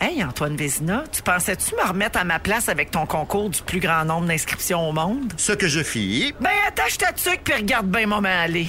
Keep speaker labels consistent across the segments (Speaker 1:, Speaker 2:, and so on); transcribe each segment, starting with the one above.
Speaker 1: Hey, Antoine Vézina, tu pensais-tu me remettre à ma place avec ton concours du plus grand nombre d'inscriptions au monde?
Speaker 2: Ce que je fis,
Speaker 1: Ben, attache ta tuque puis regarde bien maman aller.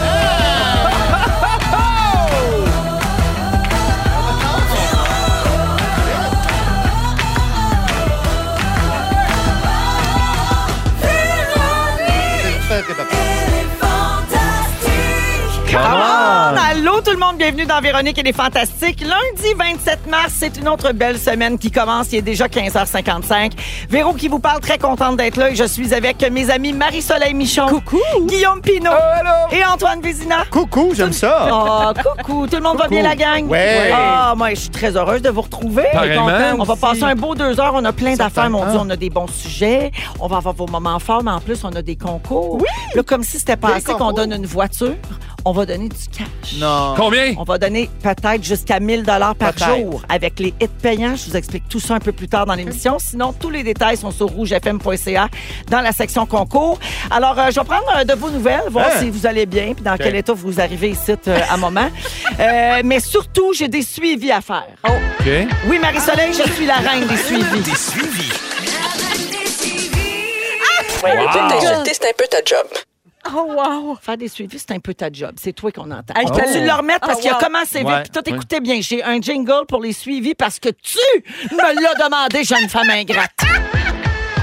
Speaker 3: Come on! Allô tout le monde, bienvenue dans Véronique et les Fantastiques. Lundi 27 mars, c'est une autre belle semaine qui commence. Il est déjà 15h55. Véro qui vous parle, très contente d'être là. Et je suis avec mes amis Marie-Soleil Michon. Coucou! Guillaume Pinot. Et Antoine Vézina.
Speaker 4: Coucou, j'aime ça.
Speaker 3: Oh, coucou! Tout le monde va bien, la gang?
Speaker 4: Ouais.
Speaker 3: Ah, moi, je suis très heureuse de vous retrouver.
Speaker 4: Pareillement.
Speaker 3: On va passer un beau deux heures. On a plein d'affaires, mon Dieu. On a des bons sujets. On va avoir vos moments forts, mais en plus, on a des concours. Oui! Là, comme si c'était passé qu'on
Speaker 2: concours.
Speaker 3: donne une voiture, on va donner du cash.
Speaker 2: Non.
Speaker 4: Combien?
Speaker 3: On va donner peut-être jusqu'à 1000 dollars par
Speaker 2: Peut-être.
Speaker 3: jour avec les hits payants. Je vous explique tout ça un peu plus tard dans l'émission. Sinon, tous les détails sont sur rougefm.ca dans la section concours. Alors, euh, je vais prendre euh, de vos nouvelles, voir
Speaker 4: Hein?
Speaker 3: si vous allez bien, puis dans quel état vous arrivez ici euh, à moment. Euh, mais surtout, j'ai des suivis à faire.
Speaker 4: OK.
Speaker 3: Oui, Marie-Soleil, je suis la reine des suivis.
Speaker 5: Des suivis.
Speaker 6: Ouais, Le but d'insulter, c'est un peu ta job.
Speaker 3: Oh wow! Faire des suivis, c'est un peu ta job. C'est toi qu'on entend. Ah,
Speaker 4: Oh.
Speaker 3: Tu le remettre parce qu'il a commencé vite,
Speaker 4: Ouais.
Speaker 3: puis tout
Speaker 4: Ouais.
Speaker 3: écoutait bien. J'ai un jingle pour les suivis parce que tu me l'as demandé, jeune femme ingrate.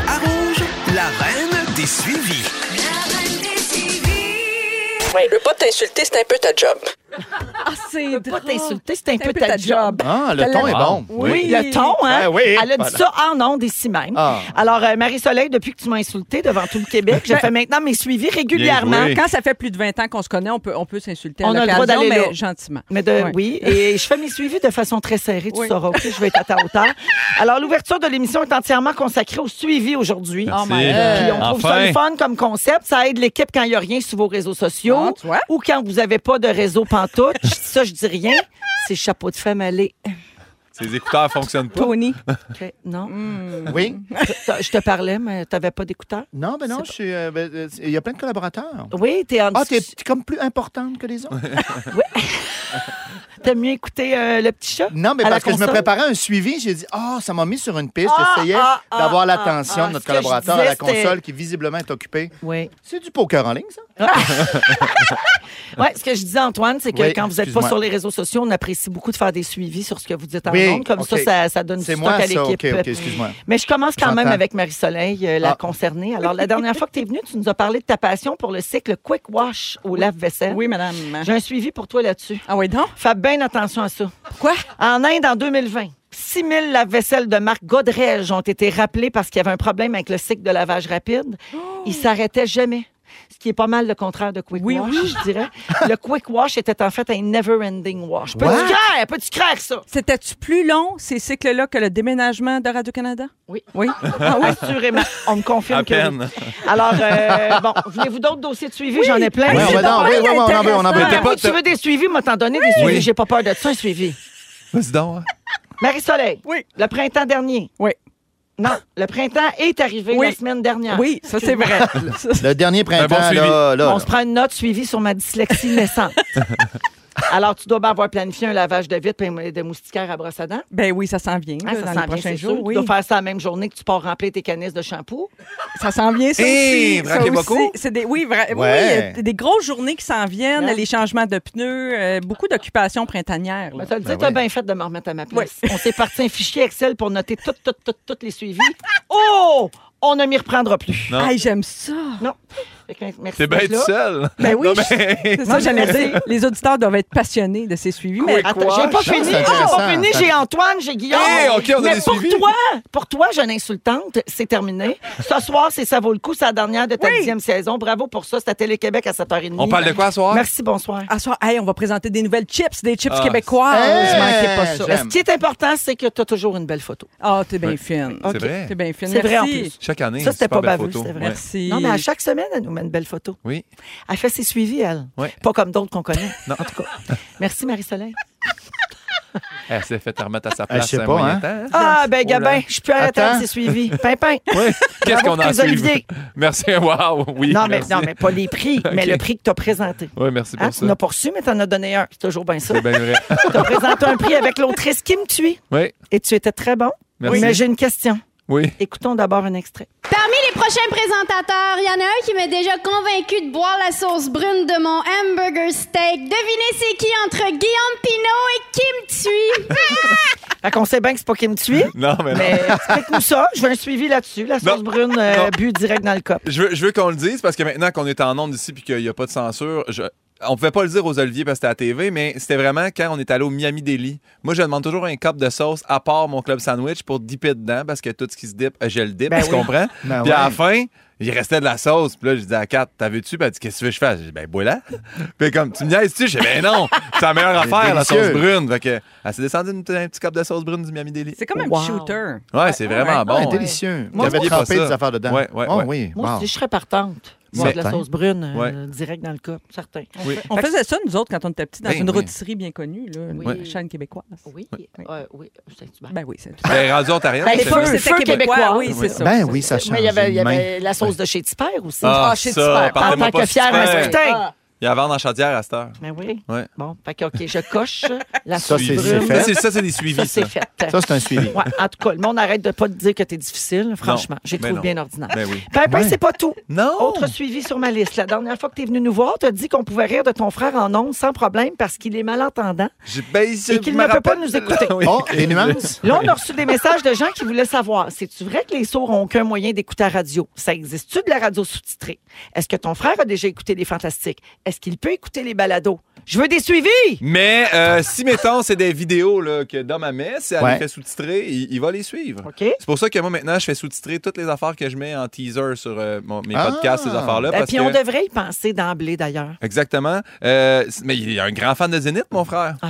Speaker 5: À Rouge, la reine des suivis.
Speaker 6: Ouais, Le but d'insulter, c'est un peu ta job.
Speaker 3: Je peux pas t'insulter, c'est un peu ta job.
Speaker 4: Ah, le ton est bon.
Speaker 3: Oui, le ton, hein?
Speaker 4: Ah oui,
Speaker 3: Elle a
Speaker 4: voilà.
Speaker 3: dit ça en ondes ici même.
Speaker 4: Ah.
Speaker 3: Alors, euh, Marie-Soleil, depuis que tu m'as insultée devant tout le Québec,
Speaker 7: Ben,
Speaker 3: je fais maintenant mes suivis régulièrement.
Speaker 4: joué.
Speaker 7: Quand ça fait plus de 20 ans qu'on se connaît, on peut, on peut s'insulter
Speaker 3: On
Speaker 7: à
Speaker 3: a le droit
Speaker 7: l'occasion,
Speaker 3: d'aller
Speaker 7: mais
Speaker 3: là.
Speaker 7: gentiment.
Speaker 3: Mais de,
Speaker 7: Ouais.
Speaker 3: oui, et je fais mes suivis de façon très serrée, tu
Speaker 7: Oui.
Speaker 3: sauras, OK, je vais être à ta hauteur. Alors, l'ouverture de l'émission est entièrement consacrée au suivi aujourd'hui.
Speaker 4: Merci.
Speaker 7: Oh my
Speaker 4: Euh,
Speaker 3: Puis on trouve ça
Speaker 4: enfin.
Speaker 3: le fun comme concept. Ça aide l'équipe quand il n'y a rien sur vos réseaux sociaux
Speaker 7: Ah, tu vois.
Speaker 3: ou quand vous n'avez pas de réseau pantoute. Je dis ça, je dis rien. C'est chapeau de femme allé.
Speaker 2: Eh,
Speaker 4: Ces écouteurs fonctionnent pas.
Speaker 7: Tony.
Speaker 3: OK, Non,
Speaker 2: Mm. Oui?
Speaker 3: T'as- je te parlais, mais tu n'avais pas d'écouteur.
Speaker 2: Non, ben non, je suis. euh, ben, euh, Il y a plein de collaborateurs.
Speaker 3: Oui, t'es en
Speaker 2: Ah, t'es
Speaker 3: discussion.
Speaker 2: t'es comme plus importante que les autres?
Speaker 3: T'aimes mieux écouter euh, le petit chat?
Speaker 2: Non, mais
Speaker 3: À la
Speaker 2: parce que je me
Speaker 3: console.
Speaker 2: préparais à un suivi, j'ai dit, ah, ça m'a mis sur une piste.
Speaker 3: Ah,
Speaker 2: J'essayais
Speaker 3: ah, ah,
Speaker 2: d'avoir
Speaker 3: ah,
Speaker 2: l'attention
Speaker 3: ah,
Speaker 2: de notre
Speaker 3: ce que je
Speaker 2: collaborateur à
Speaker 3: disais,
Speaker 2: la console
Speaker 3: c'était-
Speaker 2: qui visiblement est occupée.
Speaker 3: Oui.
Speaker 2: C'est du poker en ligne, ça?
Speaker 3: Ouais, ce que je disais, Antoine, c'est que
Speaker 2: Oui,
Speaker 3: quand vous n'êtes pas
Speaker 2: excuse-moi.
Speaker 3: sur les réseaux sociaux, on apprécie beaucoup de faire des suivis sur ce que vous dites en
Speaker 2: Oui,
Speaker 3: monde. Comme
Speaker 2: OK.
Speaker 3: ça, ça, ça donne du
Speaker 2: C'est
Speaker 3: stock
Speaker 2: moi,
Speaker 3: à
Speaker 2: ça. OK,
Speaker 3: l'équipe.
Speaker 2: OK, excuse-moi.
Speaker 3: Mais je commence quand même
Speaker 2: J'entends.
Speaker 3: avec Marie-Soleil, euh, la
Speaker 2: Ah.
Speaker 3: concernée. Alors, la dernière fois que tu es venue, tu nous as parlé de ta passion pour le cycle Quick Wash au lave-vaisselle.
Speaker 7: Oui, madame.
Speaker 3: J'ai un suivi pour toi là-dessus.
Speaker 7: Ah oui, donc?
Speaker 3: Fais bien attention à ça.
Speaker 7: Quoi?
Speaker 3: En Inde, en 2020, 6 000 lave-vaisselles de marque Godrej ont été rappelés parce qu'il y avait un problème avec le cycle de lavage rapide. Ils s'arrêtaient jamais. Ce qui est pas mal le contraire de Quick
Speaker 7: Oui,
Speaker 3: Wash,
Speaker 7: oui.
Speaker 3: je dirais. Le Quick Wash était en fait un never-ending wash. Peux-tu
Speaker 2: What?
Speaker 3: craire? Peux-tu craire ça?
Speaker 7: C'était-tu plus long, ces cycles-là, que le déménagement de Radio-Canada?
Speaker 3: Oui.
Speaker 7: Oui. Ah oui?
Speaker 3: Assurément. On me confirme
Speaker 4: À
Speaker 3: que oui.
Speaker 4: peine.
Speaker 3: Alors, euh, bon, voulez-vous d'autres dossiers de suivi? J'en ai plein.
Speaker 2: Oui, on va dans- oui, oui, on en veut, on en veut.
Speaker 3: Ah,
Speaker 4: T'es pas-
Speaker 3: oui, tu veux des suivis? Moi, t'en donner des suivis.
Speaker 4: Oui.
Speaker 3: J'ai pas peur de ça, un suivi.
Speaker 4: Vas-y donc. hein.
Speaker 3: Marie-Soleil,
Speaker 7: Oui.
Speaker 3: le printemps dernier.
Speaker 7: Oui.
Speaker 3: Non, le printemps est arrivé
Speaker 7: Oui.
Speaker 3: la semaine dernière.
Speaker 7: Oui, ça, c'est vrai. Ça, c'est-
Speaker 2: Le dernier printemps,
Speaker 4: bon suivi.
Speaker 2: là, là,
Speaker 3: On
Speaker 2: là.
Speaker 3: se prend une note suivie sur ma dyslexie naissante. Alors, tu dois bien avoir planifié un lavage de vitre et de moustiquaires à brosse à dents.
Speaker 7: ben oui, ça s'en vient,
Speaker 3: Hein, ça
Speaker 7: là, dans
Speaker 3: s'en
Speaker 7: les
Speaker 3: vient,
Speaker 7: prochains
Speaker 3: c'est
Speaker 7: jours.
Speaker 3: sûr.
Speaker 7: Oui.
Speaker 3: Tu dois faire ça la même journées que tu pars remplir tes canisses de shampoing.
Speaker 7: Ça s'en vient, ça
Speaker 4: Hey,
Speaker 7: aussi.
Speaker 4: braquez
Speaker 7: ça
Speaker 4: beaucoup.
Speaker 7: aussi. C'est des, oui, vra- oui,
Speaker 2: Ouais.
Speaker 7: oui, il y a des- des grosses journées qui s'en viennent,
Speaker 3: Ouais.
Speaker 7: les changements de pneus, euh, beaucoup d'occupations printanières. là.
Speaker 3: Tu as
Speaker 2: Ben
Speaker 3: t'as
Speaker 2: oui.
Speaker 3: bien fait de me remettre à ma place. On s'est parti un fichier Excel pour noter toutes, toutes, toutes, toutes les suivis. Oh! On ne m'y reprendra plus.
Speaker 4: Non.
Speaker 7: Hey, j'aime ça.
Speaker 3: Non. Fait que Merci.
Speaker 4: T'es bien
Speaker 3: d'être là.
Speaker 4: tout seul.
Speaker 7: Ben oui,
Speaker 4: Non, mais-
Speaker 7: C'est ça, j'allais dire. Les auditeurs doivent être passionnés de ces suivis. Mais
Speaker 3: Attends, j'ai
Speaker 4: Ah,
Speaker 3: pas
Speaker 2: Je pense
Speaker 3: fini.
Speaker 2: que c'est
Speaker 3: Oh, j'ai pas
Speaker 2: intéressant.
Speaker 3: fini. J'ai Antoine, j'ai Guillaume.
Speaker 4: Hey, OK, on a
Speaker 3: Mais
Speaker 4: des
Speaker 3: pour
Speaker 4: suivis.
Speaker 3: toi, pour toi, jeune insultante, c'est terminé. Ce soir, c'est ça vaut le coup, c'est la dernière de ta
Speaker 7: Oui.
Speaker 3: dixième saison. Bravo pour ça. C'était Télé-Québec à 7h30.
Speaker 4: On parle de quoi ce soir?
Speaker 3: Merci, bonsoir.
Speaker 7: à soir, hey, on va présenter des nouvelles chips, des chips
Speaker 4: Ah.
Speaker 7: québécoises.
Speaker 2: Hey,
Speaker 7: Manquez pas ça.
Speaker 3: Euh,
Speaker 2: j'aime.
Speaker 3: Ce qui est important, c'est que tu as toujours une belle photo.
Speaker 7: Ah, t'es bien fine.
Speaker 4: C'est vrai.
Speaker 7: T'es bien fine.
Speaker 3: C'est vrai, en
Speaker 7: Merci.
Speaker 3: plus.
Speaker 4: Je Chaque année,
Speaker 3: Ça, c'était
Speaker 4: super
Speaker 3: pas
Speaker 4: belle
Speaker 3: baveux,
Speaker 4: photo.
Speaker 3: c'était vrai.
Speaker 4: Ouais.
Speaker 7: Merci.
Speaker 3: Non, mais à chaque semaine, elle nous met une belle photo.
Speaker 4: Oui.
Speaker 3: Elle fait ses suivis, elle.
Speaker 4: Ouais.
Speaker 3: Pas comme d'autres qu'on connaît.
Speaker 4: Non, en tout cas,
Speaker 3: Merci, Marie-Soleil.
Speaker 4: elle s'est fait remettre à sa
Speaker 2: Ah,
Speaker 4: place.
Speaker 2: je sais pas,
Speaker 4: un moyen
Speaker 2: hein.
Speaker 4: temps, hein.
Speaker 3: Ah, ben,
Speaker 4: Oh là.
Speaker 3: Gabin, je suis plus à l'attente de
Speaker 2: Attends.
Speaker 3: ses suivis. Pimpin.
Speaker 4: Oui. Qu'est-ce
Speaker 3: Bravo
Speaker 4: qu'on
Speaker 3: pour
Speaker 4: a
Speaker 3: tes
Speaker 4: suivi?
Speaker 3: oliviers.
Speaker 4: Merci. Wow. Oui.
Speaker 3: Non, mais,
Speaker 4: merci.
Speaker 3: non, mais pas les prix, mais
Speaker 4: OK.
Speaker 3: le prix que tu as présenté.
Speaker 4: Oui, merci pour
Speaker 3: Hein, tu
Speaker 4: ça. Eh ben.
Speaker 3: n'as pas reçu, mais tu en as donné un. C'est toujours bien ça.
Speaker 4: C'est bien vrai.
Speaker 3: Tu as présenté un prix avec l'autrice Kim Thuy
Speaker 4: Oui.
Speaker 3: et tu étais très bon.
Speaker 4: Merci.
Speaker 3: Mais j'ai une question.
Speaker 4: Oui.
Speaker 3: Écoutons d'abord un extrait.
Speaker 8: Parmi les prochains présentateurs, il y en a un qui m'a déjà convaincu de boire la sauce brune de mon hamburger steak. Devinez c'est qui entre Guillaume Pinot et Kim Thuy.
Speaker 3: Fait qu'on sait bien que c'est pas Kim Thuy,
Speaker 4: Non, mais non.
Speaker 3: mais explique-nous ça. Je veux un suivi là-dessus. La sauce
Speaker 4: Non.
Speaker 3: brune euh,
Speaker 4: Non.
Speaker 3: bu direct dans le cop.
Speaker 4: Je veux, je veux qu'on le dise parce que maintenant qu'on est en ondes ici puis qu'il n'y a pas de censure, je- on pouvait pas le dire aux Olivier parce que c'était à la TV, mais c'était vraiment quand on est allé au Miami Deli. Moi, je demande toujours un cup de sauce à part mon club sandwich pour dipper dedans parce que tout ce qui se dip, je le dip,
Speaker 3: Ben
Speaker 4: tu
Speaker 3: oui.
Speaker 4: comprends?
Speaker 2: Ben
Speaker 4: puis à la
Speaker 2: ouais.
Speaker 4: fin, il restait de la sauce. Puis là, je dis à Kat, t'as vu-tu? Puis elle dit, qu'est-ce que tu veux que je fasse? J'ai dit, ben, bois-la. Puis comme, tu me niaises-tu? J'ai dit, ben non, c'est la meilleure
Speaker 2: C'est
Speaker 4: affaire, la sauce
Speaker 2: délicieux.
Speaker 4: brune. Fait que, elle s'est descendue une- un petit cup de sauce brune du Miami Deli.
Speaker 7: C'est comme un
Speaker 3: Wow.
Speaker 7: petit shooter.
Speaker 4: Ouais, c'est vraiment
Speaker 2: Ah,
Speaker 4: bon. hein.
Speaker 2: délicieux.
Speaker 4: Moi,
Speaker 2: Moi, J'avais
Speaker 4: j'oublie pas
Speaker 2: trempé
Speaker 4: ça.
Speaker 2: des affaires dedans.
Speaker 4: Ouais, ouais,
Speaker 2: Ah
Speaker 4: ouais.
Speaker 2: oui.
Speaker 3: Moi,
Speaker 2: wow.
Speaker 3: je serais partante. Moi, de la
Speaker 4: Certain.
Speaker 3: sauce brune, euh,
Speaker 4: Ouais.
Speaker 3: direct dans le cop, certain.
Speaker 4: Oui.
Speaker 7: On faisait ça, nous autres, quand on était petits, dans
Speaker 4: Ben
Speaker 7: une
Speaker 4: oui.
Speaker 7: rôtisserie bien connue, là, une
Speaker 3: Oui.
Speaker 7: chaîne québécoise.
Speaker 3: Oui, euh, oui, c'est du mal.
Speaker 7: Ben oui, c'est
Speaker 4: Ben, rendu ontarienne,
Speaker 3: Ben,
Speaker 4: c'est
Speaker 3: feu,
Speaker 4: bon.
Speaker 3: feu québécois.
Speaker 7: Oui, c'est ça.
Speaker 2: Ben oui, ça change.
Speaker 3: Mais il y avait, il y
Speaker 2: l'humain.
Speaker 3: avait la sauce de chez Tipper aussi.
Speaker 4: Ah,
Speaker 3: chez
Speaker 4: ça,
Speaker 3: Tipper. En
Speaker 4: partez-moi
Speaker 3: tant
Speaker 4: pas
Speaker 3: que
Speaker 4: sur
Speaker 3: fier
Speaker 4: Tipper.
Speaker 3: masculin.
Speaker 4: Il y a la vente en chadière à cette heure.
Speaker 3: Mais oui.
Speaker 4: Ouais.
Speaker 3: Bon, fait que, OK, je coche la
Speaker 2: Ça,
Speaker 3: sauce
Speaker 2: c'est-
Speaker 3: brune.
Speaker 2: c'est
Speaker 4: Ça,
Speaker 2: fait.
Speaker 4: c'est ça, c'est des suivis.
Speaker 3: Ça, c'est
Speaker 4: Ça,
Speaker 3: fait.
Speaker 2: Ça, c'est un suivi.
Speaker 3: Ouais, en tout cas, le monde arrête de pas te dire que t'es difficile. Franchement,
Speaker 4: Non,
Speaker 3: j'ai
Speaker 4: ben
Speaker 3: trouvé
Speaker 4: non.
Speaker 3: bien ordinaire.
Speaker 4: Ben oui.
Speaker 3: Pimpin,
Speaker 2: Ouais.
Speaker 3: c'est pas tout.
Speaker 4: Non.
Speaker 3: Autre suivi sur ma liste. La dernière fois que t'es venu nous voir, t'as dit qu'on pouvait rire de ton frère en ondes sans problème parce qu'il est malentendant.
Speaker 4: J'ai- ben, je
Speaker 3: Et qu'il
Speaker 4: me
Speaker 3: ne peut pas
Speaker 4: rappelle-
Speaker 3: nous écouter.
Speaker 4: Oui.
Speaker 2: Oh, les nuances?
Speaker 3: Là, on a reçu des messages de gens qui voulaient savoir c'est-tu vrai que les sourds n'ont aucun moyen d'écouter la radio Ça existe-tu de la radio sous-titrée Est-ce que ton frère a déjà écouté Les Fantastiques Est-ce qu'il peut écouter les balados Je veux des suivis
Speaker 4: Mais euh, si, mettons, c'est des vidéos là, que Dom a mis, si elle
Speaker 2: Ouais.
Speaker 4: les fait sous-titrer, il, il va les suivre.
Speaker 3: OK.
Speaker 4: C'est pour ça que moi, maintenant, je fais sous-titrer toutes les affaires que je mets en teaser sur euh, mon- mes
Speaker 2: Ah.
Speaker 4: podcasts, ces affaires-là.
Speaker 3: Et
Speaker 4: parce
Speaker 3: Ben, puis,
Speaker 4: que...
Speaker 3: on devrait y penser d'emblée, d'ailleurs.
Speaker 4: Exactement. Euh, c- mais il est un grand fan de Zénith, mon frère.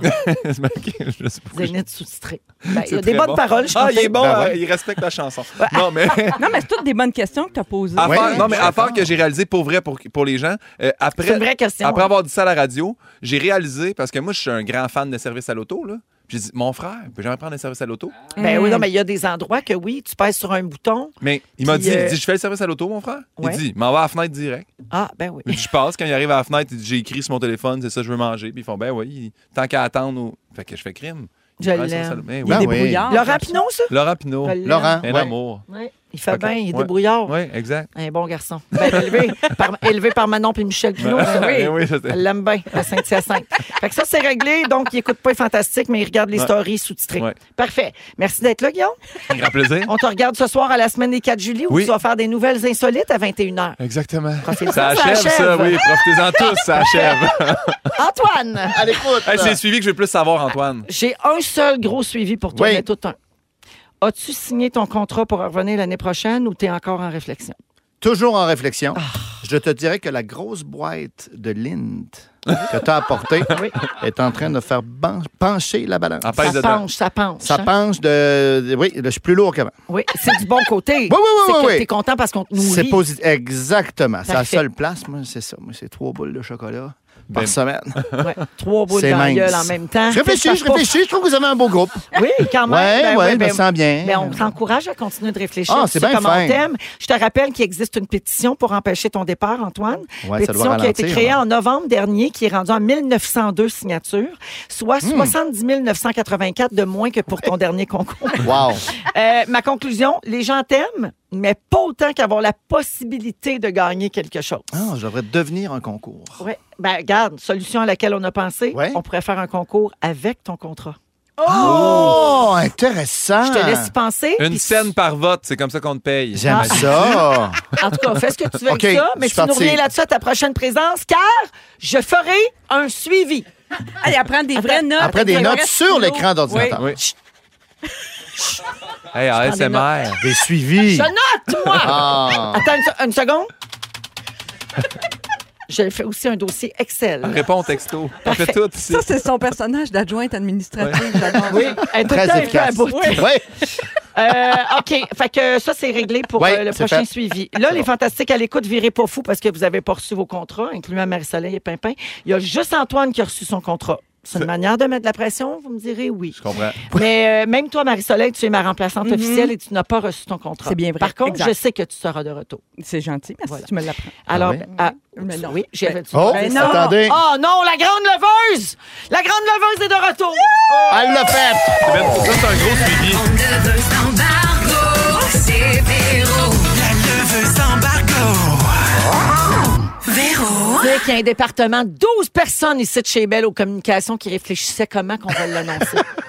Speaker 3: Ah,
Speaker 4: Ok, je sais pas pourquoi je-
Speaker 3: Zénith sous-titré. Ben, il y a
Speaker 4: C'est
Speaker 3: des
Speaker 4: très
Speaker 3: bonnes
Speaker 4: bon.
Speaker 3: paroles, je
Speaker 4: Ah,
Speaker 3: pense.
Speaker 4: il est bon,
Speaker 2: Ben
Speaker 4: euh,
Speaker 2: ouais.
Speaker 4: il respecte la chanson. non, mais.
Speaker 7: Non, mais c'est toutes des bonnes questions que tu as posées.
Speaker 4: Affaire-
Speaker 2: Ouais,
Speaker 4: non, mais
Speaker 2: je suis
Speaker 4: affaire
Speaker 2: d'accord.
Speaker 4: que j'ai réalisé pour vrai pour, pour les gens. euh, après,
Speaker 3: C'est une vraie question,
Speaker 4: Après
Speaker 3: hein.
Speaker 4: avoir dit ça à la radio, j'ai réalisé, parce que moi, je suis un grand fan de service à l'auto, là. J'ai dit, mon frère, peut jamais prendre un service à l'auto.
Speaker 3: Ben
Speaker 4: Mm.
Speaker 3: oui, non, mais il y a des endroits que oui, tu pèses sur un bouton.
Speaker 4: Mais il m'a
Speaker 3: Puis,
Speaker 4: dit, il
Speaker 3: euh,
Speaker 4: dit, je fais le service à l'auto, mon frère.
Speaker 3: Ouais.
Speaker 4: Il dit, m'en va à la fenêtre direct.
Speaker 3: Ah, ben oui.
Speaker 4: Il dit, je passe. Quand il arrive à la fenêtre, il dit, j'ai écrit sur mon téléphone, c'est ça, je veux manger. Puis ils font, ben oui, tant qu'à attendre. au- Fait que je fais crime. Il
Speaker 3: Je
Speaker 4: prend le service à
Speaker 3: l'aime.
Speaker 4: l'auto. Eh oui.
Speaker 2: Ben oui.
Speaker 7: Débrouillard.
Speaker 3: Laurent Pinot, ça
Speaker 4: Laurent Pinot.
Speaker 3: Je l'aime.
Speaker 2: Laurent,
Speaker 4: Un
Speaker 2: ouais.
Speaker 4: amour.
Speaker 3: Ouais. Il fait
Speaker 4: Ok.
Speaker 3: bien, il est
Speaker 4: Ouais.
Speaker 3: débrouillard.
Speaker 4: Oui, exact.
Speaker 3: Un bon garçon. Ben, élevé, par, élevé par Manon puis Michel Pinot. ça, Ah oui.
Speaker 4: Ben oui, ça, c'est-
Speaker 3: Elle l'aime bien, à Saint-Hyacinthe. fait que ça, c'est réglé. Donc, il écoute pas les fantastiques, mais il regarde les
Speaker 4: Ouais.
Speaker 3: stories sous-titrées.
Speaker 4: Ouais.
Speaker 3: Parfait. Merci d'être là, Guillaume.
Speaker 4: Un grand plaisir.
Speaker 3: On te regarde ce soir à la semaine des 4 juillet où
Speaker 4: Oui.
Speaker 3: tu vas faire des nouvelles insolites à 21h.
Speaker 4: Exactement.
Speaker 3: Profitez-en,
Speaker 4: Ça achève, ça, oui. Profitez-en tous, ça achève.
Speaker 3: Antoine,
Speaker 2: À l'écoute.
Speaker 4: Hey, c'est le suivi que je veux le plus savoir, Antoine.
Speaker 3: j'ai un seul gros suivi pour toi,
Speaker 2: Oui.
Speaker 3: mais tout un. As-tu signé ton contrat pour revenir l'année prochaine ou t'es encore en réflexion?
Speaker 2: Toujours en réflexion.
Speaker 3: Ah.
Speaker 2: Je te dirais que la grosse boîte de Lind que tu as apportée est en train de faire ban- pencher la balance.
Speaker 4: En pèse
Speaker 3: ça
Speaker 4: dedans.
Speaker 3: penche, ça penche.
Speaker 2: Ça
Speaker 3: hein?
Speaker 2: penche de. de- Oui, je suis plus lourd qu'avant.
Speaker 3: Oui, c'est du bon côté.
Speaker 2: Oui, oui, oui,
Speaker 3: C'est
Speaker 2: oui,
Speaker 3: que
Speaker 2: oui.
Speaker 3: t'es content parce qu'on te nourrit.
Speaker 2: C'est positif. Exactement. C'est la
Speaker 3: Parfait.
Speaker 2: seule place, moi, c'est ça. Moi, c'est trois boules de chocolat
Speaker 4: Ben.
Speaker 2: par semaine.
Speaker 3: Ouais, Trois boules
Speaker 2: C'est
Speaker 3: dans la
Speaker 2: mince.
Speaker 3: gueule en même temps.
Speaker 2: Je réfléchis, je
Speaker 3: Fais-toi pas
Speaker 2: réfléchis. Je trouve que vous avez un beau groupe.
Speaker 3: Oui, quand même.
Speaker 2: Ouais,
Speaker 3: ben
Speaker 2: ouais,
Speaker 3: oui,
Speaker 2: je me
Speaker 3: ben-
Speaker 2: sens bien.
Speaker 3: ben, on t'encourage à continuer de réfléchir.
Speaker 2: Ah,
Speaker 3: Tu
Speaker 2: c'est
Speaker 3: sais
Speaker 2: bien
Speaker 3: comment
Speaker 2: fin.
Speaker 3: on t'aime. Je te rappelle qu'il existe une pétition pour empêcher ton départ, Antoine.
Speaker 2: Ouais, ça doit
Speaker 3: pétition qui a été
Speaker 2: ralentir,
Speaker 3: créée
Speaker 2: hein.
Speaker 3: en novembre dernier, qui est rendue en 1902 signatures, soit
Speaker 4: Mm.
Speaker 3: 70 984 de moins que pour ton dernier concours.
Speaker 2: Wow.
Speaker 3: Euh, ma conclusion, les gens t'aiment, mais pas autant qu'avoir la possibilité de gagner quelque chose.
Speaker 2: Ah, je devrais devenir un concours.
Speaker 3: Ouais. Ben, regarde, solution à laquelle on a pensé,
Speaker 2: Ouais.
Speaker 3: on pourrait faire un concours avec ton contrat.
Speaker 2: Oh, intéressant.
Speaker 3: Je te laisse y penser.
Speaker 4: Une
Speaker 3: puis-
Speaker 4: scène par vote, c'est comme ça qu'on te paye.
Speaker 2: J'aime ça.
Speaker 3: En tout cas, fais ce que tu veux
Speaker 2: OK,
Speaker 3: avec ça, mais
Speaker 2: je suis
Speaker 3: tu nous
Speaker 2: parti.
Speaker 3: reviens là-dessus à ta prochaine présence, car je ferai un suivi.
Speaker 7: Allez, elle prend des vraies notes.
Speaker 2: Après des
Speaker 7: Elle
Speaker 2: notes
Speaker 7: reste
Speaker 2: sur
Speaker 7: sous
Speaker 2: l'écran
Speaker 7: l'eau.
Speaker 2: d'ordinateur.
Speaker 4: Oui. Hey, en
Speaker 3: des
Speaker 4: SMR.
Speaker 2: Des suivis.
Speaker 3: Je note, moi!
Speaker 2: Ah.
Speaker 3: Attends une, se- une seconde. Je fais aussi un dossier Excel.
Speaker 4: Réponds au texto. On fait tout ici.
Speaker 7: Ça, c'est son personnage d'adjointe administrative. J'adore ça.
Speaker 3: Elle est tout
Speaker 2: Très
Speaker 3: le temps un peu à
Speaker 2: efficace.
Speaker 3: bout.
Speaker 2: Oui.
Speaker 3: Euh, OK. Fait que ça, c'est réglé pour
Speaker 2: Ouais,
Speaker 3: euh, le
Speaker 2: c'est
Speaker 3: prochain
Speaker 2: fait.
Speaker 3: suivi. Là, les fantastiques à l'écoute, virez pas fou parce que vous avez pas reçu vos contrats, incluant Marie-Soleil et Pimpin. Il y a juste Antoine qui a reçu son contrat. C'est une manière de mettre de la pression, vous me direz oui.
Speaker 4: Je comprends.
Speaker 3: Mais euh, même toi, Marie-Soleil, tu es ma remplaçante officielle et tu n'as pas reçu ton contrat.
Speaker 7: Mm-hmm. C'est bien vrai.
Speaker 3: Par contre,
Speaker 7: Exact.
Speaker 3: je sais que tu seras de retour.
Speaker 7: C'est gentil, merci,
Speaker 3: Voilà.
Speaker 7: tu me l'apprends.
Speaker 3: Alors,
Speaker 2: Ah oui?
Speaker 3: ah,
Speaker 7: Mm. Mais non.
Speaker 3: oui, j'avais dû
Speaker 2: Oh,
Speaker 7: Ben non.
Speaker 2: attendez.
Speaker 3: Oh non, la grande leveuse! La grande leveuse est de retour!
Speaker 2: Elle l'a fait.
Speaker 4: C'est bien- ça, c'est un gros suivi.
Speaker 9: c'est Véro. Véro.
Speaker 3: dire qu'il y a un département de 12 personnes ici de chez Belle aux communications qui réfléchissaient comment qu'on va l'annoncer.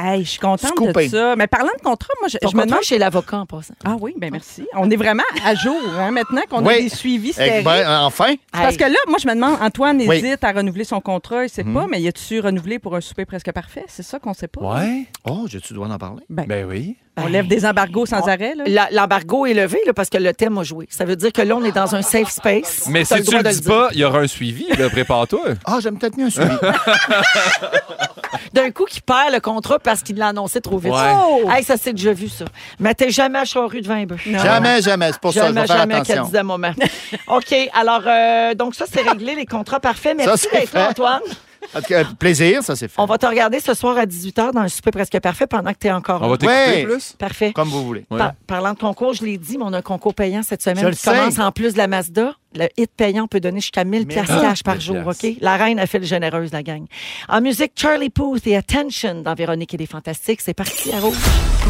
Speaker 7: Hey, je suis contente
Speaker 2: Scooping.
Speaker 7: de ça. Mais parlant de contrat, moi, je,
Speaker 3: Ton
Speaker 7: je me
Speaker 3: contrat
Speaker 7: demande.
Speaker 3: chez l'avocat en passant.
Speaker 7: Ah oui, ben merci. On est vraiment à jour hein, maintenant qu'on a
Speaker 2: Oui.
Speaker 7: des suivis
Speaker 2: Eh
Speaker 7: stériles.
Speaker 2: ben, enfin.
Speaker 7: C'est Parce que là, moi, je me demande, Antoine
Speaker 2: Oui. Mhm.
Speaker 7: hésite à renouveler son contrat, il sait pas, mais y a-tu renouvelé pour un souper presque parfait? C'est ça qu'on sait pas.
Speaker 4: Ouais.
Speaker 2: Oh, j'ai-tu le droit d'en parler?
Speaker 4: Ben oui.
Speaker 7: On lève des embargos sans arrêt, là.
Speaker 3: La- L'embargo est levé là, parce que le thème a joué. Ça veut dire que là, on est dans un safe space.
Speaker 4: Mais
Speaker 3: T'as
Speaker 4: si tu
Speaker 3: droit
Speaker 4: le
Speaker 3: de
Speaker 4: dis pas, il y aura un suivi. là, Prépare-toi.
Speaker 2: Ah, j'aime peut-être mieux un suivi.
Speaker 3: dire. D'un coup, qui perd le contrat parce qu'il l'a annoncé trop vite.
Speaker 4: Ouais.
Speaker 7: Oh!
Speaker 3: Hey, ça, c'est déjà vu, ça. Mais t'es jamais à Charrue devant un bœuf.
Speaker 2: jamais, jamais. C'est pour ça que je
Speaker 3: Jamais,
Speaker 2: vais faire
Speaker 3: jamais qu'elle
Speaker 2: attention.
Speaker 3: disait moment. OK, alors, euh, donc ça, c'est réglé, les contrats parfaits. Merci
Speaker 2: c'est
Speaker 3: d'être là,
Speaker 2: fait.
Speaker 3: Antoine.
Speaker 2: En tout cas, euh, plaisir, ça c'est fait.
Speaker 3: On va te regarder ce soir à 18h dans le souper presque parfait pendant que t'es encore
Speaker 4: On
Speaker 3: là.
Speaker 4: va t'écouter
Speaker 2: Ouais.
Speaker 4: plus.
Speaker 3: Parfait.
Speaker 2: Comme vous voulez.
Speaker 4: Ouais.
Speaker 3: Par- parlant de concours, je l'ai dit, mais on a un concours payant cette semaine
Speaker 2: Je le
Speaker 3: qui commence
Speaker 2: sais.
Speaker 3: en plus de la Mazda. Le hit payant peut donner jusqu'à 1000 piastres
Speaker 2: ah!
Speaker 3: cash par
Speaker 4: 1000
Speaker 3: jour, OK?
Speaker 4: piastres.
Speaker 3: La reine a fait le généreuse, la gang. En musique, Charlie Puth et Attention dans Véronique et les Fantastiques. C'est parti, à rouge.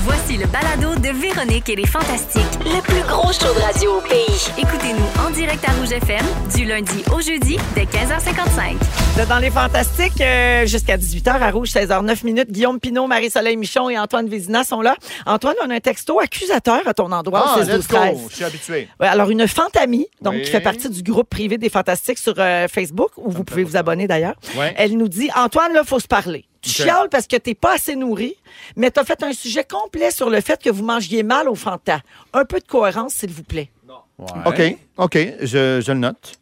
Speaker 9: Voici le balado de Véronique et les Fantastiques, le plus gros show de radio au pays. Écoutez-nous en direct à Rouge FM du lundi au jeudi dès 15h55.
Speaker 3: Vous êtes Dans les Fantastiques, euh, jusqu'à 18h à Rouge, 16h09 minutes. Guillaume Pinot, Marie-Soleil Michon et Antoine Vézina sont là. Antoine, on a un texto accusateur à ton endroit.
Speaker 2: Ah,
Speaker 3: au 16 12
Speaker 2: let's go.
Speaker 3: 13.
Speaker 2: Je suis habitué.
Speaker 3: Ouais, alors, une fantamie, donc,
Speaker 2: Oui.
Speaker 3: qui fait partie du groupe privé des Fantastiques sur euh, Facebook, où
Speaker 4: Ah,
Speaker 3: vous
Speaker 4: ben
Speaker 3: pouvez vous abonner d'ailleurs.
Speaker 2: Ouais.
Speaker 3: Elle nous dit Antoine, là, faut se parler. Tu
Speaker 2: Ok.
Speaker 3: chiales parce que t'es pas assez nourri, mais t'as fait un sujet complet sur le fait que vous mangiez mal au Fanta. Un peu de cohérence, s'il vous plaît.
Speaker 2: OK, OK, je, je le note.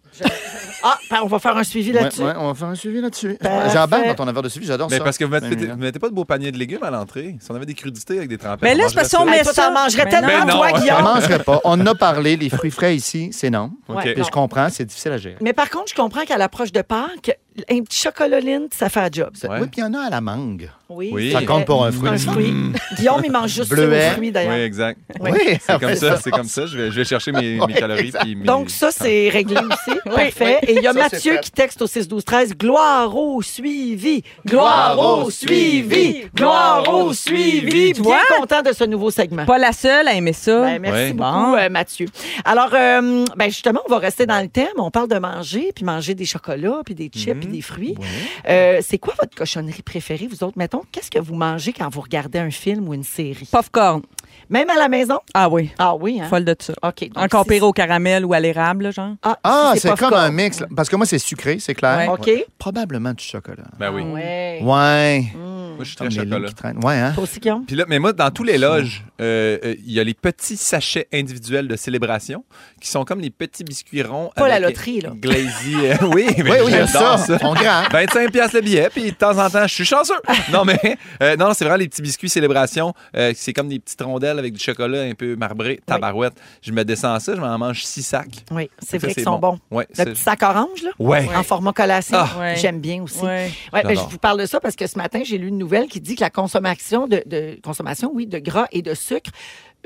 Speaker 3: Ah, ben, on va faire un suivi
Speaker 2: Ouais,
Speaker 3: là-dessus.
Speaker 2: ouais, on va faire un suivi là-dessus.
Speaker 3: Parfait.
Speaker 2: J'embarque dans ton affaire de suivi, j'adore
Speaker 4: Mais
Speaker 2: ça.
Speaker 4: parce que vous mettez,
Speaker 2: Ben,
Speaker 4: vous mettez pas de beaux paniers de légumes à l'entrée. Si on avait des crudités avec des trempettes.
Speaker 7: Mais là,
Speaker 4: on
Speaker 7: c'est parce
Speaker 4: mangerait
Speaker 7: qu'on
Speaker 3: Hey,
Speaker 7: met
Speaker 3: toi,
Speaker 7: ça.
Speaker 3: t'en mangerais
Speaker 7: Mais
Speaker 3: tellement,
Speaker 4: non.
Speaker 3: toi,
Speaker 4: Ben non.
Speaker 2: Je
Speaker 3: Guillaume.
Speaker 2: mangerai pas. On en a parlé, les fruits frais ici, c'est non.
Speaker 4: OK.
Speaker 3: Ouais,
Speaker 2: Puis je comprends, c'est difficile à gérer.
Speaker 3: Mais par contre, je comprends qu'à l'approche de Pâques, un petit chocololine, ça fait un job.
Speaker 2: Ça-
Speaker 4: Ouais.
Speaker 2: Oui, puis il y en a à la mangue.
Speaker 4: Oui.
Speaker 2: Ça
Speaker 3: c'est
Speaker 2: compte
Speaker 3: vrai.
Speaker 2: pour un fruit. Mm.
Speaker 3: Un fruit. Guillaume, il mange juste
Speaker 2: Bleuet.
Speaker 3: ses fruits,
Speaker 4: ça.
Speaker 3: d'ailleurs.
Speaker 4: Oui, exact.
Speaker 2: Oui,
Speaker 4: C'est comme ça, c'est comme ça. Je vais, je vais chercher mes, mes
Speaker 2: Ouais,
Speaker 4: calories.
Speaker 2: exact.
Speaker 4: puis mes-
Speaker 3: Donc, ça, c'est réglé aussi. Parfait. Et il y a
Speaker 2: Ah. Ça, c'est
Speaker 3: Mathieu
Speaker 2: fait.
Speaker 3: qui texte au 6-12-13 Gloire au suivi! Gloire au suivi! Gloire au suivi!
Speaker 7: Tu
Speaker 3: Bien
Speaker 7: vois?
Speaker 3: content de ce nouveau segment.
Speaker 7: Pas la seule à aimer ça.
Speaker 3: Ben, merci
Speaker 4: Ouais.
Speaker 3: beaucoup,
Speaker 7: Bon.
Speaker 3: euh, Mathieu. Alors, euh, ben, justement, on va rester dans le thème. On parle de manger, puis manger des chocolats, puis des chips,
Speaker 2: Mm-hmm.
Speaker 3: puis des fruits. Euh, c'est quoi votre cochonnerie préférée, vous autres? Mettons, qu'est-ce que vous mangez quand vous regardez un film ou une série?
Speaker 7: Popcorn.
Speaker 3: Même à la maison?
Speaker 7: Ah oui,
Speaker 3: Ah oui, hein?
Speaker 7: folle de ça.
Speaker 3: OK. donc
Speaker 7: Encore
Speaker 3: si-
Speaker 7: pire au caramel ou à l'érable, là, genre.
Speaker 3: Ah,
Speaker 2: Ah,
Speaker 3: si
Speaker 2: c'est comme
Speaker 3: popcorn.
Speaker 2: un mix. là. Parce que moi, c'est sucré, c'est clair.
Speaker 3: OK.
Speaker 2: Probablement du chocolat.
Speaker 4: Ben oui.
Speaker 3: Ah Ouais. Mm.
Speaker 2: Ouais.
Speaker 4: Moi, je suis
Speaker 2: Comme
Speaker 4: très
Speaker 2: les lignes
Speaker 4: chocolat.
Speaker 2: qui traînent. Ouais, hein?
Speaker 3: Toi aussi, Guillaume?
Speaker 4: Puis là, mais moi, dans tous les loges, euh, euh, il y a les petits sachets individuels de célébration qui sont comme les petits biscuits ronds.
Speaker 3: Pas la
Speaker 4: avec
Speaker 3: loterie, là.
Speaker 4: Glazy. euh, oui, mais
Speaker 2: Oui, oui, il y a ça.
Speaker 4: j'adore ça.
Speaker 2: On gratte.
Speaker 4: 25 pièces le billet, puis de temps en temps, je suis chanceux. Non, mais euh, non, c'est vraiment les petits biscuits célébration. euh, c'est comme des petites rondelles avec du chocolat un peu marbré, tabarouette. Je me descends ça, je m'en mange six sacs.
Speaker 3: Oui, c'est
Speaker 4: Ça,
Speaker 3: vrai qu'ils sont bons.
Speaker 4: Ouais,
Speaker 3: Le
Speaker 4: c'est-
Speaker 3: petit sac orange, là?
Speaker 4: Ouais.
Speaker 3: En format collation.
Speaker 4: Ah.
Speaker 7: Ouais.
Speaker 3: J'aime bien aussi.
Speaker 7: Ouais.
Speaker 3: Ouais, ben, je
Speaker 4: J'adore.
Speaker 3: vous parle de ça parce que ce matin, j'ai lu une nouvelle qui dit que la consommation de, de- consommation, oui, de gras et de sucre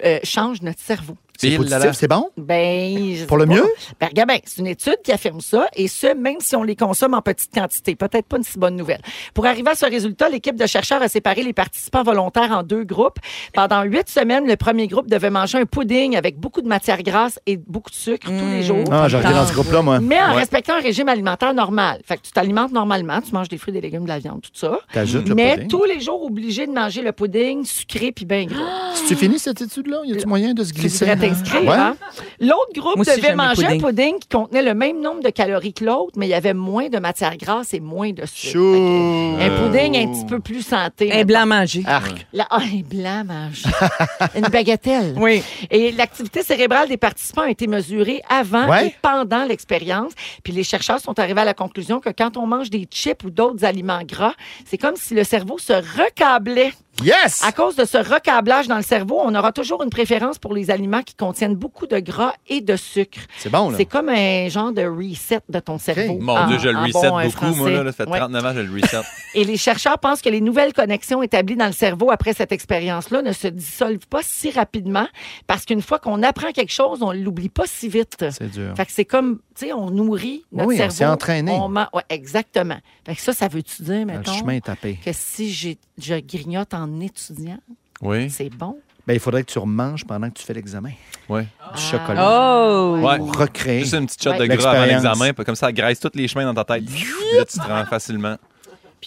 Speaker 3: euh, change notre cerveau.
Speaker 2: C'est
Speaker 4: Il l'a
Speaker 2: positif,
Speaker 4: là.
Speaker 2: c'est bon?
Speaker 3: Ben, je
Speaker 2: Pour
Speaker 3: sais
Speaker 2: le
Speaker 3: pas.
Speaker 2: mieux?
Speaker 3: Ben, regarde, ben, c'est une étude qui affirme ça, et ce, même si on les consomme en petite quantité. Peut-être pas une si bonne nouvelle. Pour arriver à ce résultat, l'équipe de chercheurs a séparé les participants volontaires en deux groupes. Pendant huit semaines, le premier groupe devait manger un pudding avec beaucoup de matière grasse et beaucoup de sucre tous
Speaker 7: Hmm.
Speaker 3: les jours.
Speaker 2: Ah, j'ai regardé dans ce groupe-là, moi.
Speaker 3: Mais en respectant un régime alimentaire normal. Fait que tu t'alimentes normalement, tu manges des fruits, des légumes, de la viande, tout ça.
Speaker 2: T'ajoutes le
Speaker 3: Mais
Speaker 2: pudding.
Speaker 3: tous les jours, obligé de manger le pudding sucré puis bien
Speaker 7: Ah!
Speaker 3: gras.
Speaker 2: Si tu finis cette étude-là, y a-tu moyen de se
Speaker 3: Tu
Speaker 2: glisser?
Speaker 3: devrais t'inscrire.
Speaker 2: Ouais.
Speaker 3: hein? L'autre groupe
Speaker 7: Moi aussi,
Speaker 3: devait
Speaker 7: j'aime les
Speaker 3: manger un
Speaker 7: puddings.
Speaker 3: pudding qui contenait le même nombre de calories que l'autre, mais il y avait moins de matière grasse et moins de sucre.
Speaker 2: Chou!
Speaker 3: Fait
Speaker 4: Euh,
Speaker 3: que Un pudding un petit peu plus santé.
Speaker 7: Un blanc mangé.
Speaker 2: Arc.
Speaker 3: La- ah, un blanc mangé. Une bagatelle.
Speaker 7: Oui.
Speaker 3: Et l'activité cérébrale des participants a été mesurée avant
Speaker 2: Ouais.
Speaker 3: et pendant l'expérience. Puis les chercheurs sont arrivés à la conclusion que quand on mange des chips ou d'autres aliments gras, c'est comme si le cerveau se recablait
Speaker 2: Yes!
Speaker 3: À cause de ce recablage dans le cerveau, on aura toujours une préférence pour les aliments qui contiennent beaucoup de gras et de sucre.
Speaker 2: C'est bon, Oh là.
Speaker 3: C'est comme un genre de reset de ton cerveau.
Speaker 4: Mon
Speaker 3: en-
Speaker 4: Dieu, je le
Speaker 3: en
Speaker 4: reset
Speaker 3: bon, euh,
Speaker 4: beaucoup. Moi, là,
Speaker 3: français.
Speaker 4: là, ça fait
Speaker 3: Ouais.
Speaker 4: 39 ans, je le reset.
Speaker 3: Et les chercheurs pensent que les nouvelles connexions établies dans le cerveau après cette expérience-là ne se dissolvent pas si rapidement parce qu'une fois qu'on apprend quelque chose, on l'oublie pas si vite.
Speaker 2: C'est dur.
Speaker 3: Fait que c'est comme, tu sais, on nourrit notre
Speaker 2: Oui, on
Speaker 3: cerveau.
Speaker 2: s'est entraîné.
Speaker 3: On ment- ouais, exactement. Fait que ça, ça veut-tu dire,
Speaker 2: Le
Speaker 3: mettons,
Speaker 2: chemin est tapé.
Speaker 3: que si j'ai- je grignote en étudiant,
Speaker 4: Oui.
Speaker 3: c'est bon?
Speaker 2: Ben, il faudrait que tu remanges pendant que tu fais l'examen.
Speaker 4: Oui.
Speaker 3: Ah.
Speaker 2: Du chocolat.
Speaker 7: Oh!
Speaker 4: Ouais.
Speaker 2: Pour recréer.
Speaker 4: Ah. Juste une petite shot de
Speaker 3: Ouais.
Speaker 4: gras avant
Speaker 2: L'expérience.
Speaker 4: l'examen, puis comme ça, elle graisse tous les chemins dans ta tête. Puis là, tu te rends facilement.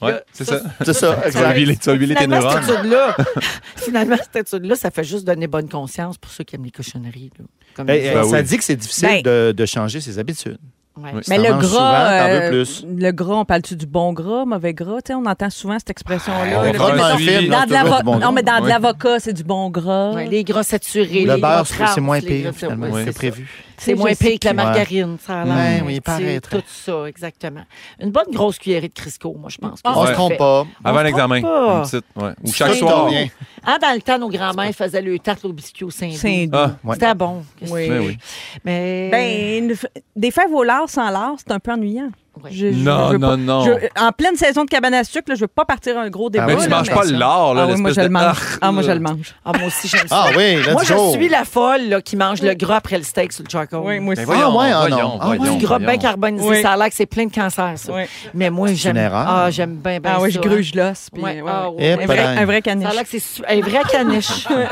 Speaker 4: Ouais, c'est ça.
Speaker 2: C'est ça,
Speaker 4: Tu vas
Speaker 2: exact.
Speaker 4: huiler tu vas huiler tes
Speaker 3: Finalement, cette
Speaker 4: neurones.
Speaker 3: étude-là, finalement, cette étude-là, ça fait juste donner bonne conscience pour ceux qui aiment les cochonneries. là. Comme
Speaker 2: Hey, hey,
Speaker 4: Ben
Speaker 2: ça
Speaker 4: oui.
Speaker 2: dit que c'est difficile de, de changer ses habitudes.
Speaker 3: Ouais.
Speaker 4: Oui.
Speaker 2: Si
Speaker 7: Mais
Speaker 2: t'en
Speaker 7: le
Speaker 2: manges
Speaker 7: gras,
Speaker 2: souvent, t'en veux
Speaker 7: euh,
Speaker 2: plus.
Speaker 7: le gras, on parle-tu du bon gras, mauvais gras? Tu sais, on entend souvent cette expression-là.
Speaker 4: on va
Speaker 7: là, tu
Speaker 4: faire
Speaker 7: sais,
Speaker 4: un
Speaker 7: mettons,
Speaker 4: film,
Speaker 7: dans de
Speaker 2: toujours
Speaker 7: l'avo-
Speaker 2: du bon gras.
Speaker 7: non, mais dans de
Speaker 4: Ouais.
Speaker 7: l'avocat, c'est du bon gras.
Speaker 3: Ouais, les gras saturés,
Speaker 2: Le beurre,
Speaker 3: les gras
Speaker 2: c'est
Speaker 3: trans,
Speaker 2: c'est moins
Speaker 3: les
Speaker 2: pire,
Speaker 3: gras-
Speaker 2: finalement.
Speaker 3: Ouais,
Speaker 4: Oui.
Speaker 2: C'est
Speaker 3: ça.
Speaker 2: prévu.
Speaker 3: C'est
Speaker 7: Je
Speaker 3: moins
Speaker 7: sais
Speaker 3: pire que la
Speaker 2: plus.
Speaker 3: margarine, ça a l'air.
Speaker 2: Ouais, oui,
Speaker 3: Tu sais,
Speaker 2: paraîtrait.
Speaker 3: Tout ça, exactement. Une bonne grosse cuillerée de Crisco, moi, je pense. que
Speaker 7: Ah,
Speaker 3: ça
Speaker 2: On se
Speaker 3: fait.
Speaker 2: trompe pas.
Speaker 4: Avant
Speaker 3: se
Speaker 4: l'examen.
Speaker 3: trompe pas.
Speaker 4: Une petite, ouais. Ou
Speaker 2: Tu
Speaker 4: chaque
Speaker 2: fais
Speaker 4: soir.
Speaker 2: ton bien.
Speaker 3: Ah, dans le temps, nos grands-mères faisaient le tarte au biscuit au Saint-Denis.
Speaker 7: C'est
Speaker 4: Ah,
Speaker 2: Ouais.
Speaker 3: C'était bon. Qu'est-ce que
Speaker 7: Oui.
Speaker 3: tu veux?
Speaker 4: ben oui.
Speaker 3: Mais.
Speaker 7: Ben, une f- des fèves au lard sans lard, c'est un peu ennuyant.
Speaker 3: Ouais.
Speaker 4: Non,
Speaker 7: veux
Speaker 4: non,
Speaker 7: pas-
Speaker 4: non.
Speaker 7: je- en pleine saison de cabane à sucre, là, je veux pas partir un gros débat.
Speaker 2: Ah oui,
Speaker 4: Mais tu
Speaker 7: là,
Speaker 4: manges
Speaker 7: mais-
Speaker 4: pas le lard, là.
Speaker 7: Ah oui, moi
Speaker 4: l'espèce
Speaker 7: je le
Speaker 4: de-
Speaker 7: mange. Ah, moi je le mange.
Speaker 3: Ah, moi aussi, j'aime ça.
Speaker 2: Ah oui, let's
Speaker 3: moi,
Speaker 2: go.
Speaker 3: je suis la folle là, qui mange le gras après le steak sur le charcoal.
Speaker 7: Oui, moi aussi.
Speaker 4: Ben voyons,
Speaker 2: Ah ouais, ah
Speaker 4: voyons,
Speaker 2: non. Ah ouais.
Speaker 4: voyons,
Speaker 3: Du gras bien
Speaker 4: voyons.
Speaker 3: carbonisé,
Speaker 7: Oui.
Speaker 3: ça a l'air que c'est plein de cancer, ça.
Speaker 7: Oui.
Speaker 3: Mais moi, j'aime.
Speaker 2: erreur.
Speaker 3: Ah, j'aime bien, bien
Speaker 7: Ah
Speaker 3: ça.
Speaker 7: oui, je gruge l'os. puis-
Speaker 3: Ouais,
Speaker 7: ouais,
Speaker 3: ah
Speaker 7: ouais.
Speaker 3: ouais.
Speaker 2: Eh,
Speaker 7: Un vrai,
Speaker 2: ben.
Speaker 7: un vrai caniche.
Speaker 3: Ça a l'air que c'est su- un vrai caniche. Ouais.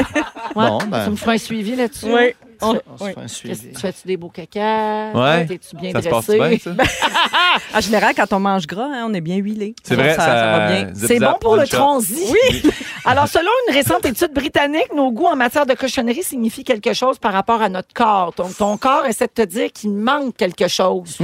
Speaker 2: Bon, ben.
Speaker 3: Ça me fera un suivi là-dessus.
Speaker 7: Oui.
Speaker 2: On
Speaker 7: On-
Speaker 2: se
Speaker 7: oui.
Speaker 2: fait un
Speaker 3: Qu'est-ce que
Speaker 2: suivi.
Speaker 3: tu fais-tu des beaux cacas?
Speaker 4: Ouais.
Speaker 3: T'es-tu bien
Speaker 4: Ça se passe
Speaker 3: dressé?
Speaker 4: bien, ça?
Speaker 7: En général, quand on mange gras, hein, on est bien huilé.
Speaker 4: C'est vrai,
Speaker 7: ça, ça va bien.
Speaker 4: zip,
Speaker 3: C'est
Speaker 4: zap,
Speaker 3: bon pour le
Speaker 4: one shot.
Speaker 3: transit. Oui. Alors, selon une récente étude britannique, nos goûts en matière de cochonnerie signifient quelque chose par rapport à notre corps. Donc, ton corps essaie de te dire qu'il manque quelque chose.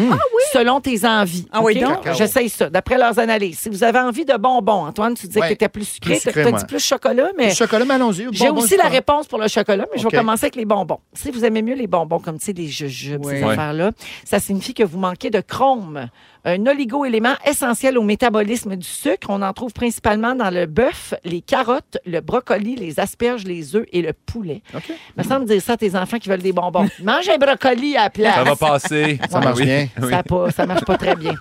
Speaker 3: Selon tes envies.
Speaker 7: Ah oui,
Speaker 3: OK?
Speaker 7: donc?
Speaker 3: J'essaye ça, d'après leurs analyses. Si vous avez envie de bonbons, Antoine, tu disais
Speaker 2: Ouais.
Speaker 3: que tu étais plus sucré,
Speaker 2: Plus
Speaker 3: tu
Speaker 2: sucré,
Speaker 3: as
Speaker 2: moi.
Speaker 3: dit plus chocolat, mais.
Speaker 2: Du chocolat, mais allons-y.
Speaker 3: J'ai
Speaker 2: Bonbon,
Speaker 3: aussi la
Speaker 2: chocolat.
Speaker 3: réponse pour le chocolat, mais je
Speaker 2: OK.
Speaker 3: vais commencer avec les bonbons. Si vous aimez mieux les bonbons, comme tu sais, les jujubes, ces
Speaker 4: Ouais.
Speaker 3: affaires-là, ça signifie que vous manquez de chrome, un oligo-élément essentiel au métabolisme du sucre. On en trouve principalement dans le bœuf, les carottes, le brocoli, les asperges, les œufs et le poulet.
Speaker 2: OK.
Speaker 3: Me semble dire ça à tes enfants qui veulent des bonbons. Mange un brocoli à la place.
Speaker 4: Ça va passer. Ah
Speaker 2: Ça marche
Speaker 4: Oui.
Speaker 2: bien.
Speaker 4: Oui.
Speaker 3: Ça, a pas- ça marche pas très bien.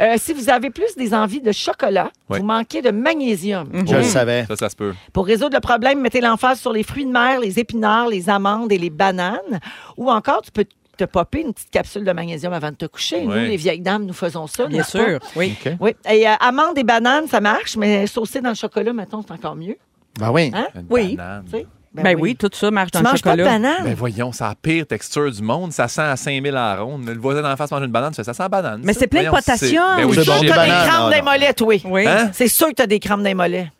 Speaker 3: Euh, si vous avez plus des envies de chocolat,
Speaker 4: Ouais.
Speaker 3: vous manquez de magnésium.
Speaker 2: Je le savais.
Speaker 4: Ça, ça se peut.
Speaker 3: Pour résoudre le problème, mettez l'emphase sur les fruits de mer, les épinards, les amandes et les bananes. Ou encore, tu peux te popper une petite capsule de magnésium avant de te coucher. Nous,
Speaker 4: Oui.
Speaker 3: les vieilles dames, nous faisons ça.
Speaker 7: Bien
Speaker 3: n'est-ce
Speaker 7: sûr,
Speaker 3: pas?
Speaker 7: oui.
Speaker 3: Oui. Et euh, amandes et bananes, ça marche, mais saucer dans le chocolat, mettons, c'est encore mieux.
Speaker 2: Ben oui.
Speaker 3: Hein?
Speaker 4: Une
Speaker 7: Oui.
Speaker 4: banane.
Speaker 3: Tu sais?
Speaker 7: Ben, oui. tout ça marche dans
Speaker 3: Tu
Speaker 7: le
Speaker 3: manges pas de
Speaker 7: chocolat.
Speaker 3: banane?
Speaker 4: Ben voyons, c'est la pire texture du monde. Ça sent à 5000 à la ronde. Le voisin d'en face mange une banane, tu fais, ça sent la banane.
Speaker 7: Mais
Speaker 4: ça.
Speaker 7: c'est plein de
Speaker 4: Voyons,
Speaker 7: potassium.
Speaker 4: c'est- ben
Speaker 2: C'est
Speaker 4: je
Speaker 2: bon,
Speaker 4: sais
Speaker 2: des
Speaker 4: bien.
Speaker 3: T'as des
Speaker 2: bananes,
Speaker 3: crampes
Speaker 2: non,
Speaker 3: des
Speaker 2: non.
Speaker 3: mollets, toi.
Speaker 7: Oui.
Speaker 4: Hein?
Speaker 3: C'est sûr que t'as des crampes des mollets.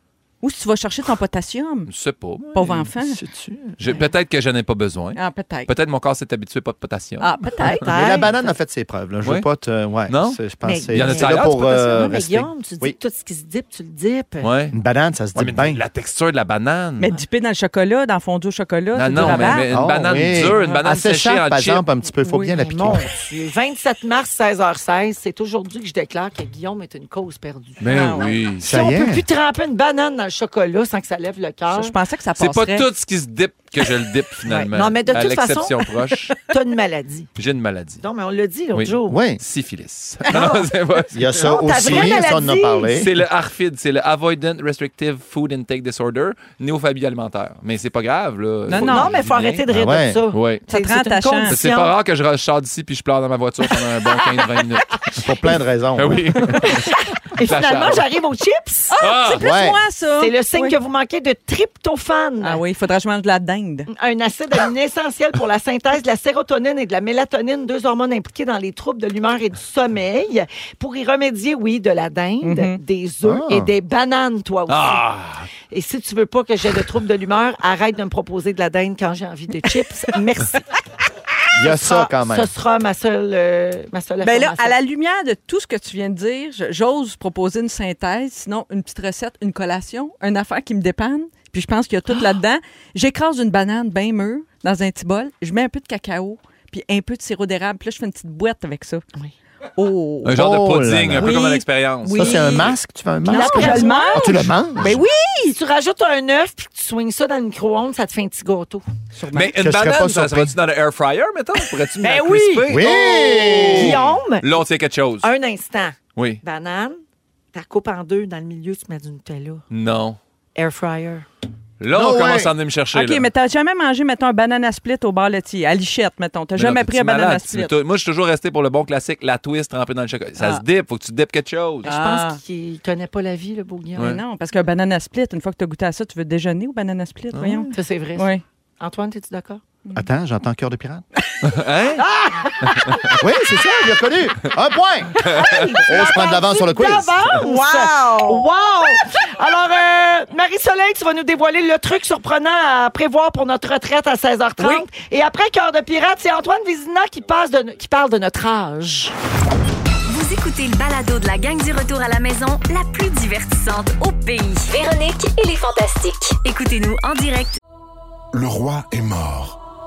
Speaker 7: Où si tu vas chercher ton potassium,
Speaker 4: Je sais pas.
Speaker 7: pauvre enfant?
Speaker 2: Sais-tu?
Speaker 4: Je- Peut-être que je n'en ai pas besoin.
Speaker 7: Ah, peut-être.
Speaker 4: Euh, Peut-être mon corps s'est habitué pas de potassium.
Speaker 7: Ah, peut-être.
Speaker 2: Mais la banane a fait ses preuves. Là. Je veux
Speaker 4: Oui.
Speaker 2: pas te. Ouais,
Speaker 4: Non?
Speaker 2: c'est- Je pense que c'est
Speaker 4: Il y en a
Speaker 2: c'est là
Speaker 4: ailleurs,
Speaker 2: pour
Speaker 4: c'est pas
Speaker 2: euh,
Speaker 3: Non, mais
Speaker 2: rester.
Speaker 3: Hein, Guillaume, tu dis
Speaker 2: Oui.
Speaker 3: que tout ce qui se dip, tu le dip.
Speaker 4: Ouais.
Speaker 2: Une banane, ça se
Speaker 4: Ouais,
Speaker 2: dit
Speaker 4: mais
Speaker 2: bien.
Speaker 4: La texture de la banane.
Speaker 7: Mais dipper dans le chocolat, dans le fondu au chocolat,
Speaker 4: non,
Speaker 7: c'est du
Speaker 4: non, mais,
Speaker 7: rabat.
Speaker 4: mais une
Speaker 2: Ah,
Speaker 4: banane
Speaker 2: oui.
Speaker 4: dure, une banane
Speaker 2: Elle s'échappe,
Speaker 4: séchée en
Speaker 2: par
Speaker 4: chip.
Speaker 2: exemple, un petit peu. Il faut bien la piquer.
Speaker 3: Mon Dieu. 27 mars, 16h16, c'est aujourd'hui que je déclare que Guillaume est une cause perdue.
Speaker 4: Mais
Speaker 7: Ah,
Speaker 4: Ben oui.
Speaker 3: Si
Speaker 2: Ça
Speaker 3: on
Speaker 2: y
Speaker 3: peut plus
Speaker 2: est.
Speaker 3: tremper une banane dans le chocolat sans que ça lève le cœur,
Speaker 7: Je pensais que ça
Speaker 4: C'est
Speaker 7: passerait.
Speaker 4: pas tout ce qui se dip que je le dip finalement.
Speaker 3: Ouais. Non, mais de
Speaker 4: à
Speaker 3: toute façon-
Speaker 4: l'exception proche,
Speaker 3: t'as une maladie.
Speaker 4: j'ai une maladie.
Speaker 3: Non, mais on l'a dit l'autre
Speaker 4: Oui.
Speaker 3: jour. Ah.
Speaker 2: Oui.
Speaker 4: Syphilis. Non, c'est pas-
Speaker 2: Il y a ça
Speaker 3: Non, ta
Speaker 2: aussi.
Speaker 3: vraie
Speaker 2: Ça, on en a
Speaker 3: maladie.
Speaker 2: parlé.
Speaker 4: C'est le ARFID, c'est le Avoidant Restrictive Food Intake Disorder, néophobie alimentaire. Mais c'est pas grave, là.
Speaker 7: Non,
Speaker 3: Non, mais faut arrêter de rire
Speaker 2: Ah ouais.
Speaker 3: de ça.
Speaker 4: Oui.
Speaker 7: Ça te rend
Speaker 3: C'est une
Speaker 7: attachant.
Speaker 3: condition.
Speaker 4: C'est pas rare que je re- sors d'ici puis je pleure dans ma voiture pendant un bon 15-20 minutes.
Speaker 2: Pour plein de raisons.
Speaker 4: Ah oui.
Speaker 3: Et finalement,
Speaker 4: charge.
Speaker 3: j'arrive aux chips.
Speaker 4: Ah!
Speaker 7: C'est plus
Speaker 2: Ouais.
Speaker 7: moi, ça.
Speaker 3: C'est le signe
Speaker 7: Oui.
Speaker 3: que vous manquez de tryptophane.
Speaker 7: Ah oui, il faudra que je mange de la dinde.
Speaker 3: Un acide aminé essentiel pour la synthèse de la sérotonine et de la mélatonine, deux hormones impliquées dans les troubles de l'humeur et du sommeil. Pour y remédier, oui, de la dinde, des œufs
Speaker 2: Ah.
Speaker 3: et des bananes, toi aussi.
Speaker 4: Ah!
Speaker 3: Et si tu veux pas que j'ai de troubles de l'humeur, arrête de me proposer de la dinde quand j'ai envie de chips. Merci.
Speaker 2: Il y a ça quand même.
Speaker 3: Ce sera ma seule, euh, ma seule
Speaker 7: Ben là,
Speaker 3: information.
Speaker 7: à la lumière de tout ce que tu viens de dire, je- j'ose proposer une synthèse, sinon une petite recette, une collation, une affaire qui me dépanne. Puis je pense qu'il y a tout là-dedans. J'écrase une banane bien mûre dans un petit bol, je mets un peu de cacao, puis un peu de sirop d'érable, puis là, je fais une petite boîte avec ça.
Speaker 3: Oui.
Speaker 7: Oh.
Speaker 4: Un genre
Speaker 2: Oh
Speaker 4: de
Speaker 2: là
Speaker 4: pudding,
Speaker 2: là.
Speaker 4: un peu
Speaker 7: Oui.
Speaker 4: comme une expérience.
Speaker 7: Oui.
Speaker 2: Ça, c'est un masque? Tu fais un masque?
Speaker 3: après, je le mange.
Speaker 2: Ah, tu le manges?
Speaker 3: Ben oui! Si tu rajoutes un œuf puis que tu soignes ça dans le micro-ondes, ça te fait un petit gâteau.
Speaker 4: Mais
Speaker 2: Que
Speaker 4: une
Speaker 2: je serais
Speaker 4: banane,
Speaker 2: pas
Speaker 4: ça, ça
Speaker 2: surpris.
Speaker 4: va-tu dans le air fryer, mettons? Pourrais-tu me la
Speaker 3: Ben oui.
Speaker 4: crisper?
Speaker 2: Oui! oh!
Speaker 3: Guillaume,
Speaker 4: Là, on tient quelque chose.
Speaker 3: un instant.
Speaker 4: Oh! Oui.
Speaker 3: Banane, tu la coupes en deux. Dans le milieu, tu mets du Nutella.
Speaker 4: Non.
Speaker 3: Air fryer.
Speaker 4: Là,
Speaker 2: No
Speaker 4: on commence
Speaker 2: way.
Speaker 4: à venir me chercher.
Speaker 7: OK,
Speaker 4: là.
Speaker 7: mais t'as jamais mangé, mettons, un banana split au bar laitier, à lichette, mettons. T'as
Speaker 4: Mais
Speaker 7: jamais
Speaker 4: non,
Speaker 7: pris un
Speaker 4: t'es-tu malade,
Speaker 7: banana
Speaker 4: tu
Speaker 7: split.
Speaker 4: me tou- Moi, je suis toujours resté pour le bon classique, la twist trempée dans le chocolat. Ça
Speaker 7: Ah.
Speaker 4: se dip, faut que tu dippes quelque chose.
Speaker 3: Je
Speaker 7: Ah.
Speaker 3: pense qu'il ne connaît pas la vie, le beau Guillaume.
Speaker 7: Mais Non, parce qu'un banana split, une fois que t'as goûté à ça, tu veux déjeuner au banana split,
Speaker 4: Ah.
Speaker 7: voyons.
Speaker 3: Ça, c'est vrai. ça.
Speaker 7: Oui.
Speaker 3: Antoine, es-tu d'accord?
Speaker 2: Attends, j'entends Cœur de pirate.
Speaker 4: Hein?
Speaker 2: Oui, c'est ça, il a reconnu. Un point! Oh, je prends de l'avance sur le quiz.
Speaker 3: Wow! Wow! Alors, euh, Marie-Soleil, tu vas nous dévoiler le truc surprenant à prévoir pour notre retraite à 16h30. Et après Cœur de pirate, c'est Antoine Vézina qui, passe de, qui parle de notre âge.
Speaker 9: Vous écoutez le balado de la gang du retour à la maison, la plus divertissante au pays.
Speaker 10: Véronique et les Fantastiques.
Speaker 9: Écoutez-nous en direct
Speaker 11: Le roi est mort,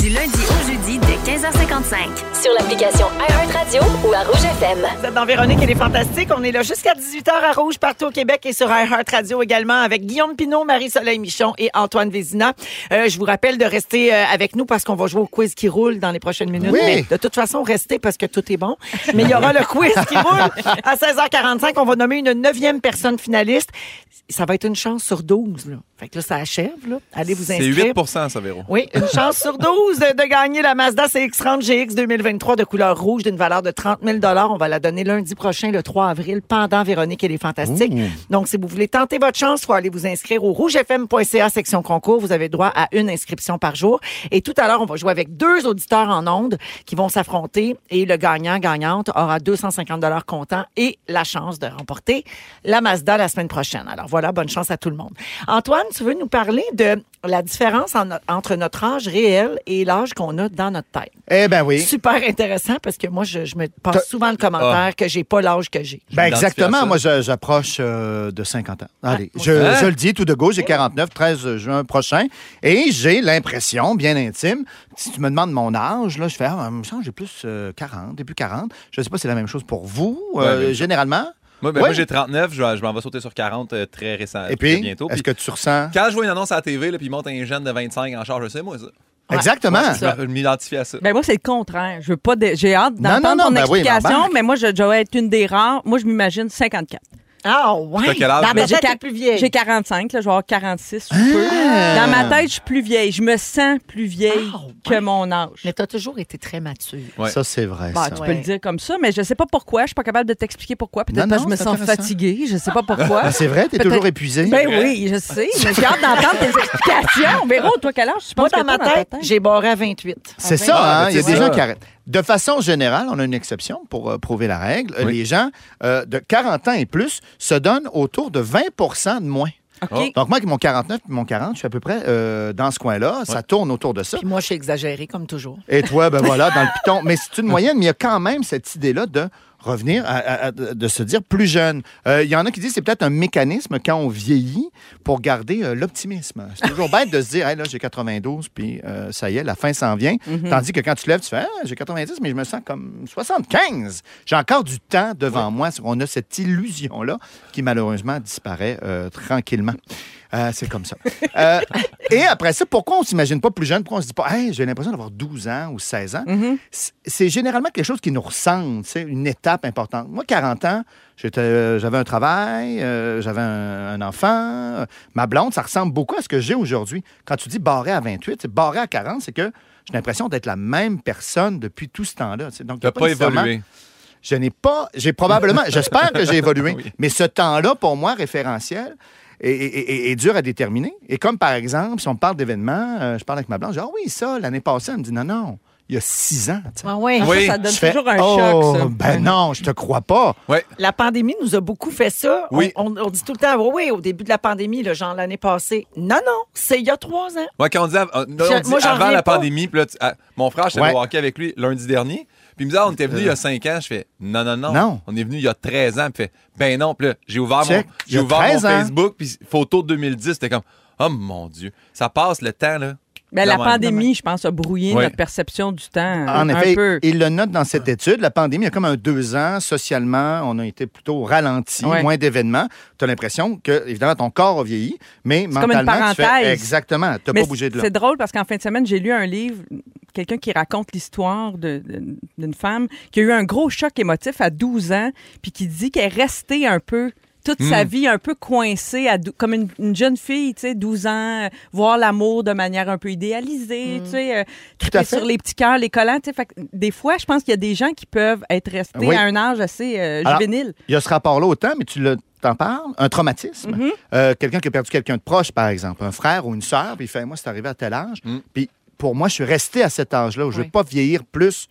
Speaker 9: du lundi au jeudi dès 15h55.
Speaker 10: Sur l'application iHeartRadio ou à Rouge FM.
Speaker 3: Vous êtes dans Véronique, elle est fantastique. On est là jusqu'à 18h à Rouge, partout au Québec et sur iHeartRadio Radio également avec Guillaume Pinot, Marie-Soleil Michon et Antoine Vézina. Euh, je vous rappelle de rester euh, avec nous parce qu'on va jouer au quiz qui roule dans les prochaines minutes.
Speaker 2: Oui.
Speaker 3: Mais de toute façon, restez parce que tout est bon. Mais il y aura le quiz qui roule à 16h45. On va nommer une neuvième personne finaliste. Ça va être une chance sur 12. Là. Fait que là, ça achève. Là. Allez vous
Speaker 4: C'est
Speaker 3: inscrire.
Speaker 4: 8 ça, Véro.
Speaker 3: Oui, une chance sur 12 de, de gagner la Mazda CX-30 GX 2023 de couleur rouge d'une valeur de 30 000 On va la donner lundi prochain, le 3 avril, pendant Véronique et les Fantastiques. Donc, si vous voulez tenter votre chance, il faut aller vous inscrire au rougefm.ca section concours. Vous avez droit à une inscription par jour. Et tout à l'heure, on va jouer avec deux auditeurs en ondes qui vont s'affronter et le gagnant-gagnante aura 250 comptant et la chance de remporter la Mazda la semaine prochaine. Alors voilà, bonne chance à tout le monde. Antoine, tu veux nous parler de la différence en- entre notre âge réel et l'âge qu'on a dans notre tête.
Speaker 2: Eh ben oui.
Speaker 3: Super intéressant parce que moi, je, je me passe
Speaker 2: T'as-
Speaker 3: souvent le commentaire que j'ai pas l'âge que j'ai.
Speaker 2: Ben
Speaker 4: m'identifie à ça.
Speaker 2: exactement. Moi, je- j'approche euh, de 50 ans.
Speaker 3: Ah,
Speaker 2: Allez, je,
Speaker 4: Hein?
Speaker 2: je le dis tout de go, j'ai 49, 13 juin prochain. Et j'ai l'impression, bien intime, si tu me demandes mon âge, là, je fais, ah, il me semble que j'ai plus euh, 40, début 40. Je ne sais pas si c'est la même chose pour vous, euh,
Speaker 4: Ouais, bien sûr.
Speaker 2: généralement.
Speaker 4: Moi, ben,
Speaker 2: Ouais.
Speaker 4: moi, j'ai 39, je, vais- je m'en vais sauter sur 40 euh, très récemment.
Speaker 2: Et puis,
Speaker 4: bientôt.
Speaker 2: est-ce
Speaker 4: Puis
Speaker 2: que tu ressens...
Speaker 4: Quand je vois une annonce à la TV, là, puis il monte un jeune de 25 en charge, je sais, moi, ça.
Speaker 2: Exactement.
Speaker 3: Ouais, c'est ça.
Speaker 4: Je m'identifie à ça.
Speaker 7: Ben moi, c'est le contraire. Je veux pas. dé- J'ai hâte
Speaker 2: Non, non,
Speaker 7: d'entendre
Speaker 2: non,
Speaker 7: ton
Speaker 2: ben oui,
Speaker 7: explication,
Speaker 2: m'embarque.
Speaker 7: mais moi, je je dois être une des rares. Moi, je m'imagine 54.
Speaker 3: Ah ouais!
Speaker 4: T'as quel âge,
Speaker 3: Dans
Speaker 4: là?
Speaker 3: ma tête,
Speaker 7: j'ai
Speaker 3: t'es
Speaker 7: quar-
Speaker 3: plus vieille.
Speaker 7: J'ai 45, là, je vais avoir 46
Speaker 2: Ah!
Speaker 7: sous peu. Dans ma tête, je suis plus vieille. Je me sens plus vieille
Speaker 3: Ah, ouais.
Speaker 7: que mon âge.
Speaker 3: Mais t'as toujours été très mature.
Speaker 4: Ouais.
Speaker 2: Ça, c'est vrai.
Speaker 7: Bah,
Speaker 2: ça.
Speaker 7: tu
Speaker 3: Ouais.
Speaker 7: peux le dire comme ça, mais je sais pas pourquoi. Je suis pas capable de t'expliquer pourquoi.
Speaker 2: Non,
Speaker 7: Peut-être
Speaker 2: non,
Speaker 7: que je me
Speaker 2: c'est
Speaker 7: sens
Speaker 2: intéressant.
Speaker 7: fatiguée. Je sais pas pourquoi.
Speaker 2: Ah, c'est vrai, tu es
Speaker 7: Peut-être-
Speaker 2: toujours épuisé.
Speaker 7: Ben oui, je sais. mais J'ai hâte d'entendre tes explications. Véro, toi, quel âge? Je
Speaker 3: Moi,
Speaker 7: pense
Speaker 3: dans ma tête, j'ai barré à 28.
Speaker 2: C'est
Speaker 7: ben,
Speaker 2: ça,
Speaker 4: ah,
Speaker 2: hein,
Speaker 4: ben,
Speaker 2: il y a
Speaker 4: c'est
Speaker 2: des
Speaker 4: ça.
Speaker 2: gens qui arrêtent. De façon générale, on a une exception pour euh, prouver la règle. Euh,
Speaker 4: Oui.
Speaker 2: Les gens euh, de 40 ans et plus se donnent autour de 20 de moins.
Speaker 3: Oh,
Speaker 7: OK.
Speaker 2: Donc, moi, avec mon 49 et mon 40, je suis à peu près euh, dans ce coin-là. Ça tourne autour de ça.
Speaker 3: Puis moi, je suis exagérée, comme toujours.
Speaker 2: Et toi, ben voilà, dans le piton. Mais c'est une moyenne, mais il y a quand même cette idée-là de revenir, à- à- à- de se dire plus jeune. Euh, Il y en a qui disent que c'est peut-être un mécanisme quand on vieillit pour garder euh, l'optimisme. C'est toujours bête de se dire, hey, là, j'ai 92, puis euh, ça y est, la fin s'en vient. Tandis que quand tu te lèves, tu fais, ah, j'ai 90, mais je me sens comme 75. J'ai encore du temps devant moi. On a cette illusion-là qui, malheureusement, disparaît euh, tranquillement. Euh, c'est comme ça. Euh, et après ça, pourquoi on s'imagine pas plus jeune? Pourquoi on se dit pas, hey, j'ai l'impression d'avoir 12 ans ou 16 ans? C- C'est généralement quelque chose qui nous ressemble, tu sais, une étape importante. Moi, 40 ans, j'étais, euh, j'avais un travail, euh, j'avais un, un enfant. euh, ma blonde, ça ressemble beaucoup à ce que j'ai aujourd'hui. Quand tu dis barré à 28, c'est barré à 40, c'est que j'ai l'impression d'être la même personne depuis tout ce temps-là. tu sais. Donc, y a
Speaker 4: T'as pas
Speaker 2: nécessairement-
Speaker 4: évolué.
Speaker 2: je n'ai pas, j'ai probablement, j'espère que j'ai évolué, mais ce temps-là, pour moi, référentiel, est, est- est- est dur à déterminer. Et comme par exemple, si on parle d'événements, euh, je parle avec ma blanche, je dis, ah oui, ça, l'année passée, elle me dit, non, non, il y a six ans. tu sais.
Speaker 3: Ah ouais. Ah, ça, ça donne
Speaker 2: Je fais,
Speaker 3: toujours un
Speaker 2: oh,
Speaker 3: choc, ça.
Speaker 2: Ben non, je te crois pas.
Speaker 3: La pandémie nous a beaucoup fait ça.
Speaker 2: Oui.
Speaker 3: On, on- on dit tout le temps, oh oui, oui, au début de la pandémie, là, genre l'année passée. Non, non, c'est il y a trois ans.
Speaker 4: Moi, quand on dit, av- euh, non,
Speaker 3: Je-
Speaker 4: on dit
Speaker 3: moi, j'en
Speaker 4: avant
Speaker 3: reviens
Speaker 4: la
Speaker 3: pas.
Speaker 4: pandémie, puis là, tu- ah, mon frère, j'étais
Speaker 2: Ouais. Euh.
Speaker 4: allé au hockey avec lui lundi dernier. Puis il me dit, ah, on était venu il y a 5 ans. Je fais, non, non, non.
Speaker 2: Non.
Speaker 4: On est venu il y a 13 ans. Puis il fait, ben non. Puis là, j'ai ouvert
Speaker 2: Check,
Speaker 4: mon,
Speaker 2: il y
Speaker 4: j'ai
Speaker 2: a
Speaker 4: ouvert mon
Speaker 2: 13 ans.
Speaker 4: Facebook, puis photo de 2010. C'était comme, oh mon Dieu, ça passe le temps, là.
Speaker 7: Ben,
Speaker 4: De
Speaker 7: la
Speaker 4: même.
Speaker 7: pandémie, je pense, a brouillé
Speaker 4: Oui.
Speaker 7: notre perception du temps.
Speaker 2: En
Speaker 7: un
Speaker 2: effet,
Speaker 7: peu.
Speaker 2: il le note dans cette étude. La pandémie, il y a comme un deux ans, socialement, on a été plutôt ralenti,
Speaker 7: Ouais.
Speaker 2: moins d'événements. Tu as l'impression que, évidemment, ton corps a vieilli, mais
Speaker 7: C'est comme
Speaker 2: mentalement,
Speaker 7: une
Speaker 2: tu fais
Speaker 7: parenthèse.
Speaker 2: exactement. Tu
Speaker 7: Mais
Speaker 2: pas bougé de là.
Speaker 7: C'est drôle parce qu'en fin de semaine, j'ai lu un livre, quelqu'un qui raconte l'histoire de- de- d'une femme qui a eu un gros choc émotif à 12 ans, puis qui dit qu'elle est restée un peu toute sa
Speaker 12: Hmm.
Speaker 7: vie un peu coincée, à dou- comme une, une jeune fille, tu sais, 12 ans, euh, voir l'amour de manière un peu idéalisée, tu sais, euh, triper
Speaker 12: fait.
Speaker 7: sur les petits cœurs, les collants, tu sais. Fait que Des fois, je pense qu'il y a des gens qui peuvent être restés
Speaker 2: Oui.
Speaker 7: à un âge assez euh,
Speaker 2: Alors,
Speaker 7: juvénile.
Speaker 2: Il y a ce rapport-là au temps, mais tu le- t'en parles, un traumatisme. Euh, quelqu'un qui a perdu quelqu'un de proche, par exemple, un frère ou une sœur, puis il fait, moi, c'est arrivé à tel âge, puis pour moi, je suis resté à cet âge-là, où je ne veux pas vieillir plus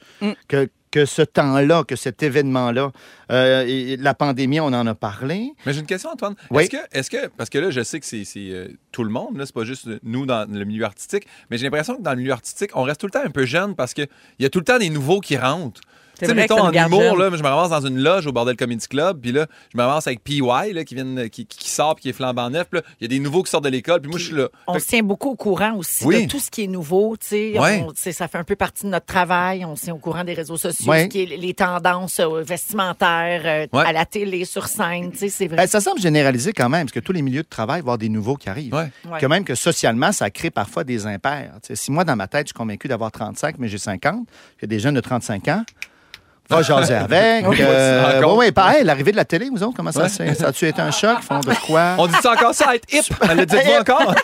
Speaker 2: que, que ce temps-là, que cet événement-là. Euh, et- et la pandémie, on en a parlé.
Speaker 4: Mais j'ai une question, Antoine.
Speaker 2: Oui.
Speaker 4: Est-ce que, est-ce que, parce que là, je sais que c'est, c'est, euh, tout le monde, là, c'est pas juste euh, nous dans le milieu artistique, mais j'ai l'impression que dans le milieu artistique, on reste tout le temps un peu jeune parce qu'il y a tout le temps des nouveaux qui rentrent.
Speaker 7: C'est
Speaker 4: Tu sais,
Speaker 7: vrai que
Speaker 4: mettons
Speaker 7: ça
Speaker 4: en
Speaker 7: nous garde
Speaker 4: humour,
Speaker 7: jeune.
Speaker 4: là, je me ramasse dans une loge au Bordel Comedy Club, puis là, je me ramasse avec PY, là, qui, viennent, qui, qui- qui sort, puis qui est flambant neuf, puis là, il y a des nouveaux qui sortent de l'école, puis moi, je suis là.
Speaker 3: On se tient beaucoup au courant aussi
Speaker 4: Oui.
Speaker 3: de tout ce qui est nouveau. tu sais.
Speaker 4: Ouais.
Speaker 3: On- tu sais, ça fait un peu partie de notre travail. On se tient au courant des réseaux sociaux,
Speaker 2: Ouais.
Speaker 3: ce qui est les tendances euh, vestimentaires euh,
Speaker 2: Ouais.
Speaker 3: à la télé, sur scène. tu sais, C'est vrai.
Speaker 2: Ben, ça semble généralisé quand même, parce que tous les milieux de travail vont avoir des nouveaux qui arrivent.
Speaker 3: Ouais.
Speaker 2: Que même que socialement, ça crée parfois des impairs. Tu sais, si moi, dans ma tête, je suis convaincu d'avoir 35, mais j'ai 50, j'ai des jeunes de 35 ans. Va jaser avec.
Speaker 4: Oui, on se rend
Speaker 2: euh,
Speaker 4: compte.
Speaker 2: ouais, ouais, pareil, l'arrivée de la télé, vous autres, comment ça
Speaker 4: Ouais.
Speaker 2: s'est- Ça a-tu été un choc? Ils Font de quoi?
Speaker 4: On dit ça encore, ça, être hip. Le dites-vous encore.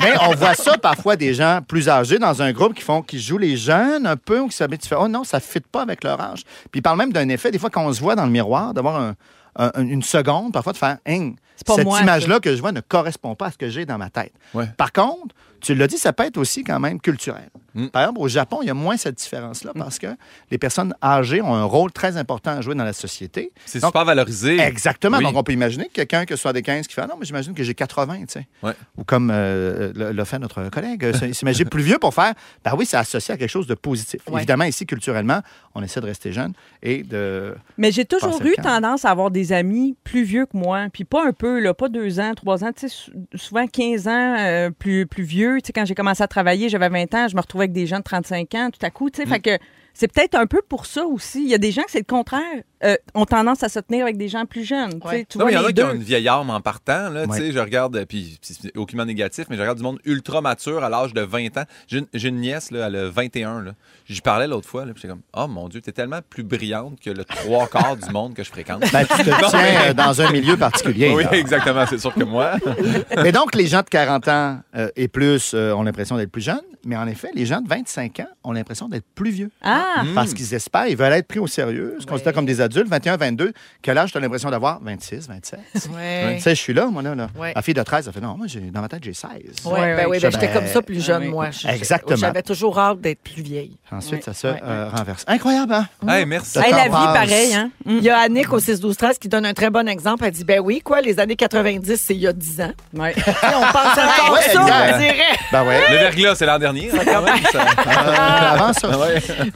Speaker 2: Mais on voit ça parfois des gens plus âgés dans un groupe qui font qui jouent les jeunes un peu ou qui s'habituent. Tu fais, oh non, ça ne fit pas avec leur âge. Puis ils parlent même d'un effet, des fois, quand on se voit dans le miroir, d'avoir un- un- une seconde, parfois de faire Hein,
Speaker 7: pas
Speaker 2: cette
Speaker 7: moi,
Speaker 2: image-là
Speaker 7: ça.
Speaker 2: que je vois ne correspond pas à ce que j'ai dans ma tête.
Speaker 4: Ouais.
Speaker 2: Par contre, tu l'as dit, ça peut être aussi quand même culturel. Par exemple, au Japon, il y a moins cette différence-là parce que les personnes âgées ont un rôle très important à jouer dans la société.
Speaker 4: C'est
Speaker 2: Donc,
Speaker 4: super valorisé.
Speaker 2: Exactement.
Speaker 4: Oui.
Speaker 2: Donc, on peut imaginer que quelqu'un que ce soit des 15 qui fait Ah Non, mais j'imagine que j'ai 80, tu sais.
Speaker 4: Ouais.
Speaker 2: Ou comme euh, le- l'a fait notre collègue, euh, s- s'imaginer plus vieux pour faire Ben oui, c'est associé à quelque chose de positif.
Speaker 7: Ouais.
Speaker 2: Évidemment, ici, culturellement, on essaie de rester jeune et de.
Speaker 7: Mais j'ai toujours
Speaker 2: Passer le
Speaker 7: eu
Speaker 2: camp.
Speaker 7: tendance à avoir des amis plus vieux que moi, puis pas un peu, là, pas deux ans, trois ans, tu sais, sou- souvent 15 ans euh, plus, plus vieux. Tu sais, quand j'ai commencé à travailler, j'avais 20 ans, je me retrouvais avec des gens de 35 ans tout à coup, tu sais, fait
Speaker 3: Mm.
Speaker 7: que c'est peut-être un peu pour ça aussi. Il y a des gens que c'est le contraire, euh, ont tendance à se tenir avec des gens plus jeunes, tu sais, tu
Speaker 4: Non,
Speaker 7: vois,
Speaker 4: mais il y en
Speaker 7: les
Speaker 4: a qui
Speaker 7: deux.
Speaker 4: ont une vieille arme en partant. Là, tu
Speaker 2: Ouais.
Speaker 4: sais, Je regarde, euh, puis puis c'est aucunement négatif, mais je regarde du monde ultra mature à l'âge de 20 ans. J'ai une, j'ai une nièce, là, elle a 21. Là. J'y parlais l'autre fois, là, puis j'étais comme Oh mon Dieu, t'es tellement plus brillante que le trois quarts du monde que je fréquente.
Speaker 2: Ben, tu te
Speaker 4: Non,
Speaker 2: tiens
Speaker 4: mais-
Speaker 2: euh, dans un milieu particulier.
Speaker 4: Oui,
Speaker 2: là.
Speaker 4: exactement, c'est sûr que moi.
Speaker 2: Mais donc, les gens de 40 ans euh, et plus euh, ont l'impression d'être plus jeunes, mais en effet, les gens de 25 ans ont l'impression d'être plus vieux.
Speaker 7: Ah!
Speaker 4: Hmm.
Speaker 2: Parce qu'ils espèrent, ils veulent être pris au sérieux, se considèrent comme des adultes, 21, 22. Quel âge tu as l'impression d'avoir? 26, 27.
Speaker 3: Ouais.
Speaker 2: Tu sais, je suis là, moi, là. là.
Speaker 3: Ouais.
Speaker 2: La fille de 13, elle fait non, moi, j'ai- dans ma tête, j'ai 16.
Speaker 3: Ouais, ben oui, ben, j'étais comme ça plus jeune,
Speaker 2: Ah oui.
Speaker 3: moi. Je- je-
Speaker 2: Exactement.
Speaker 3: J'avais toujours hâte d'être plus vieille.
Speaker 2: Ensuite, ça se euh, renverse. Incroyable, hein?
Speaker 4: Hey, merci.
Speaker 2: Le
Speaker 3: Hey,
Speaker 2: temps
Speaker 3: la vie,
Speaker 2: passe.
Speaker 3: pareil, hein? Il y a Annick au 6-12-13 qui donne un très bon exemple. Elle dit Ben oui, quoi, les années 90, c'est il y a 10 ans.
Speaker 7: Ouais.
Speaker 3: on pense encore
Speaker 2: Ouais,
Speaker 3: ça,
Speaker 2: exact.
Speaker 3: on dirait.
Speaker 2: Ben ouais.
Speaker 4: Le verglas, c'est l'an dernier. hein, quand même, ça.
Speaker 2: avant ça.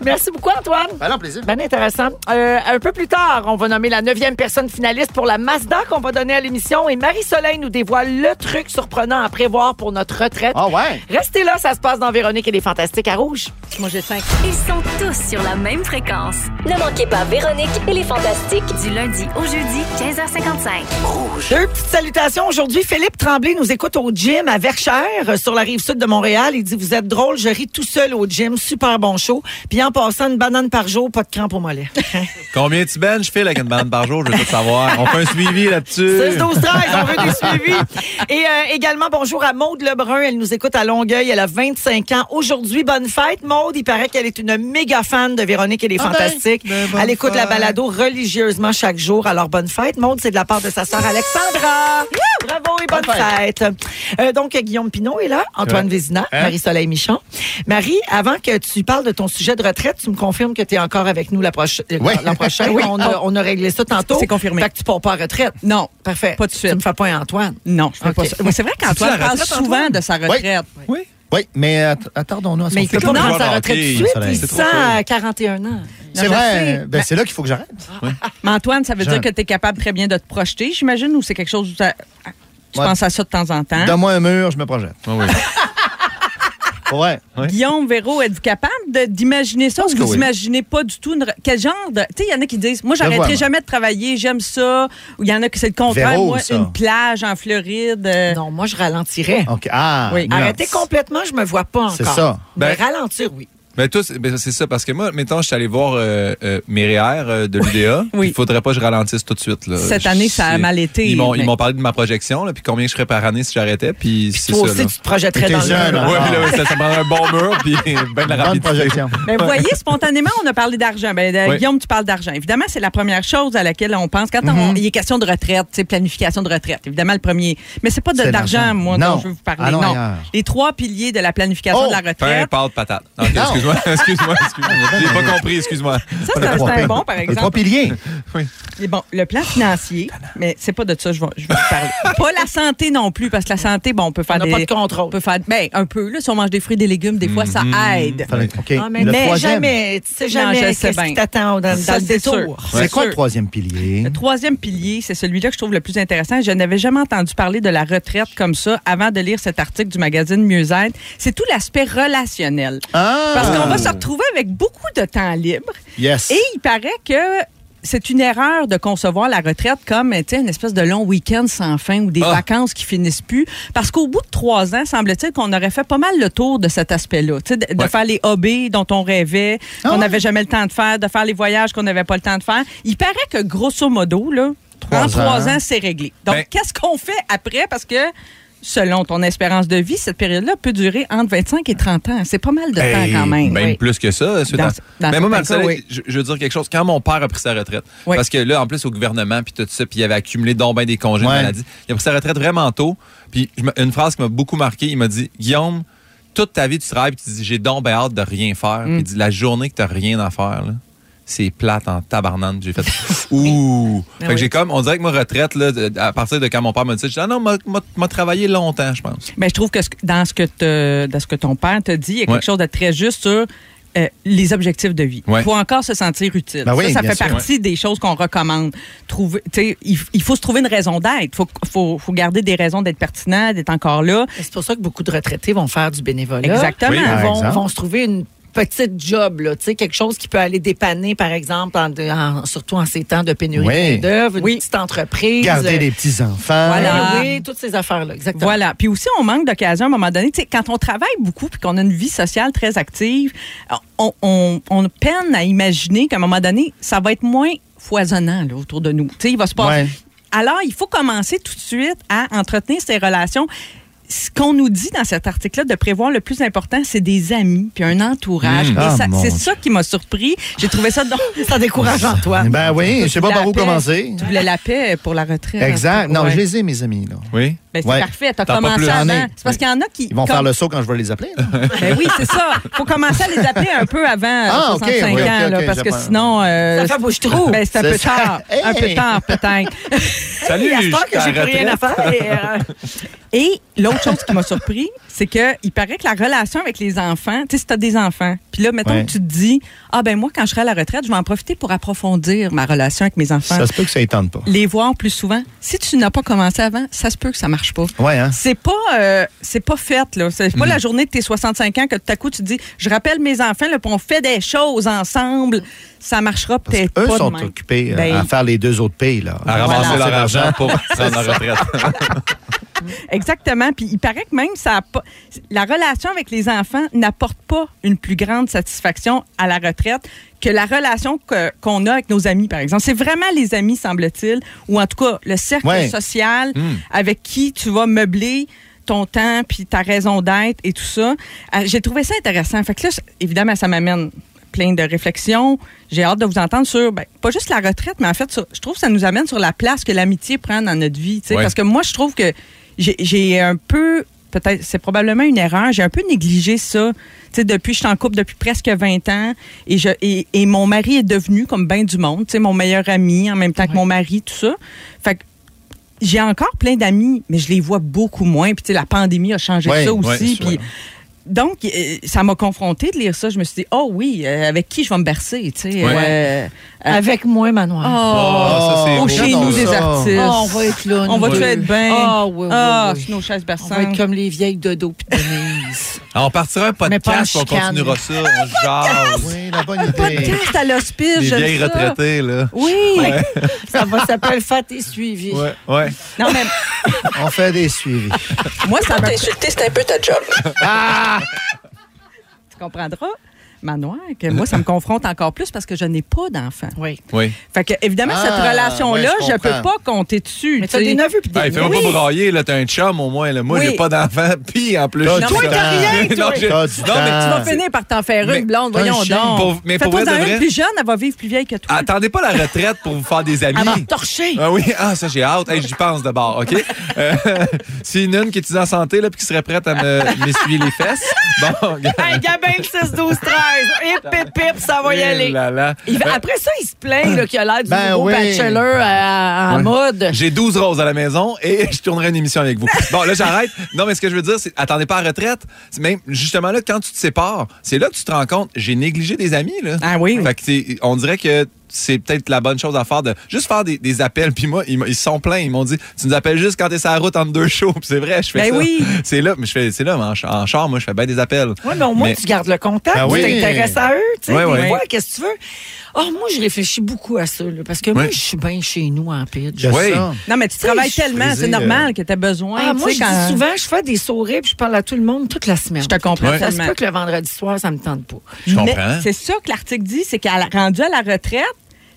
Speaker 3: Merci beaucoup, Antoine.
Speaker 2: Ben, plaisir.
Speaker 3: Ben, intéressant. Euh, un peu plus tard, on va nommer la neuvième personne finaliste pour la Mazda qu'on va donner à l'émission. Et Marie-Soleil nous dévoile le truc surprenant à prévoir pour notre retraite.
Speaker 2: Ah ouais?
Speaker 3: Restez là, ça se passe dans Véronique et les Fantastiques à Rouge.
Speaker 7: Moi, j'ai cinq.
Speaker 9: Ils sont tous sur la même fréquence.
Speaker 10: Ne manquez pas Véronique et les Fantastiques.
Speaker 9: Du lundi au jeudi, 15h55.
Speaker 3: Deux petites salutations aujourd'hui. Philippe Tremblay nous écoute au gym à Verchères, euh, sur la rive sud de Montréal. Il dit Vous êtes drôle, je ris tout seul au gym. Super bon show. Puis en passant, une banane par jour, pas de crampes au mollet.
Speaker 4: Combien tu benches, Phil, avec une bande par jour? Je veux tout savoir. On fait un suivi là-dessus.
Speaker 3: 16, 12, 13, on veut des suivis. Et euh, également, bonjour à Maude Lebrun. Elle nous écoute à Longueuil. Elle a 25 ans. Aujourd'hui, bonne fête, Maude. Il paraît qu'elle est une méga fan de Véronique et les
Speaker 12: Ah ben,
Speaker 3: Fantastiques.
Speaker 12: ben, bonne
Speaker 3: elle écoute la
Speaker 12: fête.
Speaker 3: balado religieusement chaque jour. Alors, bonne fête, Maude. C'est de la part de sa sœur Alexandra. Bravo et bonne fête. Euh, donc, Guillaume Pinot est là, Antoine
Speaker 1: Ouais.
Speaker 3: Vézina,
Speaker 1: Hein?
Speaker 3: Marie-Soleil Michon. Marie, avant que tu parles de ton sujet de retraite, tu me confirmes que tu es encore avec nous la proche- euh, l'an
Speaker 7: Oui.
Speaker 3: prochain.
Speaker 7: Ah Oui. Oh.
Speaker 3: On, a, on a réglé ça tantôt.
Speaker 7: C'est confirmé.
Speaker 3: Fait que tu pars pas en retraite.
Speaker 7: Non.
Speaker 3: Parfait. Pas de suite. Tu me fais pas un Antoine.
Speaker 7: Non, je fais pas
Speaker 3: Ok.
Speaker 7: ça. Mais c'est vrai qu'Antoine
Speaker 3: C'est-tu la
Speaker 7: parle
Speaker 3: retraite,
Speaker 7: souvent
Speaker 3: Antoine?
Speaker 7: de sa retraite.
Speaker 4: Oui.
Speaker 2: Oui, mais att- attardons-nous à ce
Speaker 3: Mais
Speaker 2: qu'on
Speaker 3: il peut
Speaker 2: fait.
Speaker 3: pas prendre sa retraite tout de suite. Il sent à 41 ans.
Speaker 2: C'est
Speaker 7: Non, je
Speaker 2: vrai.
Speaker 7: sais.
Speaker 2: Ben, c'est là qu'il faut que j'arrête.
Speaker 3: Ah.
Speaker 7: Mais Antoine, ça veut
Speaker 2: Jeune.
Speaker 7: dire que tu es capable très bien de te projeter, j'imagine, ou c'est quelque chose où t'as- tu
Speaker 2: Ouais.
Speaker 7: penses à ça de temps en
Speaker 3: Hein?
Speaker 7: temps?
Speaker 2: Donne-moi un mur, je me projette.
Speaker 4: Ah
Speaker 2: Pour vrai.
Speaker 7: Guillaume, Véro, êtes-vous capable de- d'imaginer ça? Est-ce que
Speaker 2: que
Speaker 7: vous
Speaker 2: oui.
Speaker 7: imaginez pas du tout une re- quel genre de. Tu sais, il y en a qui disent Moi,
Speaker 2: Je vois,
Speaker 7: j'arrêterai
Speaker 2: moi.
Speaker 7: jamais de travailler, j'aime ça. Ou il y en a qui c'est le contraire,
Speaker 2: Véro,
Speaker 7: moi,
Speaker 2: ça.
Speaker 7: une plage en Floride. euh,
Speaker 3: Non, moi, je ralentirais.
Speaker 2: OK. Ah,
Speaker 3: Oui.
Speaker 4: nuance.
Speaker 3: Arrêtez complètement, je me vois pas encore.
Speaker 4: C'est ça.
Speaker 3: Mais
Speaker 4: Ben-
Speaker 3: ralentir, oui.
Speaker 4: Ben, tous, ben, c'est ça, parce que moi, mettons, je suis allé voir euh, euh, mes REER euh, de l'UDA.
Speaker 7: Oui.
Speaker 4: Il faudrait pas que je ralentisse tout de suite. Là.
Speaker 7: Cette année, ça a
Speaker 4: C'est-
Speaker 7: mal été,
Speaker 4: Ils m'ont,
Speaker 7: mais-
Speaker 4: ils m'ont parlé de ma projection, là, puis combien je ferais par année si j'arrêtais. Puis, c'est
Speaker 3: toi
Speaker 4: ça,
Speaker 3: aussi,
Speaker 4: là. hein.
Speaker 3: tu te projetterais T'es dans le jeune, mur.
Speaker 4: Ouais,
Speaker 3: alors.
Speaker 4: mais là, ouais, ça, ça prendrait un bon mur, puis ben de la rapidité. projection.
Speaker 7: Mais Ben, vous voyez, spontanément, on a parlé d'argent. Ben, euh,
Speaker 4: Oui.
Speaker 7: Guillaume, tu parles d'argent. Évidemment, c'est la première chose à laquelle on pense quand on-
Speaker 2: Mhm.
Speaker 7: il est question de retraite, tu sais, planification de retraite. Évidemment, le premier. Mais c'est pas de-
Speaker 2: C'est
Speaker 7: d'argent,
Speaker 2: l'argent.
Speaker 7: moi,
Speaker 2: Non.
Speaker 7: dont je veux vous parler.
Speaker 2: Allons
Speaker 7: non.
Speaker 2: ailleurs. Oh,
Speaker 7: Les trois piliers de la planification de la
Speaker 4: Pain,
Speaker 7: retraite.
Speaker 4: pâte, patate. Ok, excuse-moi, excuse-moi, excuse-moi. J'ai pas compris, excuse-moi.
Speaker 7: Ça, c'est un- c'est un bon, par exemple.
Speaker 2: piliers.
Speaker 7: Et bon, le plan financier, mais c'est pas de ça que je vais, je vais vous parler. pas la santé non plus, parce que la santé, bon, on peut faire
Speaker 3: On n'a
Speaker 7: des...
Speaker 3: pas de
Speaker 7: contrôle. On peut faire, ben, un peu, là, si on mange des fruits et des légumes, des fois,
Speaker 2: Mhm.
Speaker 7: ça aide.
Speaker 2: OK.
Speaker 3: Ah, mais
Speaker 2: Le
Speaker 3: mais
Speaker 2: troisième.
Speaker 3: jamais, tu sais
Speaker 7: Non,
Speaker 3: jamais
Speaker 7: je sais
Speaker 3: qu'est-ce
Speaker 7: bien.
Speaker 3: qui t'attend dans, dans
Speaker 7: Ça,
Speaker 3: le
Speaker 7: c'est
Speaker 3: détour.
Speaker 7: sûr.
Speaker 2: C'est quoi le
Speaker 7: sûr.
Speaker 2: troisième pilier?
Speaker 7: Le troisième pilier, c'est celui-là que je trouve le plus intéressant. Je n'avais jamais entendu parler de la retraite comme ça avant de lire cet article du magazine Mieux-être. C'est tout l'aspect relationnel. Parce qu'on va se retrouver avec beaucoup de temps libre.
Speaker 2: Ah! Yes.
Speaker 7: Et il paraît que c'est une erreur de concevoir la retraite comme tu sais, une espèce de long week-end sans fin ou des vacances qui finissent plus. Parce qu'au bout de trois ans, semble-t-il qu'on aurait fait pas mal le tour de cet aspect-là. Tu sais, De, de faire les hobbies dont on rêvait, qu'on n'avait jamais le temps de faire, de faire les voyages qu'on n'avait pas le temps de faire. Il paraît que grosso modo, là, en trois ans, c'est réglé. Donc,
Speaker 4: Ben-
Speaker 7: qu'est-ce qu'on fait après? Parce que. Selon ton espérance de vie, cette période-là peut durer entre 25 et 30 ans. C'est pas mal de
Speaker 4: Hey,
Speaker 7: temps quand même.
Speaker 4: Même
Speaker 7: Oui.
Speaker 4: plus que ça. suite
Speaker 7: Dans-
Speaker 4: à-
Speaker 7: dans
Speaker 4: mais moi,
Speaker 7: certains
Speaker 4: Marcel,
Speaker 7: cas, oui.
Speaker 4: je, je veux dire quelque chose. Quand mon père a pris sa retraite,
Speaker 7: Oui.
Speaker 4: parce que là, en plus, au gouvernement, puis tout ça, puis il avait accumulé donc ben des congés
Speaker 2: Ouais.
Speaker 4: de maladie, il a pris sa retraite vraiment tôt. Puis je me- une phrase qui m'a beaucoup marqué, il m'a dit Guillaume, toute ta vie, tu travailles, puis tu dis J'ai donc ben hâte de rien
Speaker 7: Mm.
Speaker 4: faire. Puis Il dit La journée que tu rien à faire, là, c'est plate en tabarnane. J'ai fait Ouh.
Speaker 7: Ah
Speaker 4: fait que
Speaker 7: oui.
Speaker 4: j'ai comme, on dirait que ma retraite, là, de- à partir de quand mon père m'a dit ça, j'ai dit Ah non, m'a- m'a m'a travaillé longtemps, je pense.
Speaker 7: Ben, je trouve que ce- dans ce que, te- dans ce que ton père te dit, il y a quelque
Speaker 4: Ouais.
Speaker 7: chose de très juste sur euh, les objectifs de vie. Il
Speaker 4: Ouais.
Speaker 7: faut encore se sentir utile.
Speaker 4: Ben oui,
Speaker 7: ça, ça
Speaker 4: bien
Speaker 7: fait
Speaker 4: sûr.
Speaker 7: partie
Speaker 4: Ouais.
Speaker 7: des choses qu'on recommande. Trouver, tu sais, il, f- il faut se trouver une raison d'être. Il faut, faut, faut garder des raisons d'être pertinent, d'être encore là.
Speaker 3: C'est pour ça que beaucoup de retraités vont faire du bénévolat.
Speaker 7: Exactement. Oui, par
Speaker 3: Ils vont,
Speaker 7: exemple.
Speaker 3: vont se trouver une petite job, là, tu sais, quelque chose qui peut aller dépanner, par exemple, en- en- surtout en ces temps de pénurie
Speaker 2: Oui.
Speaker 3: de main-d'œuvre, une petite entreprise. euh,
Speaker 2: Garder les petits-enfants.
Speaker 3: Voilà, oui, toutes ces affaires-là, exactement.
Speaker 7: Voilà. Puis aussi, on manque d'occasion à un moment donné. Tu sais, quand on travaille beaucoup puis qu'on a une vie sociale très active, on, on- on peine à imaginer qu'à un moment donné, ça va être moins foisonnant là, autour de nous. Tu sais, il va se passer.
Speaker 2: Ouais.
Speaker 7: Alors, il faut commencer tout de suite à entretenir ces relations. Ce qu'on nous dit dans cet article-là de prévoir le plus important, c'est des amis puis un entourage.
Speaker 2: Mmh.
Speaker 7: Et
Speaker 2: Ah,
Speaker 7: ça-
Speaker 2: mon
Speaker 7: c'est
Speaker 2: Dieu.
Speaker 7: ça qui m'a surpris. J'ai trouvé ça.
Speaker 3: ça décourage Antoine.
Speaker 2: Ben oui, je sais pas par où commencer.
Speaker 7: Tu voulais la paix pour la retraite.
Speaker 2: Exact. Non,
Speaker 7: Ouais.
Speaker 2: je les ai, mes amis. Là.
Speaker 4: Oui.
Speaker 7: Ben, c'est parfait. T'as commencé
Speaker 2: à
Speaker 7: avant. C'est parce qu'il y en a qui.
Speaker 2: Ils vont
Speaker 7: comme-
Speaker 2: faire le saut quand je vais les appeler. là.
Speaker 7: Ben oui, c'est ça. faut commencer à les appeler un peu avant euh,
Speaker 2: Ah, ok,
Speaker 7: 65 ans,
Speaker 2: oui, ok,
Speaker 7: là,
Speaker 2: ok,
Speaker 7: parce que
Speaker 2: j'apprends.
Speaker 7: sinon... euh,
Speaker 3: Ça fait bouche-trou.
Speaker 7: Ben, c'est un
Speaker 2: C'est
Speaker 7: peu
Speaker 2: ça.
Speaker 7: tard. Un peu
Speaker 2: Hey.
Speaker 7: tard, peut-être.
Speaker 4: Salut,
Speaker 3: à ce
Speaker 4: je
Speaker 3: temps
Speaker 4: suis
Speaker 3: que j'ai
Speaker 4: à la
Speaker 3: plus rien à
Speaker 4: retraite.
Speaker 3: faire.
Speaker 7: Et l'autre chose qui m'a surpris, c'est que il paraît que la relation avec les enfants, tu sais, si t'as des enfants, puis là, mettons
Speaker 2: Ouais.
Speaker 7: que tu te dis, ah ben moi, quand je serai à la retraite, je vais en profiter pour approfondir ma relation avec mes enfants.
Speaker 2: Ça se peut que ça ne tente pas.
Speaker 7: les voir plus souvent. Si tu n'as pas commencé avant, ça se peut que ça marche pas.
Speaker 2: Ouais, hein?
Speaker 7: C'est pas, euh, c'est pas fait, là. C'est
Speaker 2: Mm.
Speaker 7: pas la journée de tes 65 ans que tout à coup, tu te dis, je rappelle mes enfants, là, puis on fait des choses ensemble. Ça marchera peut-être pas
Speaker 2: Eux
Speaker 7: de
Speaker 2: sont
Speaker 7: même.
Speaker 2: occupés euh,
Speaker 7: Ben,
Speaker 2: à faire les deux autres pays. Là.
Speaker 4: À ramasser
Speaker 2: Voilà.
Speaker 4: leur argent pour prendre la retraite.
Speaker 7: Exactement. Puis il paraît que même ça a pas- la relation avec les enfants n'apporte pas une plus grande satisfaction à la retraite que la relation que- qu'on a avec nos amis, par exemple. C'est vraiment les amis, semble-t-il, ou en tout cas le cercle
Speaker 2: Ouais.
Speaker 7: social avec qui tu vas meubler ton temps puis ta raison d'être et tout ça. Euh, J'ai trouvé ça intéressant. Fait que là, c- évidemment, ça m'amène plein de réflexions. J'ai hâte de vous entendre sur, ben, pas juste la retraite, mais en fait, sur- je trouve que ça nous amène sur la place que l'amitié prend dans notre vie. tu sais.
Speaker 12: Ouais.
Speaker 7: Parce que moi, je trouve que j'ai- j'ai un peu, peut-être, c'est probablement une erreur, j'ai un peu négligé ça. Tu sais, depuis, je suis en couple depuis presque 20 ans et, je, et, et mon mari est devenu, comme ben du monde, tu sais, mon meilleur ami en même temps que mon mari, tout ça. Fait que j'ai encore plein d'amis, mais je les vois beaucoup moins. Puis, tu sais, la pandémie a changé
Speaker 12: Ouais,
Speaker 7: ça
Speaker 12: ouais,
Speaker 7: aussi.
Speaker 12: c'est vrai.
Speaker 7: puis, donc, euh, ça m'a confrontée de lire ça. Je me suis dit, oh oui, euh, avec qui je vais me bercer, tu sais. euh,
Speaker 3: Ouais.
Speaker 7: avec moi, Manoir.
Speaker 4: Ah,
Speaker 3: Oh, ça,
Speaker 7: Oh,
Speaker 3: c'est beau.
Speaker 7: au chez
Speaker 3: J'adore
Speaker 7: nous, des
Speaker 3: ça.
Speaker 7: artistes.
Speaker 3: Oh, on va être là,
Speaker 7: On
Speaker 3: nous
Speaker 7: va tu
Speaker 3: deux.
Speaker 7: être bien.
Speaker 3: Ah, oui, oui,
Speaker 7: Ah,
Speaker 3: oui.
Speaker 7: sur nos chaises berçantes.
Speaker 3: On va être comme les vieilles dodo puis Denise.
Speaker 4: Ah, On partira un
Speaker 3: pas en
Speaker 4: podcast, puis on
Speaker 3: chicane.
Speaker 4: continuera ça. On jase.
Speaker 2: Oui, la bonne
Speaker 4: idée.
Speaker 7: Podcast à l'hospice,
Speaker 4: Des
Speaker 7: j'aime
Speaker 4: vieilles
Speaker 7: ça.
Speaker 4: retraitées, là.
Speaker 7: Oui.
Speaker 4: Ouais.
Speaker 3: Ça va s'appeler Fat et suivi.
Speaker 4: Ouais, ouais.
Speaker 7: Non, mais
Speaker 2: On fait des suivis.
Speaker 4: Ah,
Speaker 7: moi, ça
Speaker 6: Quand
Speaker 7: m'a...
Speaker 6: t'insulter, c'est un peu ta job.
Speaker 3: Ah!
Speaker 7: Tu comprendras, Manoir, que moi, ça me confronte encore plus parce que je n'ai pas d'enfant. Oui.
Speaker 4: Oui.
Speaker 7: Fait que, évidemment,
Speaker 3: Ah,
Speaker 7: cette relation-là,
Speaker 3: ouais, je
Speaker 7: je ne peux
Speaker 3: comprends.
Speaker 7: pas compter dessus.
Speaker 3: Mais t'as
Speaker 7: tu
Speaker 3: des
Speaker 7: sais.
Speaker 3: neveux puis des
Speaker 4: Hey, Fais-moi
Speaker 7: Oui.
Speaker 4: pas brailler, là, t'as un chum au moins. Là. Moi,
Speaker 7: Oui.
Speaker 4: j'ai pas d'enfant, puis en plus...
Speaker 7: T'as
Speaker 4: j'ai
Speaker 7: du Toi,
Speaker 4: ça.
Speaker 7: t'as rien,
Speaker 4: Non,
Speaker 7: toi.
Speaker 4: j'ai-
Speaker 7: T'as
Speaker 4: non, mais-
Speaker 7: tu vas finir par t'en faire
Speaker 4: Mais
Speaker 7: une blonde,
Speaker 4: t'as un
Speaker 7: voyons
Speaker 4: chien.
Speaker 7: donc.
Speaker 4: Pour- mais pour vrai
Speaker 7: Fais-toi
Speaker 4: de
Speaker 7: dans
Speaker 4: vrai-
Speaker 7: une plus jeune, elle va vivre plus vieille que toi.
Speaker 4: Attendez pas la retraite pour vous faire des amis.
Speaker 7: Elle va
Speaker 3: torcher.
Speaker 4: Ah oui, ah ça j'ai hâte. Hey, J'y pense d'abord, OK? Euh, C'est une, une qui est en santé là, puis qui serait prête à me- m'essuyer les fesses. Bon,
Speaker 3: Hey, Gabin, le 6, 12, 13. Hip, hip, hip, ça va y
Speaker 4: Eh
Speaker 3: aller.
Speaker 4: là Ben- là. Euh,
Speaker 3: Il va- après ça, il se plaint là, qu'il a l'air du
Speaker 4: Ben
Speaker 3: nouveau
Speaker 4: oui.
Speaker 3: bachelor euh, en
Speaker 4: Ouais.
Speaker 3: mode.
Speaker 4: J'ai 12 roses à la maison et je tournerai une émission avec vous. Bon, là, j'arrête. Non, mais ce que je veux dire, c'est attendez pas à la retraite. C'est Même justement, là, quand tu te sépares, c'est là que tu te rends compte, j'ai négligé des amis. Là. Ah oui. Fait que c'est- on dirait que c'est peut-être la bonne chose à faire de juste faire des, des appels. Puis moi, ils, m- ils se sont pleins. Ils m'ont dit, tu nous appelles juste quand t'es sur la route entre deux shows. Puis c'est vrai, je fais
Speaker 3: Ben
Speaker 4: ça.
Speaker 3: oui.
Speaker 4: C'est là, mais je fais, c'est là, mais en, ch- en char, moi, je fais bien des appels.
Speaker 3: Oui, mais au moins,
Speaker 4: Mais-
Speaker 3: tu gardes le contact,
Speaker 4: Ben oui.
Speaker 3: tu t'intéresses à eux, tu sais,
Speaker 4: Ouais,
Speaker 3: des
Speaker 4: ouais.
Speaker 3: fois, qu'est-ce que tu veux? Oh, moi, je réfléchis beaucoup à ça, là, parce que moi,
Speaker 4: Ouais.
Speaker 3: je suis bien chez nous en pitch.
Speaker 4: J'aime Oui. ça.
Speaker 7: Non, mais tu
Speaker 3: sais,
Speaker 7: travailles
Speaker 3: je suis
Speaker 7: tellement, c'est
Speaker 3: frisée,
Speaker 7: normal
Speaker 3: euh.
Speaker 7: que tu as besoin.
Speaker 3: Ah,
Speaker 7: tu
Speaker 3: moi,
Speaker 7: sais,
Speaker 3: je
Speaker 7: quand-
Speaker 3: dis souvent, je fais des sourires puis je parle à tout le monde toute la semaine. Je te
Speaker 7: comprends
Speaker 3: Ça se
Speaker 7: tellement.
Speaker 3: peut que le vendredi soir, ça me tente pas.
Speaker 7: Mais C'est ça que l'article dit, c'est qu'à la- rendu à la retraite,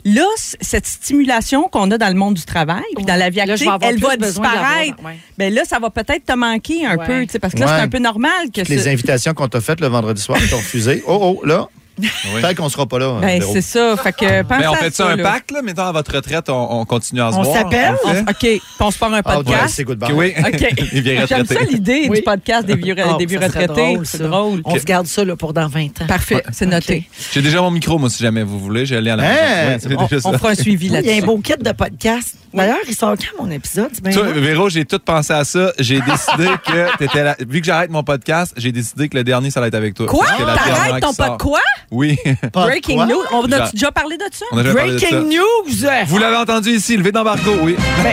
Speaker 7: là, c- cette stimulation qu'on a dans le monde du travail, puis dans la vie
Speaker 3: Là, je
Speaker 7: active,
Speaker 3: vais avoir
Speaker 7: elle
Speaker 3: plus
Speaker 7: va
Speaker 3: besoin de
Speaker 7: disparaître.
Speaker 3: l'avoir, ouais.
Speaker 7: Ben là, ça va peut-être te manquer un
Speaker 3: Ouais.
Speaker 7: peu, tu sais, parce que là,
Speaker 2: Ouais.
Speaker 7: c'est un peu normal que
Speaker 2: Toutes les
Speaker 7: ce-
Speaker 2: invitations qu'on t'a faites le vendredi soir, t'ont refusé. Oh, oh, là. Peut-être qu'on sera pas là.
Speaker 7: Ben,
Speaker 2: Véro.
Speaker 7: c'est ça. Fait que pense
Speaker 4: Mais Ben, on
Speaker 7: à
Speaker 4: fait
Speaker 7: ça,
Speaker 4: ça un
Speaker 7: là.
Speaker 4: pacte, là, mettons à votre retraite, on, on continue à se
Speaker 7: On
Speaker 4: voir.
Speaker 7: s'appelle?
Speaker 4: le fait.
Speaker 7: On- OK. Puis on se part un
Speaker 4: Ah, ouais,
Speaker 7: podcast.
Speaker 4: c'est goodbye.
Speaker 7: Oui.
Speaker 4: OK. Il vient
Speaker 7: J'aime ça
Speaker 4: retraiter.
Speaker 7: l'idée
Speaker 3: Oui.
Speaker 7: du podcast des vieux,
Speaker 3: Ah,
Speaker 7: des vieux
Speaker 3: ça serait
Speaker 7: retraités.
Speaker 3: drôle,
Speaker 7: C'est
Speaker 3: ça.
Speaker 7: drôle.
Speaker 3: On se garde ça là, pour dans 20 ans.
Speaker 7: Parfait. C'est noté.
Speaker 4: J'ai déjà mon micro, moi, si jamais vous voulez. J'ai allé à la
Speaker 3: Hein?
Speaker 4: maison. Oui, c'est déjà ça.
Speaker 3: Oui, Il y a un beau kit de podcast. D'ailleurs, il sort quand mon épisode? C'est bien
Speaker 4: Toi, euh,
Speaker 3: bon.
Speaker 4: Véro, j'ai tout pensé à ça. J'ai décidé que t'étais là. Vu que j'arrête mon podcast, j'ai décidé que le dernier, ça allait être avec toi.
Speaker 7: Quoi?
Speaker 4: Parce que la dernière
Speaker 7: T'arrêtes
Speaker 4: qui
Speaker 7: ton
Speaker 4: sort-
Speaker 7: pas de quoi?
Speaker 4: Oui.
Speaker 7: Breaking news. On
Speaker 4: J'a-
Speaker 7: a déjà parlé de ça?
Speaker 4: On a déjà parlé de ça.
Speaker 3: news!
Speaker 4: Vous l'avez entendu ici, levé d'embargo, oui. oui.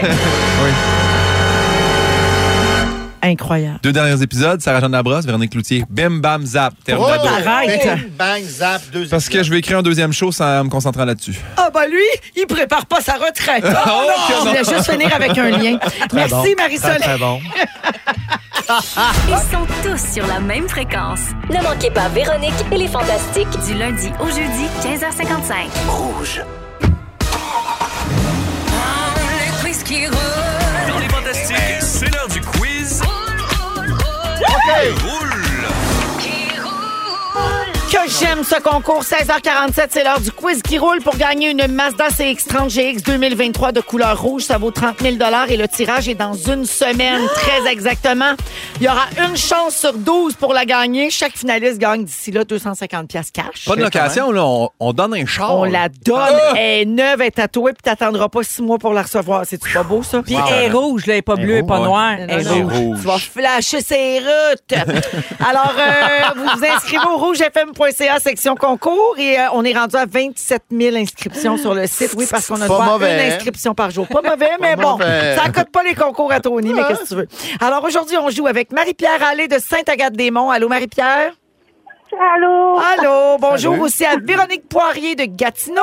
Speaker 3: Incroyable.
Speaker 4: Deux derniers épisodes, Sarah-Jeanne Labrosse, Véronique Cloutier. Bim, bam, zap. Terme
Speaker 2: Oh,
Speaker 4: d'ado.
Speaker 3: arrête.
Speaker 2: Bing, bang, zap, deux
Speaker 4: Parce que je vais écrire un deuxième show sans me concentrer là-dessus.
Speaker 3: Ah bah lui, il prépare pas sa retraite.
Speaker 4: Oh,
Speaker 3: non!
Speaker 4: que
Speaker 3: Je voulais
Speaker 4: non.
Speaker 3: juste finir avec un lien.
Speaker 4: Très
Speaker 3: Merci
Speaker 4: bon.
Speaker 3: Marisol.
Speaker 4: Très, très bon.
Speaker 9: Ils sont tous sur la même fréquence.
Speaker 10: Ah! Ne manquez pas Véronique et les Fantastiques.
Speaker 9: Du lundi au jeudi, 15h55. Rouge.
Speaker 12: Le quiz qui roule.
Speaker 5: Dans les fantastiques, c'est l'heure du quiz.
Speaker 3: Que j'aime ce concours. 16h47, c'est l'heure du quiz qui roule pour gagner une Mazda CX-30 GX 2023 de couleur rouge. Ça vaut 30 000 et le tirage est dans une semaine, très exactement. Il y aura une chance sur 12 pour la gagner. Chaque finaliste gagne d'ici là 250 pièces cash.
Speaker 4: Pas de location, là. On, on donne un char.
Speaker 3: On la donne.
Speaker 4: Ah!
Speaker 3: Elle est neuve, elle est tatouée, puis t'attendras pas six mois pour la recevoir. C'est-tu pas beau, ça?
Speaker 7: Puis elle est rouge, là, elle est pas bleue, elle est pas noire.
Speaker 3: Non, non,
Speaker 7: Elle est
Speaker 3: non.
Speaker 7: rouge.
Speaker 3: Tu vas flasher ses routes. Alors, euh, vous vous inscrivez au rougefm.ca, section concours, et euh, on est rendu à 27 000 inscriptions sur le site. Oui, parce qu'on a
Speaker 12: Pas
Speaker 3: droit à
Speaker 12: mauvais.
Speaker 3: une inscription par jour. Pas mauvais, mais bon,
Speaker 12: mauvais.
Speaker 3: ça cote pas les concours à Tony, mais qu'est-ce que tu veux. Alors, aujourd'hui, on joue avec Marie-Pierre Allais de Sainte-Agathe-des-Monts. Allô, Marie-Pierre? Allô. Allô. Bonjour
Speaker 12: Salut.
Speaker 3: aussi à Véronique Poirier de Gatineau.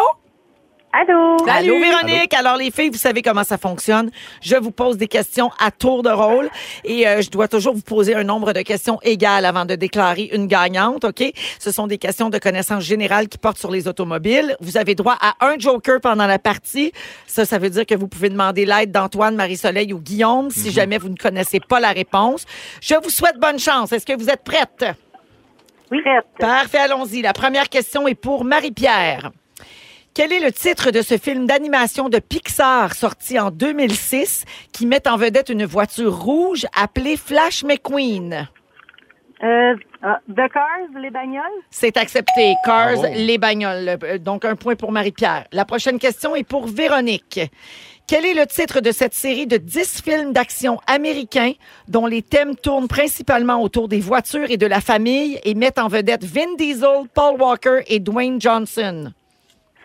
Speaker 3: Allô. Allô,
Speaker 12: Salut.
Speaker 3: Véronique. Alors, les filles, vous savez comment ça fonctionne. Je vous pose des questions à tour de rôle et euh, je dois toujours vous poser un nombre de questions égales avant de déclarer une gagnante, OK? Ce sont des questions de connaissances générales qui portent sur les automobiles. Vous avez droit à un joker pendant la partie. Ça, ça veut dire que vous pouvez demander l'aide d'Antoine, Marie-Soleil ou Guillaume si jamais vous ne connaissez pas la réponse. Je vous souhaite bonne chance. Est-ce que vous êtes prête? Prête. Parfait, allons-y. La première question est pour Marie-Pierre. Quel est le titre de ce film d'animation de Pixar sorti en 2006 qui met en vedette une voiture rouge appelée Flash McQueen?
Speaker 13: Euh, ah, the Cars, les bagnoles?
Speaker 3: C'est accepté. Cars,
Speaker 13: Bravo.
Speaker 3: les bagnoles. Euh, Donc, un point pour Marie-Pierre. La prochaine question est pour Véronique. Quel est le titre de cette série de 10 films d'action américains dont les thèmes tournent principalement autour des voitures et de la famille et mettent en vedette Vin Diesel, Paul Walker et Dwayne Johnson?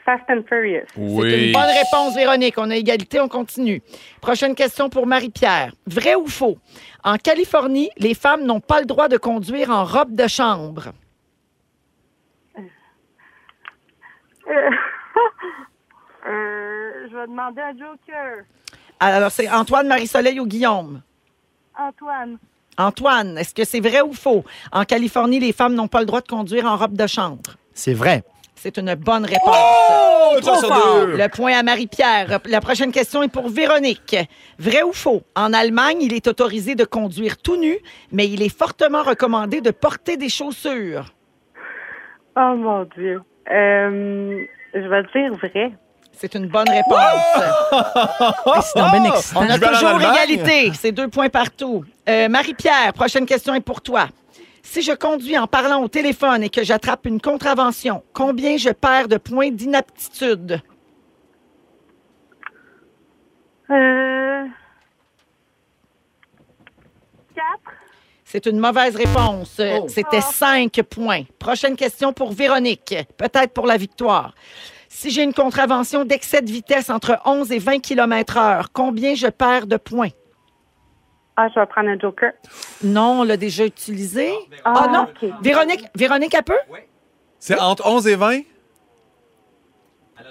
Speaker 13: Fast and Furious.
Speaker 3: C'est une bonne réponse, Véronique. On a égalité, on continue. Prochaine question pour Marie-Pierre. Vrai ou faux? En Californie, les femmes n'ont pas le droit de conduire en robe de chambre.
Speaker 13: Euh, euh, je vais demander à Joker.
Speaker 3: Alors, c'est Antoine, Marie-Soleil ou Guillaume?
Speaker 13: Antoine.
Speaker 3: Antoine, est-ce que c'est vrai ou faux? En Californie, les femmes n'ont pas le droit de conduire en robe de chambre.
Speaker 2: C'est vrai.
Speaker 3: C'est une bonne réponse.
Speaker 2: Oh!
Speaker 3: Trop
Speaker 2: Trois sur
Speaker 3: fort.
Speaker 2: deux.
Speaker 3: Le point à Marie-Pierre. La prochaine question est pour Véronique. Vrai ou faux? En Allemagne, il est autorisé de conduire tout nu, mais il est fortement recommandé de porter des chaussures.
Speaker 13: Oh mon Dieu. Euh, je vais dire vrai.
Speaker 3: C'est une bonne réponse.
Speaker 13: c'est donc bien excitant.
Speaker 3: On a
Speaker 13: Je vais aller en
Speaker 3: toujours
Speaker 13: Allemagne.
Speaker 3: égalité. C'est deux points partout. Euh, Marie-Pierre, prochaine question est pour toi. Si je conduis en parlant au téléphone et que j'attrape une contravention, combien je perds de points d'inaptitude?
Speaker 13: Euh,
Speaker 3: C'est une mauvaise réponse. Euh,
Speaker 13: Oh.
Speaker 3: C'était cinq points. Prochaine question pour Véronique, peut-être pour la victoire. Si j'ai une contravention d'excès de vitesse entre 11 et 20 km heure, combien je perds de points?
Speaker 13: ah, je vais prendre un Joker.
Speaker 3: Non, on l'a déjà utilisé. Ah non, Véronique, Véronique, elle peut?
Speaker 4: C'est entre 11 et 20?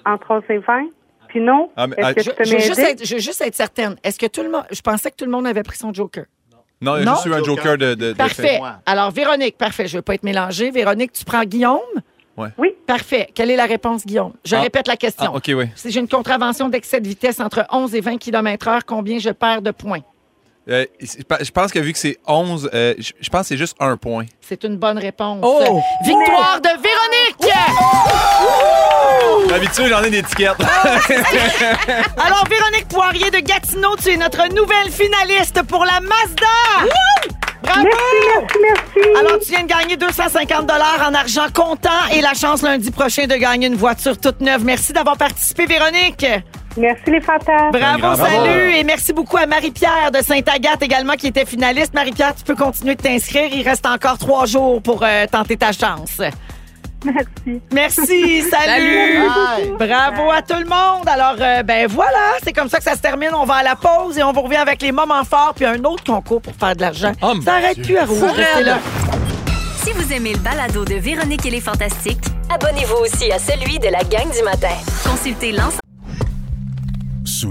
Speaker 13: Entre 11 et 20. Puis non.
Speaker 4: Ah, mais-
Speaker 13: Est-ce
Speaker 4: ah,
Speaker 13: que
Speaker 3: Je,
Speaker 13: tu peux
Speaker 3: je veux juste
Speaker 13: m'aider?
Speaker 3: être, je veux juste être certaine. Est-ce que tout le monde. Je pensais que tout le monde avait pris son joker.
Speaker 4: Non, il y a
Speaker 3: Non?
Speaker 4: juste eu un joker de. de- de
Speaker 3: Parfait.
Speaker 4: fait.
Speaker 3: Alors, Véronique, parfait. Je ne veux pas être mélangée. Véronique, tu prends Guillaume?
Speaker 4: Ouais.
Speaker 3: Oui. Parfait. Quelle est la réponse, Guillaume? Je
Speaker 4: Ah.
Speaker 3: répète la question.
Speaker 4: Ah, OK, oui.
Speaker 3: Si j'ai une contravention d'excès de vitesse entre 11 et 20 km h combien je perds de points?
Speaker 4: Euh, c'est pas- je pense que vu que c'est 11, euh, je je pense que c'est juste un point.
Speaker 3: C'est une bonne réponse.
Speaker 4: Oh!
Speaker 3: Victoire de Véronique!
Speaker 4: D'habitude, j'en ai des étiquettes.
Speaker 3: Ah! Alors, Véronique Poirier de Gatineau, tu es notre nouvelle finaliste pour la Mazda! Bravo! Merci, merci, merci. Alors, tu viens de gagner 250 en argent comptant et la chance lundi prochain de gagner une voiture toute neuve. Merci d'avoir participé, Véronique.
Speaker 13: Merci les fantasmes.
Speaker 3: Bravo, salut! Et merci beaucoup à Marie-Pierre de Sainte-Agathe également qui était finaliste. Marie-Pierre, tu peux continuer de t'inscrire. Il reste encore trois jours pour euh, tenter ta chance.
Speaker 13: Merci.
Speaker 3: Merci, salut!
Speaker 13: Salut.
Speaker 3: Bye. Bravo à tout le monde! Alors, euh, ben voilà, c'est comme ça que ça se termine. On va à la pause et on vous revient avec les moments forts puis un autre concours pour faire de l'argent.
Speaker 4: Oh
Speaker 3: ça arrête plus à rouge,
Speaker 9: Fourette.
Speaker 3: restez là.
Speaker 9: Si vous aimez le balado de Véronique et les Fantastiques,
Speaker 10: Abonnez-vous aussi à celui de la gang du matin.
Speaker 9: consultez l'ensemble.
Speaker 11: Sous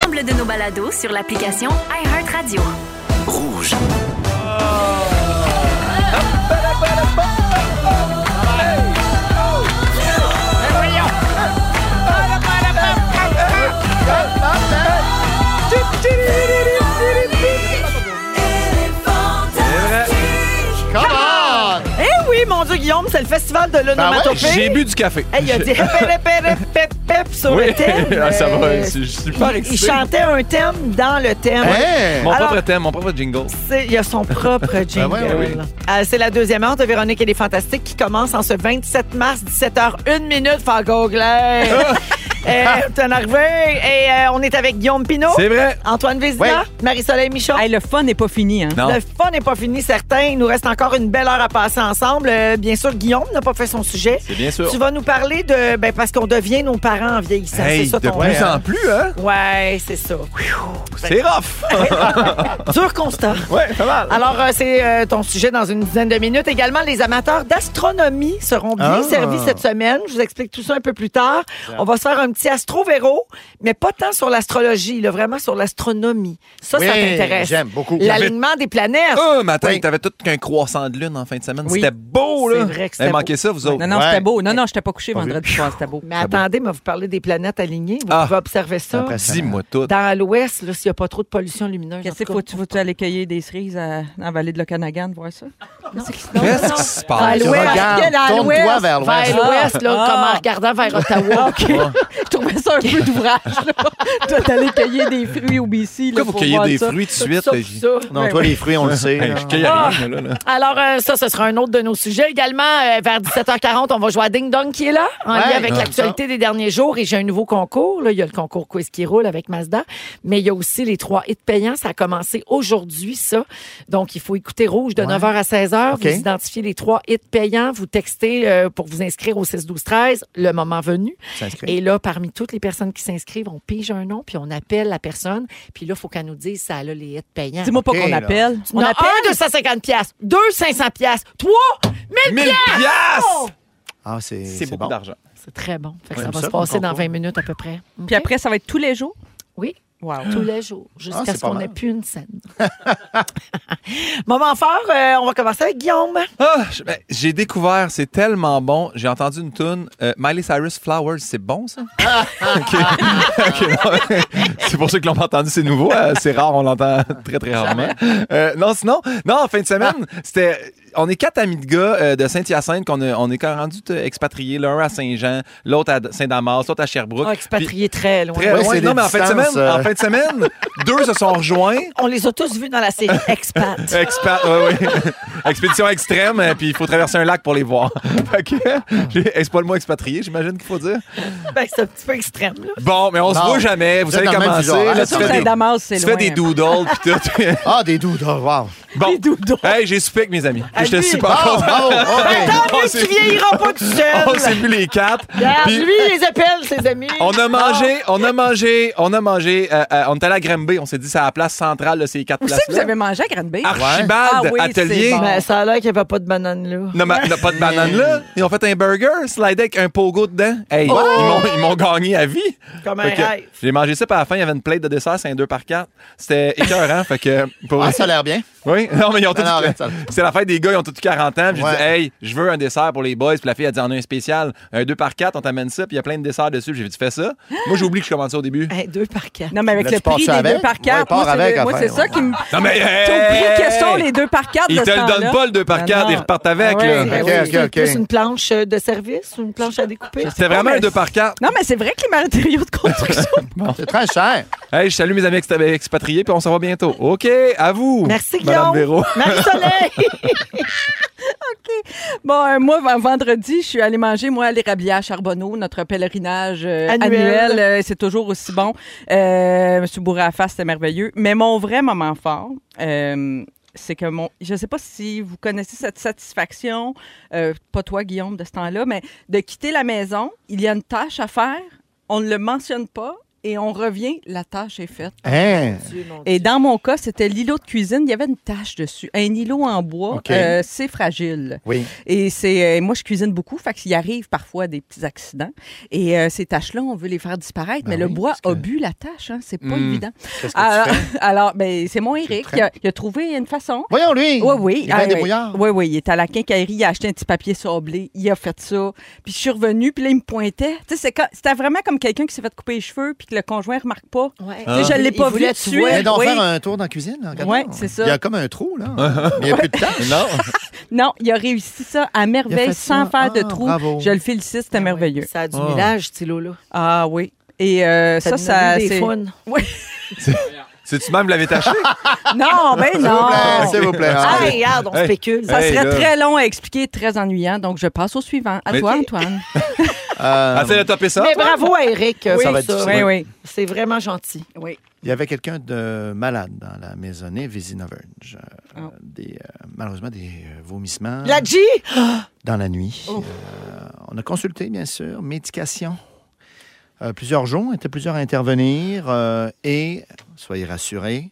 Speaker 9: L'ensemble de nos balados sur l'application iHeartRadio.
Speaker 11: Rouge.
Speaker 3: Come
Speaker 7: Ah,
Speaker 3: on! Eh oui, mon Dieu, Guillaume, c'est le festival de l'onomatopée.
Speaker 4: Ah J'ai bu du café.
Speaker 3: Hey, il a dit
Speaker 4: Je-
Speaker 3: répé, répé, répé, répé sur
Speaker 4: Oui.
Speaker 3: le thème.
Speaker 4: Ah, ça va,
Speaker 3: Euh,
Speaker 4: je suis super
Speaker 3: il-
Speaker 4: excité.
Speaker 3: Il chantait un thème dans le thème.
Speaker 4: Ouais. Mon
Speaker 3: Alors, Oh!
Speaker 4: propre thème, mon propre jingle.
Speaker 3: c'est- Il a son propre jingle.
Speaker 4: Hein? Ben ouais, oui.
Speaker 3: Euh, c'est la deuxième heure de Véronique et les Fantastiques qui commence en ce 27 mars, 17h01 minute. Faire googler. Euh, T'en arrivé. Et euh, on est avec Guillaume Pinot.
Speaker 7: C'est vrai.
Speaker 3: Antoine Vézina.
Speaker 7: Ouais.
Speaker 3: Marie-Soleil Michon.
Speaker 7: le fun n'est pas fini. Hein?
Speaker 3: Le fun n'est pas fini, certain. Il nous reste encore une belle heure à passer ensemble. Euh, bien sûr, Guillaume n'a pas fait son sujet.
Speaker 4: C'est bien sûr.
Speaker 3: Tu vas nous parler de. Ben, parce qu'on devient nos parents en vieillissant.
Speaker 4: Hey,
Speaker 3: c'est ça
Speaker 4: de
Speaker 3: ton-
Speaker 4: plus en plus, hein?
Speaker 3: Ouais, c'est ça.
Speaker 4: C'est rough!
Speaker 3: Dur constat.
Speaker 4: Ouais, pas mal.
Speaker 3: Alors, euh, c'est euh, ton sujet dans une dizaine de minutes. Également, les amateurs d'astronomie seront bien
Speaker 14: Ah.
Speaker 3: servis cette semaine. Je vous explique tout ça un peu plus tard. On va se faire un petit astro-véro, mais pas tant sur l'astrologie, là, vraiment sur l'astronomie. Ça, ça
Speaker 4: Oui,
Speaker 3: t'intéresse.
Speaker 4: j'aime beaucoup.
Speaker 3: L'alignement des planètes.
Speaker 4: Ah, mais attends, t'avais tout qu'un croissant de lune en fin de semaine.
Speaker 3: Oui.
Speaker 4: C'était beau, là.
Speaker 3: C'est vrai que c'était
Speaker 4: Hey, manquez
Speaker 3: beau.
Speaker 4: ça, vous
Speaker 3: Ouais.
Speaker 4: autres.
Speaker 3: Non, non, c'était Ouais.
Speaker 7: beau. Non, non, j'étais pas couché
Speaker 4: Pas
Speaker 7: vendredi
Speaker 4: vu.
Speaker 7: soir, c'était beau.
Speaker 3: Mais attendez, mais vous parlez des planètes alignées.
Speaker 4: Ah.
Speaker 3: Vous pouvez observer ça.
Speaker 4: Dis-moi tout.
Speaker 3: Dans l'Ouest, là, s'il n'y a pas trop de pollution lumineuse.
Speaker 7: Qu'est-ce que faut-tu faut aller cueillir des cerises à- dans la vallée de l'Okanagan, voir ça? Qu'est-ce qui se
Speaker 4: Qu'est-ce qui se passe?
Speaker 3: Ah, À l'ouest.
Speaker 4: Regarde,
Speaker 3: Quel- à
Speaker 4: tourne-toi
Speaker 3: l'ouest?
Speaker 4: vers l'ouest.
Speaker 3: Vers l'ouest, là,
Speaker 7: Ah.
Speaker 3: comme en regardant vers Ottawa.
Speaker 7: Je trouvais ça un peu d'ouvrage. Tu dois t'aller cueillir des fruits au BC. là,
Speaker 4: Pourquoi vous
Speaker 7: pour
Speaker 4: cueillez
Speaker 7: voir
Speaker 4: des
Speaker 7: ça.
Speaker 4: fruits tout de suite?
Speaker 7: Ça,
Speaker 4: là,
Speaker 7: ça,
Speaker 4: j'y-
Speaker 7: ça. Ouais, ouais.
Speaker 4: Hey, Je cueille
Speaker 3: Ah.
Speaker 4: rien, là. là.
Speaker 3: Alors, euh, ça, ce sera un autre de nos sujets. Également, euh, vers 17h40, on va jouer à Ding Dong qui est là, en
Speaker 14: Ouais,
Speaker 3: lien avec
Speaker 14: j'aime
Speaker 3: l'actualité des derniers jours. Et j'ai un nouveau concours. Là. Il y a le concours Quiz qui roule avec Mazda, mais il y a aussi les trois hits payants. Ça a commencé aujourd'hui, ça. Donc, il faut écouter Rouge de 9h à 16h.
Speaker 14: OK.
Speaker 3: Vous identifiez les trois hits payants. Vous textez euh, pour vous inscrire au 6-12-13, le moment venu.
Speaker 14: S'inscrire.
Speaker 3: Et là, parmi toutes les personnes qui s'inscrivent, on pige un nom, puis on appelle la personne. Puis là, il faut qu'elle nous dise ça a les hits payants.
Speaker 7: Dis-moi pas Ok, qu'on là. appelle.
Speaker 3: On
Speaker 7: On
Speaker 3: appelle.
Speaker 7: appelle?
Speaker 3: un 250 piastres, deux 500 piastres, trois 1000
Speaker 4: 1000
Speaker 3: Ah! piastres!
Speaker 4: piastres!
Speaker 2: Ah, c'est
Speaker 4: C'est beaucoup
Speaker 2: bon.
Speaker 4: d'argent.
Speaker 3: C'est très bon. Fait que
Speaker 2: Ouais,
Speaker 3: ça va
Speaker 2: ça,
Speaker 3: se
Speaker 2: le
Speaker 3: passer dans
Speaker 2: concours.
Speaker 3: 20 minutes à peu près.
Speaker 7: Puis après, ça va être tous les jours?
Speaker 3: Ah. Oui.
Speaker 7: Wow.
Speaker 3: Tous les jours, jusqu'à
Speaker 7: Ah, c'est
Speaker 3: ce
Speaker 7: pas
Speaker 3: qu'on
Speaker 7: mal.
Speaker 3: n'ait plus une scène. Moment fort, euh, on va commencer avec Guillaume.
Speaker 4: Ah, je- ben, j'ai découvert, c'est tellement bon. J'ai entendu une tune euh, Miley Cyrus Flowers, c'est bon ça? Ok. Ok, non, c'est pour ceux qui l'ont pas entendu, c'est nouveau. Euh, c'est rare, on l'entend très très rarement. Euh, non, sinon, non, en fin de semaine, c'était. On est quatre amis de gars euh, de Saint-Hyacinthe qu'on a- on est quand rendus euh, expatriés, l'un à Saint-Jean, l'autre à Saint-Damas, l'autre à Sherbrooke.
Speaker 3: Ah, expatrié très loin.
Speaker 4: Très loin. non, mais en fin de semaine, en fin de semaine, deux se sont rejoints.
Speaker 3: On les a tous vus dans la série Expat.
Speaker 4: Expat, ouais, ouais. Expédition extrême, euh, puis il faut traverser un lac pour les voir. Fait que, j'ai- c'est pas le mot expatrié, j'imagine qu'il faut dire.
Speaker 3: Ben, c'est un petit peu extrême. Là.
Speaker 4: Bon, mais on se
Speaker 2: Non.
Speaker 4: voit jamais, vous
Speaker 2: Vous êtes
Speaker 4: savez
Speaker 2: dans le
Speaker 4: comment
Speaker 2: même
Speaker 4: c'est.
Speaker 2: genre.
Speaker 7: Ah,
Speaker 4: là,
Speaker 2: Attention,
Speaker 4: tu fais des,
Speaker 7: Saint-Damas, c'est
Speaker 4: tu fais
Speaker 7: loin,
Speaker 4: des
Speaker 7: hein.
Speaker 4: doodles, puis tout.
Speaker 2: Ah, des doodles, wow.
Speaker 4: Bon. Hey, j'ai soupé avec mes amis.
Speaker 2: Ah,
Speaker 4: J'étais
Speaker 2: lui.
Speaker 4: super
Speaker 2: Ah,
Speaker 4: content.
Speaker 2: bravo, ok.
Speaker 3: Ben, tant
Speaker 4: On
Speaker 3: mieux
Speaker 4: s'est-
Speaker 3: que tu vieilliras pas tout seul.
Speaker 4: On s'est vu les quatre.
Speaker 3: Regarde,
Speaker 4: Oh, puis-
Speaker 3: lui, il les appelle, ses amis.
Speaker 4: On a mangé, on a mangé, on a mangé. euh, euh, on est allé à Granby, on s'est dit c'est à la place centrale de ces quatre
Speaker 7: Vous
Speaker 4: places.
Speaker 7: savez que vous avez mangé à Granby?
Speaker 4: Archibald,
Speaker 7: Ah oui,
Speaker 4: atelier.
Speaker 7: c'est bon.
Speaker 3: Ben, ça a l'air qu'il n'y avait pas de banane là.
Speaker 4: Non, mais pas de banane là. Ils ont fait un burger slide avec un pogo dedans. Hey,
Speaker 3: Oh!
Speaker 4: ils m'ont- ils m'ont gagné à vie.
Speaker 3: Comme un
Speaker 4: Fait que
Speaker 3: rêve.
Speaker 4: J'ai mangé ça, puis à la fin, il y avait une plate de dessert, c'est un 2 par 4 C'était écœurant, fait que... pour-
Speaker 2: Ah, ça a l'air bien.
Speaker 4: Oui, non, mais ils ont
Speaker 2: Non, non, arrête
Speaker 4: tous...
Speaker 2: ça.
Speaker 4: C'est la fête des gars, ils ont tous 40 ans. puis J'ai
Speaker 2: Ouais.
Speaker 4: dit, hey, je veux un dessert pour les boys. Puis la fille a dit, on a un spécial, un 2 par 4 on t'amène ça, puis il y a plein de desserts dessus. J'ai dit, fais ça. Moi, j'ai oublié que je commande ça au début.
Speaker 3: Hey, deux par quatre.
Speaker 7: Non, mais avec
Speaker 4: Là, tu
Speaker 7: le prix
Speaker 4: pars
Speaker 7: des
Speaker 4: avec?
Speaker 7: deux par
Speaker 4: Ouais,
Speaker 7: quatre,
Speaker 4: pars
Speaker 7: moi, c'est
Speaker 4: avec,
Speaker 7: le- moi,
Speaker 4: enfin,
Speaker 7: c'est ça qui me.
Speaker 4: Non, mais,
Speaker 7: T'as oublié
Speaker 4: Ah! hey!
Speaker 7: quels sont les deux par quatre
Speaker 4: Ils
Speaker 7: de
Speaker 4: te
Speaker 7: ce
Speaker 4: le donnent
Speaker 7: temps-là?
Speaker 4: pas, le 2 par
Speaker 7: Ben
Speaker 4: 4
Speaker 7: non.
Speaker 4: ils repartent avec.
Speaker 7: Ah
Speaker 4: là.
Speaker 7: oui, ben
Speaker 3: C'est plus une planche euh, de service ou une planche à découper.
Speaker 4: C'était vraiment un 2 par 4
Speaker 7: Non, mais c'est vrai que les matériaux de construction.
Speaker 4: C'est
Speaker 2: très cher.
Speaker 4: Hey, je salue mes amis ex- expatriés, puis on se voit bientôt. OK, à vous.
Speaker 7: Merci,
Speaker 4: Madame
Speaker 7: Guillaume.
Speaker 4: Véro.
Speaker 3: Marie-Soleil!
Speaker 7: Bon, euh, moi, v- vendredi, je suis allée manger, moi, à l'Érabia à Charbonneau, notre pèlerinage euh,
Speaker 3: Annuel.
Speaker 7: annuel. Euh, c'est toujours aussi bon. Euh, je me suis bourrée à la face, c'était merveilleux. Mais mon vrai moment fort, euh, c'est que mon. Je sais pas si vous connaissez cette satisfaction, euh, pas toi, Guillaume, de ce temps-là, mais de quitter la maison, il y a une tâche à faire, on ne le mentionne pas. Et on revient, la tâche est faite.
Speaker 2: Hein?
Speaker 7: Et dans mon cas, c'était l'îlot de cuisine. Il y avait une tache dessus. Un îlot en bois,
Speaker 2: OK.
Speaker 7: euh, c'est fragile.
Speaker 2: Oui.
Speaker 7: Et c'est euh, moi je cuisine beaucoup, fait qu'il arrive parfois des petits accidents. Et euh, ces taches-là, on veut les faire disparaître, mais le bois a bu la tâche, hein, c'est pas
Speaker 14: Hmm.
Speaker 7: évident.
Speaker 14: Qu'est-ce que tu
Speaker 7: alors,
Speaker 14: fais?
Speaker 7: alors, ben, c'est mon Eric,
Speaker 14: traînes.
Speaker 7: il a, il a trouvé une façon.
Speaker 2: Voyons lui.
Speaker 7: Oui, oui.
Speaker 14: Il est bien
Speaker 7: oui.
Speaker 14: débrouillard.
Speaker 7: Oui, oui, il est à la quincaillerie, il a acheté un petit papier sablé, il a fait ça. Puis je suis revenue, puis là il me pointait. Tu sais, c'est quand- c'était vraiment comme quelqu'un qui s'est fait couper les cheveux, puis que le conjoint remarque pas.
Speaker 2: Ah.
Speaker 7: Tu sais, Je l'ai pas vu tout de suite.
Speaker 2: Mais donc,
Speaker 7: Oui.
Speaker 2: Hein? faire un tour dans la cuisine. là, regarde
Speaker 7: Ouais,
Speaker 2: donc.
Speaker 7: c'est ça.
Speaker 2: Il y a comme un trou, là. Mais il n'y a plus de tâche.
Speaker 4: Non.
Speaker 7: Non, il a réussi ça à
Speaker 3: Il a fait
Speaker 7: merveille
Speaker 3: ça.
Speaker 7: sans faire de
Speaker 3: Ah,
Speaker 7: trou.
Speaker 3: bravo.
Speaker 7: Je le félicite, c'était merveilleux.
Speaker 3: Ça a du
Speaker 7: Ah.
Speaker 3: millage, ce là
Speaker 7: Ah oui. Et euh,
Speaker 3: Ça
Speaker 7: ça,
Speaker 3: nous
Speaker 7: ça.
Speaker 3: donne des
Speaker 7: c'est-
Speaker 3: fun.
Speaker 7: Oui.
Speaker 4: C'est-tu même l'avais taché?
Speaker 7: Non, ben non.
Speaker 4: S'il vous
Speaker 2: hein.
Speaker 4: plaît, s'il vous plaît.
Speaker 7: Ah,
Speaker 4: Hey, regarde, on Hey. spécule.
Speaker 7: Ça
Speaker 4: Hey,
Speaker 7: serait
Speaker 4: là.
Speaker 7: très long à expliquer, très ennuyant. Donc, je passe au suivant. À
Speaker 4: Mais-
Speaker 7: toi, Antoine.
Speaker 2: Euh,
Speaker 4: Essaye de topper ça.
Speaker 3: Mais bravo à Eric.
Speaker 2: Ça
Speaker 3: oui,
Speaker 2: va être difficile.
Speaker 3: Oui, oui. C'est vraiment gentil. Oui.
Speaker 2: Il y avait quelqu'un de malade dans la maisonnée Vésinovenge. Euh, des, euh, malheureusement, des euh, vomissements.
Speaker 3: La G!
Speaker 2: Dans la nuit. Euh, on a consulté, bien sûr, médication. Euh, plusieurs jours, étaient plusieurs à intervenir. euh, et, soyez rassurés,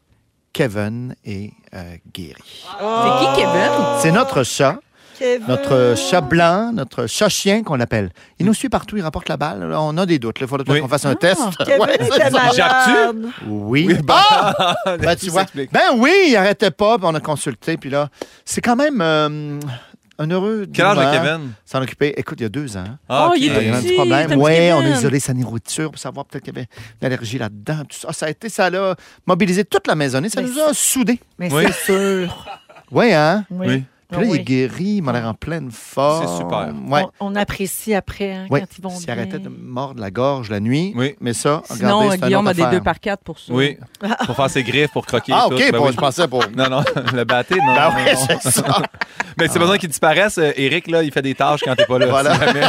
Speaker 2: Kevin est euh, guéri.
Speaker 14: C'est qui, Kevin?
Speaker 2: C'est notre chat.
Speaker 14: Kevin.
Speaker 2: Notre chat blanc, notre chat chien qu'on l'appelle. Il nous suit partout, il rapporte la balle. Là, on a des doutes. Il faudrait peut-être qu'on
Speaker 3: Ah,
Speaker 2: fasse un test.
Speaker 3: Kevin
Speaker 2: Ouais,
Speaker 3: était
Speaker 2: c'est ça.
Speaker 3: malade. Jappe-tu?
Speaker 2: Oui.
Speaker 3: Oui, bah.
Speaker 2: Ah! Ben, tu vois. Ben oui, il arrêtait pas. puis On a consulté. Puis là, c'est quand même euh, un heureux.
Speaker 4: Quel âge
Speaker 2: moment.
Speaker 4: le Kevin?
Speaker 2: S'en occuper. Écoute, Oh, il y a deux ans. hein,
Speaker 4: Ah, Oh, ok. il est
Speaker 2: y a eu un
Speaker 4: petit,
Speaker 2: petit problème.
Speaker 4: t'as un petit
Speaker 2: Oui, on a
Speaker 4: Kevin.
Speaker 2: isolé sa nourriture pour savoir peut-être qu'il y avait une allergie là-dedans. Tout ça. ça a été, ça l'a mobilisé toute la maisonnée. Ça nous a soudés.
Speaker 3: Mais
Speaker 4: Oui.
Speaker 3: c'est sûr.
Speaker 2: Oui, hein?
Speaker 3: Oui. Oui.
Speaker 2: Puis là,
Speaker 3: Ah
Speaker 2: il
Speaker 3: oui.
Speaker 2: est guéri, il m'a l'air en pleine forme.
Speaker 4: C'est super.
Speaker 2: Ouais.
Speaker 3: On, on apprécie après hein,
Speaker 2: Oui,
Speaker 3: quand ils vont
Speaker 2: s'il
Speaker 3: bien.
Speaker 2: arrêtait de me mordre la gorge la nuit, mais ça,
Speaker 7: Sinon,
Speaker 2: Oh,
Speaker 7: euh,
Speaker 2: regardez, c'est un
Speaker 7: Guillaume
Speaker 2: autre
Speaker 7: a des
Speaker 2: affaire.
Speaker 7: deux par quatre pour ça.
Speaker 4: Oui. Pour faire ses griffes, pour croquer.
Speaker 2: Ah,
Speaker 4: et
Speaker 2: ok,
Speaker 4: tout. Ben
Speaker 2: bon, je pensais pour.
Speaker 4: Non, non, le batté, non.
Speaker 2: Ben ouais,
Speaker 4: non.
Speaker 2: c'est ça.
Speaker 4: Mais c'est besoin qu'il disparaisse. Euh, Eric, là, il fait des tâches quand t'es pas là.
Speaker 2: Voilà.
Speaker 4: si jamais.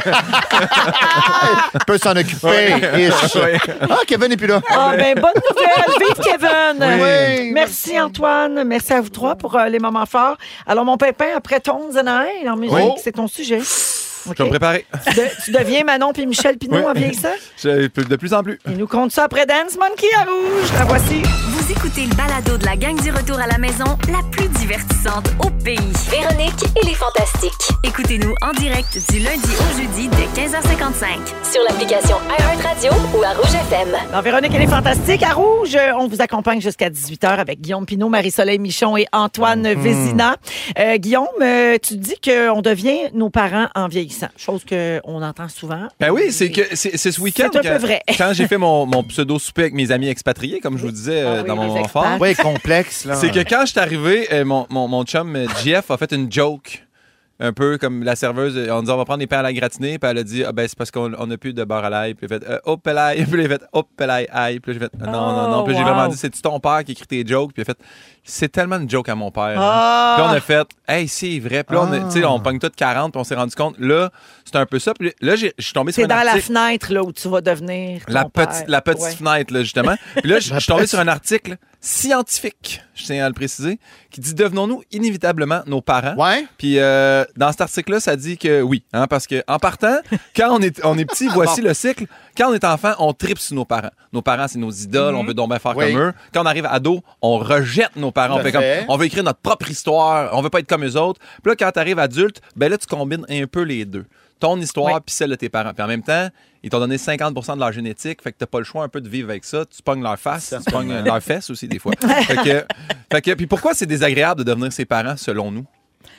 Speaker 2: Il peut s'en occuper.
Speaker 4: Ouais.
Speaker 2: ish.
Speaker 4: Ouais.
Speaker 2: Ah, Kevin n'est plus là.
Speaker 3: Ah, ben, bonne nouvelle! Vive Kevin!
Speaker 2: Oui. Oui.
Speaker 3: Merci, Antoine. Merci à vous trois pour euh, les moments forts. Alors, mon pépin, après Tones and I, en musique,
Speaker 4: Oui.
Speaker 3: c'est ton sujet.
Speaker 4: Je vais me préparer.
Speaker 3: De- tu deviens Manon puis Michel Pinot
Speaker 4: Oui.
Speaker 3: en vieillissant?
Speaker 4: Je- de plus en plus.
Speaker 3: Il nous compte ça après Dance Monkey à rouge. La voici.
Speaker 9: Vous écoutez le balado de la gang du retour à la maison, la plus divertissante au pays. Véronique et les Fantastiques. Écoutez-nous en direct du lundi au jeudi dès 15h55.
Speaker 10: Sur l'application iHeartRadio ou à Rouge FM.
Speaker 3: Dans Véronique, elle est fantastique. À Rouge, euh, on vous accompagne jusqu'à 18h avec Guillaume Pinot, Marie-Soleil Michon et Antoine
Speaker 4: Mhm.
Speaker 3: Vézina. Euh, Guillaume, euh, tu dis qu'on devient nos parents en vieillissant, chose qu'on entend souvent.
Speaker 4: Ben oui, c'est que c'est c'est ce week-end.
Speaker 3: C'est un peu
Speaker 4: quand-
Speaker 3: vrai.
Speaker 4: Quand j'ai fait mon, mon pseudo souper avec mes amis expatriés, comme je vous disais euh, dans mon enfant.
Speaker 2: Oui, complexe, là.
Speaker 4: C'est que quand je suis arrivé, euh, mon, mon, mon chum euh, JF a fait une joke. Un peu comme la serveuse, euh, on disait on va prendre des pains à la gratinée, puis elle a dit ah ben c'est parce qu'on on a plus de beurre à l'ail, puis elle a fait euh, hop l'ail, puis elle a fait hop l'ail, ail, puis là, j'ai fait non, non, non, puis j'ai
Speaker 3: Oh, wow.
Speaker 4: vraiment dit c'est tu ton père qui écrit tes jokes, puis elle a fait c'est tellement une joke à mon père. hein.
Speaker 3: Ah.
Speaker 4: Puis on a fait hey, c'est vrai, puis là on, a-
Speaker 3: Ah.
Speaker 4: tu sais, on pogne tout 40, puis on s'est rendu compte là, c'est un peu ça, puis là j'ai- je suis tombé sur
Speaker 3: C'est
Speaker 4: un
Speaker 3: dans la
Speaker 4: article.
Speaker 3: fenêtre là, où tu vas devenir.
Speaker 4: La
Speaker 3: ton père.
Speaker 4: petite, la petite
Speaker 3: Ouais.
Speaker 4: fenêtre, là, justement. Puis là, je je suis tombé sur un article scientifique, je tiens à le préciser, qui dit Devenons-nous inévitablement nos parents Puis euh, dans cet article-là, ça dit que oui, hein, parce que en partant, quand on est, on est petit, voici
Speaker 2: Bon.
Speaker 4: le cycle. Quand on est enfant, on tripe sur nos parents. Nos parents, c'est nos idoles, on
Speaker 3: Mm-hmm.
Speaker 2: Mhm.
Speaker 4: veut donc bien faire
Speaker 2: Oui.
Speaker 4: comme eux. Quand on arrive ado, on rejette nos parents.
Speaker 2: Tout
Speaker 4: On
Speaker 2: à
Speaker 4: fait comme,
Speaker 2: fait.
Speaker 4: on veut écrire notre propre histoire, on veut pas être comme eux autres. Puis là, quand tu arrives adulte, ben là, tu combines un peu les deux. Ton histoire puis celle de tes parents. Puis en même temps, ils t'ont donné 50 de leur génétique, fait que t'as pas le choix un peu de vivre avec ça. Tu pognes leur face, tu pognes
Speaker 2: Certainement.
Speaker 4: leurs fesses aussi des fois. fait que, fait que- puis pourquoi c'est désagréable de devenir ses parents selon nous?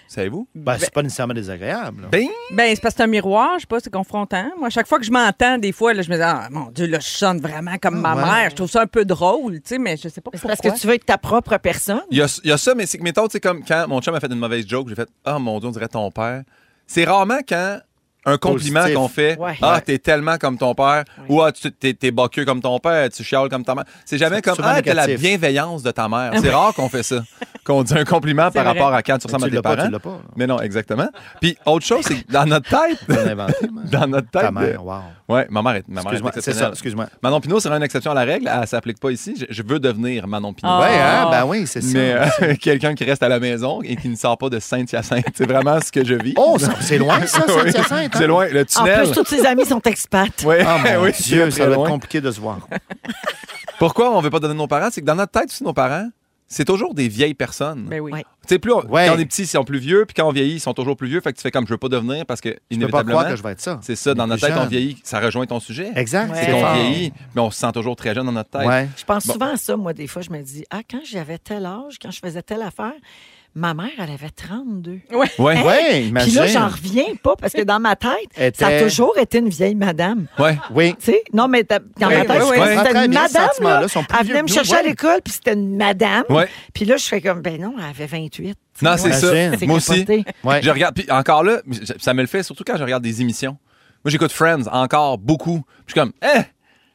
Speaker 4: Savez-vous?
Speaker 2: Ben, c'est pas nécessairement désagréable. là.
Speaker 4: Ben,
Speaker 7: Ben, c'est parce que c'est un miroir, je sais pas, c'est confrontant. Moi, à chaque fois que je m'entends, des fois, là, je me dis, ah, mon Dieu, là, je sonne vraiment comme ma
Speaker 3: ouais.
Speaker 7: mère. Je trouve ça un peu drôle, tu sais, mais je sais pas pourquoi.
Speaker 3: Parce que tu veux être ta propre personne.
Speaker 4: Il y a, il y a ça, mais c'est que, mettons, tu sais, comme quand mon chum a fait une mauvaise joke, j'ai fait Ah mon Dieu, on dirait ton père. C'est rarement quand un compliment
Speaker 2: Positif.
Speaker 4: qu'on fait
Speaker 2: Ouais.
Speaker 4: Ah,
Speaker 2: Ouais.
Speaker 4: t'es tellement comme ton père, ou Ah, tu t'es, t'es boqueux comme ton père, tu chiales comme ta mère. C'est jamais
Speaker 2: C'est
Speaker 4: comme
Speaker 2: souvent
Speaker 4: Ah, t'as la
Speaker 2: négatif.
Speaker 4: bienveillance de ta mère. C'est
Speaker 2: Ah Ouais.
Speaker 4: rare qu'on fait ça. Qu'on dit un compliment
Speaker 2: C'est
Speaker 4: par
Speaker 2: vrai.
Speaker 4: rapport à quand tu
Speaker 2: Mais
Speaker 4: ressembles
Speaker 2: tu
Speaker 4: à tes
Speaker 2: l'as pas,
Speaker 4: parents.
Speaker 2: tu l'as pas, là.
Speaker 4: Mais non, exactement. Puis autre chose, c'est que dans notre tête. dans notre tête.
Speaker 2: Ta mère,
Speaker 4: euh,
Speaker 2: wow.
Speaker 4: Ouais, ma mère est, ma mère est
Speaker 2: Excuse-moi, c'est
Speaker 4: exceptionnelle.
Speaker 2: ça, excuse-moi.
Speaker 4: Manon Pinot sera une exception à la règle. Elle s'applique pas ici. Je, je veux devenir Manon Pinot.
Speaker 2: Ah. Ouais, hein, ben oui, c'est ça.
Speaker 4: Mais euh, quelqu'un qui reste à la maison et qui ne sort pas de Saint-Hyacinthe, c'est vraiment ce que je vis.
Speaker 2: Oh, ça- c'est loin, ça,
Speaker 4: Oui,
Speaker 2: Saint-Hyacinthe, hein?
Speaker 4: C'est loin, le
Speaker 3: En
Speaker 4: tunnel.
Speaker 3: plus, tous ses amis sont expats.
Speaker 4: Oui,
Speaker 2: Ah, mon
Speaker 4: oui,
Speaker 2: Dieu,
Speaker 4: c'est
Speaker 2: ça
Speaker 4: très
Speaker 2: va être
Speaker 4: loin.
Speaker 2: compliqué de se voir.
Speaker 4: Pourquoi on veut pas donner nos parents? C'est que dans notre tête, aussi, nos parents, c'est toujours des vieilles personnes.
Speaker 7: Ben oui.
Speaker 4: Tu sais, plus on, quand on est petit, ils sont plus vieux, puis quand on vieillit, ils sont toujours plus vieux. Fait que tu fais comme je veux pas devenir parce que
Speaker 2: peux pas
Speaker 4: inévitablement.
Speaker 2: croire que je vais être ça.
Speaker 4: C'est ça, dans
Speaker 2: Mais
Speaker 4: notre
Speaker 2: plus
Speaker 4: tête, on
Speaker 2: jeune.
Speaker 4: vieillit. Ça rejoint ton sujet.
Speaker 2: Exact,
Speaker 4: C'est
Speaker 2: c'est
Speaker 4: qu'on
Speaker 2: fort.
Speaker 4: vieillit, mais on se sent toujours très jeune dans notre tête.
Speaker 2: Ouais.
Speaker 3: Je pense
Speaker 4: Bon.
Speaker 3: souvent à ça, moi, des fois. Je me dis, ah, quand j'avais tel âge, quand je faisais telle affaire, ma mère, elle avait 32.
Speaker 7: Ouais.
Speaker 4: Ouais. Ouais,
Speaker 3: Puis là,
Speaker 4: imagine.
Speaker 3: j'en reviens pas parce que dans ma tête, ça a
Speaker 2: Était-
Speaker 3: toujours été une vieille madame.
Speaker 4: Ouais.
Speaker 2: Oui.
Speaker 3: Tu sais, non, mais t'as- dans
Speaker 2: Oui,
Speaker 3: ma tête,
Speaker 2: oui, oui.
Speaker 3: c'était
Speaker 2: Très
Speaker 3: une
Speaker 2: bien, ce
Speaker 3: madame.
Speaker 2: sentiment-là,
Speaker 3: là.
Speaker 2: sont plus
Speaker 3: elle
Speaker 2: vieux
Speaker 3: venait me
Speaker 2: que nous,
Speaker 3: chercher à
Speaker 2: ouais.
Speaker 3: l'école, puis c'était une madame.
Speaker 4: Ouais.
Speaker 3: Puis là, je fais comme, ben non, elle avait 28. tu sais.
Speaker 4: Non, c'est ça.
Speaker 3: C'est
Speaker 4: Moi aussi.
Speaker 3: capoté.
Speaker 4: Je regarde. Puis encore là, j- ça me le fait surtout quand je regarde des émissions. Moi, j'écoute Friends encore beaucoup. Puis Je suis comme, eh,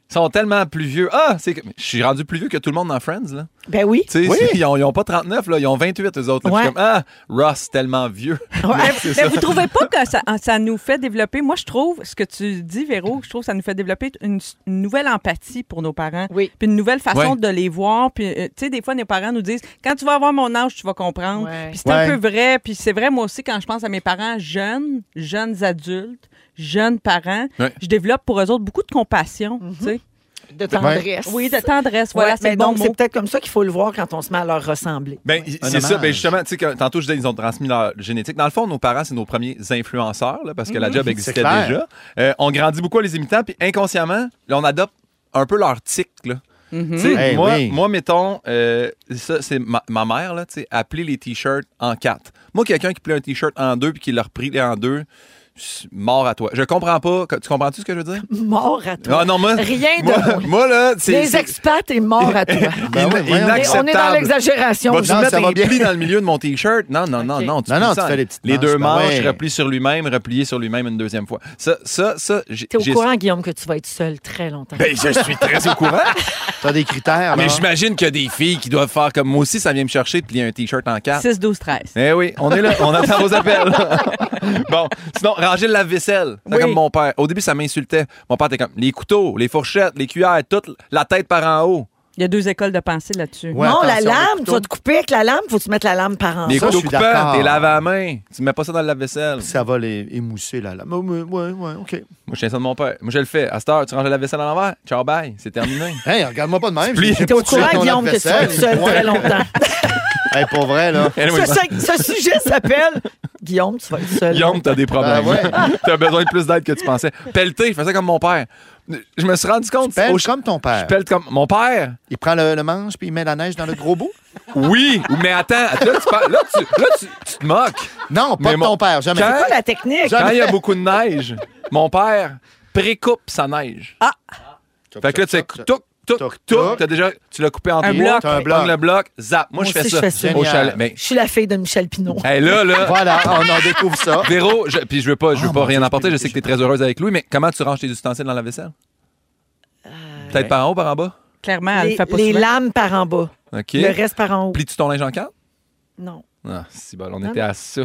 Speaker 4: sont tellement plus vieux. Ah, c'est que- je suis rendu plus vieux que tout le monde dans Friends, là.
Speaker 3: Ben oui.
Speaker 4: Tu sais,
Speaker 3: Oui.
Speaker 4: c'est- Ils, ont, ils ont pas 39, là, ils ont 28, eux autres. là.
Speaker 7: Ouais.
Speaker 4: Puis je suis comme, ah, Ross, tellement vieux.
Speaker 7: Ouais,
Speaker 4: C'est
Speaker 7: mais
Speaker 4: ça.
Speaker 7: Ben, vous trouvez pas que ça, ah, ça nous fait développer? Moi, je trouve, ce que tu dis, Véro, je trouve que ça nous fait développer une, s- une nouvelle empathie pour nos parents. Puis une nouvelle façon
Speaker 14: Ouais.
Speaker 7: de les voir. Puis, euh, tu sais, des fois, nos parents nous disent, quand tu vas avoir mon âge, tu vas comprendre.
Speaker 14: Ouais.
Speaker 7: Puis c'est un
Speaker 14: Ouais.
Speaker 7: peu vrai. Puis c'est vrai, moi aussi, quand je pense à mes parents jeunes, jeunes adultes, jeunes parents,
Speaker 14: Ouais.
Speaker 7: je développe pour eux autres beaucoup de compassion, tu sais.
Speaker 4: Ben
Speaker 3: De tendresse.
Speaker 7: Oui, de tendresse. Voilà,
Speaker 3: Ouais,
Speaker 7: c'est
Speaker 3: mais
Speaker 7: le bon
Speaker 3: donc,
Speaker 7: mot.
Speaker 3: c'est peut-être comme ça qu'il faut le voir quand on se met à leur ressembler.
Speaker 4: Ben, c'est
Speaker 3: Un
Speaker 4: ça.
Speaker 3: hommage.
Speaker 4: Ben justement, tu sais, que tantôt, je disais, ils ont transmis leur génétique. Dans le fond, nos parents, c'est nos premiers influenceurs, là, parce que la
Speaker 2: Mhm.
Speaker 4: job
Speaker 2: C'est
Speaker 4: existait
Speaker 2: clair.
Speaker 4: déjà. Euh, on grandit beaucoup à les imitant, puis inconsciemment, là, on adopte un peu leur tic, là.
Speaker 2: Mhm.
Speaker 4: Tu sais,
Speaker 2: Eh
Speaker 4: moi,
Speaker 2: oui.
Speaker 4: moi, mettons, euh, ça, c'est ma, ma mère, là, tu sais, appeler les t-shirts en quatre. Moi, quelqu'un qui plaît un t-shirt en deux puis qui l'a repris en deux, c'est mort à toi. Je comprends pas. Tu comprends-tu ce que je veux dire?
Speaker 3: Mort à toi.
Speaker 4: Ah, non, moi-
Speaker 3: Rien
Speaker 4: moi-
Speaker 3: de moins.
Speaker 4: moi, là, c'est-
Speaker 3: Les
Speaker 4: c'est-
Speaker 3: expats est mort à toi.
Speaker 4: In-
Speaker 3: On est dans
Speaker 4: inacceptable.
Speaker 3: l'exagération.
Speaker 4: Vas-tu
Speaker 3: Non,
Speaker 4: mettre
Speaker 3: ça va
Speaker 4: un
Speaker 3: bien.
Speaker 4: pli dans le milieu de mon t-shirt? Non, non, non, non. Tu
Speaker 2: Non, non,
Speaker 4: plies
Speaker 2: tu
Speaker 4: ça.
Speaker 2: fais les petites manches,
Speaker 4: deux
Speaker 2: ben
Speaker 4: manches,
Speaker 2: ouais.
Speaker 4: repli sur lui-même, replié sur lui-même une deuxième fois. Ça, ça, ça. j'ai-
Speaker 3: T'es au
Speaker 4: j'ai-
Speaker 3: courant, Guillaume, que tu vas être seul très longtemps.
Speaker 4: Ben, je suis très au courant.
Speaker 2: T'as des critères,
Speaker 4: Mais j'imagine qu'il y a des filles qui doivent faire comme moi aussi, ça vient me chercher de plier un t-shirt en quatre.
Speaker 7: 6, 12, 13.
Speaker 4: Eh oui, on est là, on attend vos appels. bon, sinon, ranger le lave-vaisselle. C'est
Speaker 7: Oui.
Speaker 4: comme mon père. Au début, ça m'insultait. Mon père était comme les couteaux, les fourchettes, les cuillères, toute la tête par en haut.
Speaker 7: Il y a deux écoles de pensée là-dessus.
Speaker 3: non, la lame, tu vas te couper avec la lame, faut que tu mettes la lame par
Speaker 2: Ah,
Speaker 3: en
Speaker 4: Les
Speaker 3: dessous.
Speaker 4: couteaux coupants, t'es lavé à la main. Tu mets pas ça dans le lave-vaisselle.
Speaker 2: Ça va les émousser, là. là. Ouais, ouais, ouais, OK.
Speaker 4: Moi, je tiens ça de mon père. Moi, je le fais. À cette heure, tu ranges la vaisselle à l'envers. Ciao, bye. C'est terminé.
Speaker 2: hey, regarde-moi pas de même.
Speaker 4: Puis-
Speaker 2: J'ai
Speaker 4: T'es au
Speaker 2: pas touché
Speaker 4: courant,
Speaker 2: ton
Speaker 4: Guillaume, que tu vas être
Speaker 2: lave-vaisselle.
Speaker 4: seul très
Speaker 2: Ouais.
Speaker 4: longtemps.
Speaker 2: hey, pour vrai, là.
Speaker 4: Anyway.
Speaker 3: Ce, ce sujet s'appelle Guillaume, tu vas être seul.
Speaker 4: Guillaume, t'as des problèmes.
Speaker 2: Ben ouais.
Speaker 4: t'as besoin de plus d'aide que tu pensais. Pelleter, je faisais comme mon père. Je me suis rendu compte.
Speaker 2: Tu pelles
Speaker 4: au-
Speaker 2: Ben, comme ton père.
Speaker 4: Je pelle comme mon père.
Speaker 2: Il prend le, le manche puis il met la neige dans le gros bout.
Speaker 4: Oui, mais attends, là, tu, parles- là, tu, là, tu- tu te moques.
Speaker 2: Non, pas de ton père, jamais.
Speaker 3: C'est quoi la technique?
Speaker 4: Quand il y a
Speaker 3: Jamais.
Speaker 4: beaucoup de neige, mon père précoupe sa neige.
Speaker 3: Ah!
Speaker 4: Fait que là, tu fais toc, toc, toc. T'as déjà, tu l'as coupé en trois.
Speaker 3: Un bloc.
Speaker 4: T'as un bloc. Prends le bloc, zap. Moi, je fais
Speaker 3: aussi,
Speaker 4: ça. Au chalet. Mais
Speaker 3: Je suis la fille de Michel Pinot.
Speaker 4: Hey, là, là.
Speaker 2: Voilà, on en découvre ça.
Speaker 4: Véro, je, puis je veux pas, je veux pas rien emporter. Je sais que t'es très heureuse avec Louis, mais comment tu ranges tes ustensiles dans la vaisselle?
Speaker 3: Euh,
Speaker 4: Peut-être par en haut, par en bas?
Speaker 7: Clairement, elle
Speaker 3: les,
Speaker 7: le fait pas
Speaker 3: les
Speaker 7: souvent.
Speaker 3: lames par en bas.
Speaker 4: OK.
Speaker 3: Le reste par en haut.
Speaker 4: Plies-tu ton linge en quatre?
Speaker 3: Non.
Speaker 4: Ah, si bon, on
Speaker 3: Non,
Speaker 4: était
Speaker 3: non.
Speaker 4: à ça.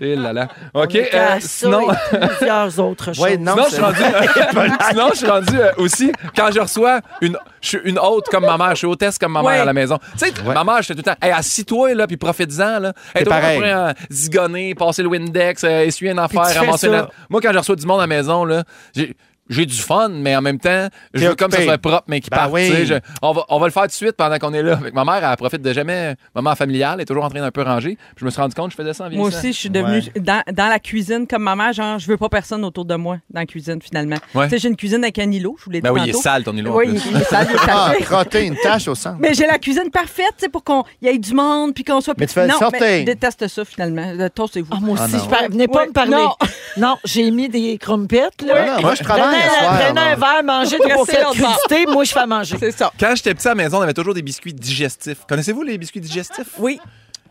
Speaker 4: Eh là là. OK.
Speaker 3: On était
Speaker 4: euh,
Speaker 3: à ça
Speaker 4: sinon.
Speaker 3: et plusieurs autres choses.
Speaker 4: Ouais, non, je suis rendu, euh, sinon, je suis rendu euh, aussi, quand je reçois une, je suis une hôte comme ma mère, je suis hôtesse comme ma mère
Speaker 3: Ouais.
Speaker 4: à la maison. Tu sais, ma mère, je fais tout le temps, hey, assis-toi, là, puis profite-en, là. Hey,
Speaker 2: C'est
Speaker 4: toi,
Speaker 2: pareil.
Speaker 4: après, euh, zigonner, passer le Windex, euh, essuyer une affaire,
Speaker 2: tu fais
Speaker 4: ramasser
Speaker 2: ça.
Speaker 4: la... Moi, quand je reçois du monde à la maison, là, j'ai... J'ai du fun, mais en même temps, je
Speaker 2: T'es
Speaker 4: veux comme ça
Speaker 2: occupé.
Speaker 4: soit propre, mais qui
Speaker 2: Ben
Speaker 4: parte.
Speaker 2: oui.
Speaker 4: tu sais, je- on, va, on va le faire tout de suite pendant qu'on est là. Fait que ma mère, elle profite de jamais. Maman familiale, elle est toujours en train d'un peu ranger. Puis je me suis rendu compte, que je faisais ça en
Speaker 7: Moi
Speaker 4: vieillissant.
Speaker 7: aussi, je suis devenue dans, dans la cuisine comme maman, genre, je veux pas personne autour de moi dans la cuisine, finalement.
Speaker 4: Ouais.
Speaker 7: Tu sais, j'ai une cuisine avec un îlot, je vous l'ai dit.
Speaker 4: Ben oui, il est
Speaker 7: tantôt.
Speaker 4: sale, ton îlot, en
Speaker 7: Oui,
Speaker 4: plus.
Speaker 7: il est sale, il est
Speaker 2: Ah,
Speaker 7: taché.
Speaker 2: crotter une tache au centre.
Speaker 7: Mais j'ai la cuisine parfaite, tu sais, pour qu'il y ait du monde, puis qu'on soit...
Speaker 2: Mais tu fais
Speaker 7: non,
Speaker 2: sortir.
Speaker 7: mais je déteste ça, finalement. Le toast, c'est vous.
Speaker 3: Moi
Speaker 2: Ah
Speaker 3: aussi,
Speaker 2: non.
Speaker 3: je par- venez pas
Speaker 7: Ouais,
Speaker 3: me parler.
Speaker 7: non.
Speaker 3: Non, j'ai mis des crumpettes. Là.
Speaker 2: Non, non, moi, je travaille
Speaker 3: Prenez
Speaker 2: le
Speaker 3: un-
Speaker 2: soir,
Speaker 3: Prenez un
Speaker 2: là.
Speaker 3: verre, mangez de
Speaker 7: Restez
Speaker 3: recettes
Speaker 7: l'autre bord.
Speaker 3: crudité. Moi, je fais à manger.
Speaker 7: C'est ça.
Speaker 4: Quand j'étais petit à la maison, on avait toujours des biscuits digestifs. Connaissez-vous les biscuits digestifs?
Speaker 7: Oui.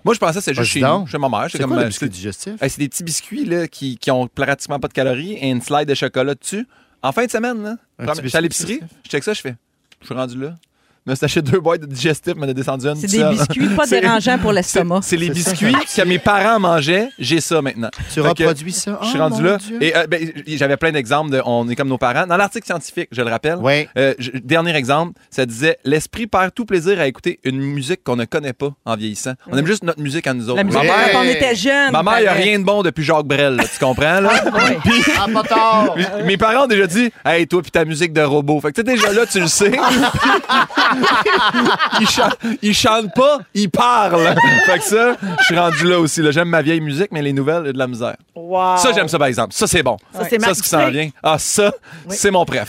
Speaker 4: Moi, je pensais que c'était
Speaker 2: Ah,
Speaker 4: juste
Speaker 2: dis
Speaker 4: chez
Speaker 2: donc.
Speaker 4: nous, chez ma mère.
Speaker 2: C'est quoi,
Speaker 4: euh,
Speaker 2: les biscuits
Speaker 4: c'est-
Speaker 2: digestifs?
Speaker 4: Hey, c'est des petits biscuits là, qui, qui ont pratiquement pas de calories et une slide de chocolat dessus. En fin de semaine, là,
Speaker 2: Un
Speaker 4: prom-
Speaker 2: petit
Speaker 4: j'étais à
Speaker 2: biscuit
Speaker 4: l'épicerie, je check ça, je fais. Je suis rendu là. Je me suis acheté deux boîtes de digestifs, mais de descendu une.
Speaker 7: C'est
Speaker 4: toute
Speaker 7: des
Speaker 4: seule.
Speaker 7: biscuits pas
Speaker 4: C'est-
Speaker 7: dérangeants pour l'estomac.
Speaker 4: C'est les
Speaker 7: C'est ça.
Speaker 4: biscuits que mes parents mangeaient, j'ai ça maintenant.
Speaker 2: Tu
Speaker 4: Fait que-
Speaker 2: reproduis ça.
Speaker 4: je suis
Speaker 2: Oh,
Speaker 4: rendu
Speaker 2: mon
Speaker 4: là.
Speaker 2: Dieu.
Speaker 4: Et euh, ben, j- j'avais plein d'exemples de on est comme nos parents. Dans l'article scientifique, je le rappelle. euh, j- dernier exemple, ça disait l'esprit perd tout plaisir à écouter une musique qu'on ne connaît pas en vieillissant. On
Speaker 2: Mm.
Speaker 4: aime juste notre musique à nous autres.
Speaker 7: La musique quand on était jeunes,
Speaker 4: Ma mère, il n'y a
Speaker 7: paraît.
Speaker 4: rien de bon depuis Jacques Brel, là, tu comprends là Puis-
Speaker 2: Ah, pas tard.
Speaker 4: puis mes parents ont déjà dit "Hey toi puis ta musique de robot." Fait que tu sais, déjà là, tu le sais. ils, chantent, ils chantent pas, ils parlent. fait que ça, je suis rendu là aussi là. j'aime ma vieille musique mais les nouvelles, il y a de la misère.
Speaker 3: Wow.
Speaker 4: Ça, j'aime ça, par exemple. Ça, c'est bon.
Speaker 3: Ça, c'est
Speaker 4: ça
Speaker 3: Marc
Speaker 4: ce qui s'en
Speaker 3: Dupré.
Speaker 4: vient. Ah, ça, c'est mon préf.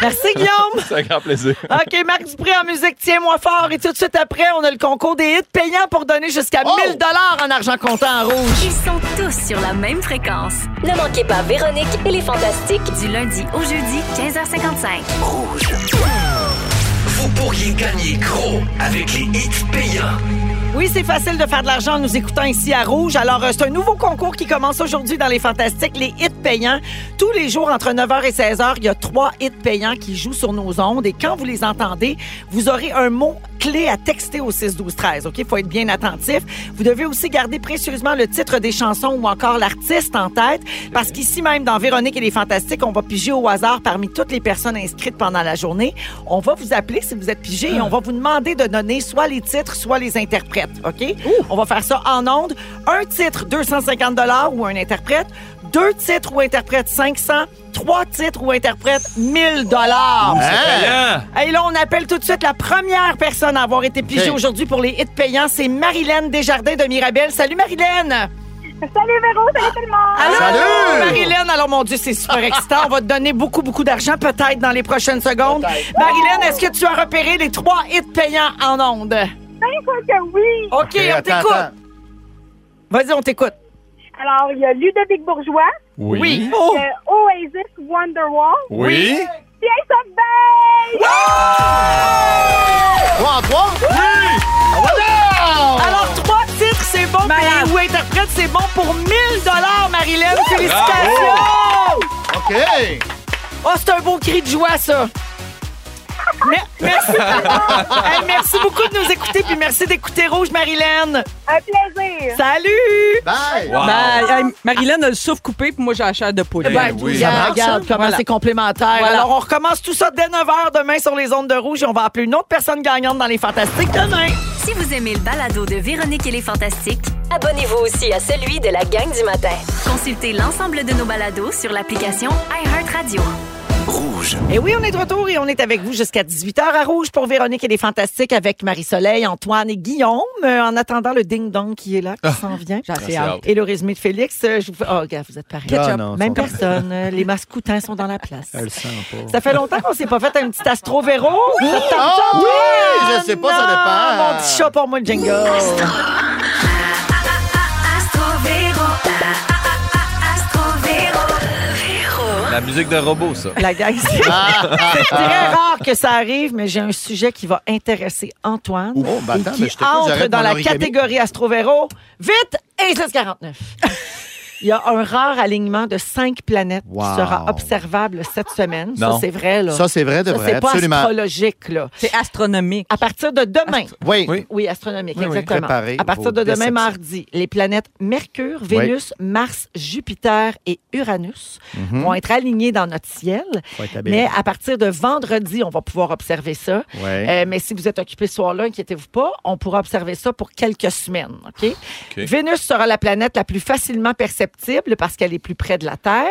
Speaker 3: Merci, Guillaume.
Speaker 4: c'est un grand plaisir.
Speaker 1: Ah.
Speaker 3: OK, Marc Dupré en musique, tiens-moi fort. Et tout de suite après, on a le concours des hits payants pour donner jusqu'à
Speaker 2: Oh!
Speaker 1: Oh!
Speaker 3: 1000 dollars en argent comptant en rouge.
Speaker 9: Ils sont tous sur la même fréquence. Ne manquez pas Véronique et les Fantastiques du lundi au jeudi 15h55. Rouge.
Speaker 5: Vous pourriez gagner gros avec les hits payants.
Speaker 1: Oui, c'est facile de faire de l'argent en nous écoutant ici à Rouge. Alors, euh, c'est un nouveau concours qui commence aujourd'hui dans les Fantastiques, les hits payants. Tous les jours, entre 9h et 16h, il y a trois hits payants qui jouent sur nos ondes. Et quand vous les entendez, vous aurez un mot clé à texter au 6-12-13. OK? Il faut être bien attentif. Vous devez aussi garder précieusement le titre des chansons ou encore l'artiste en tête. Parce qu'ici même, dans Véronique et les Fantastiques, on va piger au hasard parmi toutes les personnes inscrites pendant la journée. On va vous appeler si vous êtes pigé et on va vous demander de donner soit les titres, soit les interprètes. OK? On va faire ça en ondes. Un titre, 250 ou un interprète. Deux titres ou interprète, 500. Trois titres ou interprète, 1000 dollars.
Speaker 15: Ouh, c'est payant.
Speaker 1: Et là, on appelle tout de suite la première personne à avoir été pigée
Speaker 15: Ok.
Speaker 1: aujourd'hui pour les hits payants. C'est Marilyn Desjardins de Mirabel. Salut, Marilyn!
Speaker 16: Salut Véro, salut tout le monde!
Speaker 1: Alors, Marilyn, alors mon Dieu, c'est super excitant. On va te donner beaucoup, beaucoup d'argent peut-être dans les prochaines secondes. Marilyn, est-ce que tu as repéré les trois hits payants en ondes?
Speaker 16: Bien sûr que oui!
Speaker 1: OK, on t'écoute. Vas-y, on t'écoute.
Speaker 16: Alors, il y a Ludovic Bourgeois.
Speaker 1: Oui.
Speaker 16: Il y
Speaker 4: Oh.
Speaker 16: a Oasis Wonderwall.
Speaker 15: Oui.
Speaker 16: Pièce of Bay!
Speaker 2: Trois en trois?
Speaker 1: Alors, trois titres, c'est bon. Puis, ou interprète, c'est bon pour 1000 Marilyn. Félicitations!
Speaker 2: OK.
Speaker 1: Oh, c'est un beau cri de joie, ça. Mer- merci. Hey, merci beaucoup de nous écouter, puis merci d'écouter Rouge, Marilyn.
Speaker 16: Un plaisir.
Speaker 1: Salut!
Speaker 2: Bye!
Speaker 15: Wow.
Speaker 7: Ben, hey, Marilyn a le souffle coupé, puis moi, j'ai la chair de poule.
Speaker 4: Eh
Speaker 1: Ben, regarde, regarde comment c'est complémentaire.
Speaker 7: Voilà.
Speaker 1: Alors, on recommence tout ça dès 9h demain sur les ondes de Rouge et on va appeler une autre personne gagnante dans les Fantastiques demain.
Speaker 9: Si vous aimez le balado de Véronique et les Fantastiques,
Speaker 17: Abonnez-vous aussi à celui de la gang du matin.
Speaker 9: consultez l'ensemble de nos balados sur l'application iHeartRadio.
Speaker 1: Rouge. Et Eh oui, on est de retour et on est avec vous jusqu'à 18h à Rouge pour Véronique et les Fantastiques avec Marie-Soleil, Antoine et Guillaume. Euh, en attendant le ding-dong qui est là,
Speaker 2: Ah.
Speaker 1: qui s'en vient.
Speaker 7: assez hâte.
Speaker 1: Et le résumé de Félix. euh, Je vous... fais- Oh, regarde, vous êtes pareil.
Speaker 2: Ah, Ketchup. non,
Speaker 1: Même
Speaker 2: ils sont-
Speaker 1: personne. Euh, les mascoutins sont dans la place.
Speaker 2: Elle le sent pas.
Speaker 1: Ça fait longtemps qu'on s'est pas fait un petit Astro Véro.
Speaker 2: Oui!
Speaker 1: Ça te tente,
Speaker 2: Ah,
Speaker 1: Antoine?
Speaker 2: oui! Je sais pas, ça
Speaker 1: Ah,
Speaker 2: dépend.
Speaker 1: Mon petit chat pour moi, le jingle.
Speaker 4: La musique de robot, ça.
Speaker 1: La gang, c'est
Speaker 2: Ah.
Speaker 1: c'est très rare que ça arrive, mais j'ai un sujet qui va intéresser Antoine
Speaker 2: Oh, ben
Speaker 1: et
Speaker 2: attends,
Speaker 1: qui
Speaker 2: mais je t'écoute,
Speaker 1: entre
Speaker 2: j'arrête
Speaker 1: dans
Speaker 2: mon
Speaker 1: la
Speaker 2: origami.
Speaker 1: catégorie Astrovero. Vite, et 49 Il y a un rare alignement de cinq planètes
Speaker 2: Wow.
Speaker 1: qui sera observable cette semaine. Ça,
Speaker 2: Non.
Speaker 1: c'est vrai. Là.
Speaker 2: Ça, c'est vrai de
Speaker 1: Ça,
Speaker 2: vrai,
Speaker 1: C'est pas
Speaker 2: absolument.
Speaker 1: astrologique. là.
Speaker 7: C'est astronomique.
Speaker 1: À partir de demain.
Speaker 2: Oui.
Speaker 1: Oui, astronomique,
Speaker 2: Oui, oui.
Speaker 1: exactement.
Speaker 2: Préparez
Speaker 1: à partir
Speaker 2: vos
Speaker 1: de demain
Speaker 2: déceptions.
Speaker 1: mardi, les planètes Mercure,
Speaker 2: Oui.
Speaker 1: Vénus, Mars, Jupiter et Uranus
Speaker 2: Mhm.
Speaker 1: vont être alignées dans notre ciel.
Speaker 2: Faut être habile.
Speaker 1: Mais à partir de vendredi, on va pouvoir observer ça.
Speaker 2: Ouais.
Speaker 1: Euh, mais si vous êtes occupé ce soir-là, inquiétez-vous pas, on pourra observer ça pour quelques semaines. OK? Vénus sera la planète la plus facilement perceptible parce qu'elle est plus près de la Terre.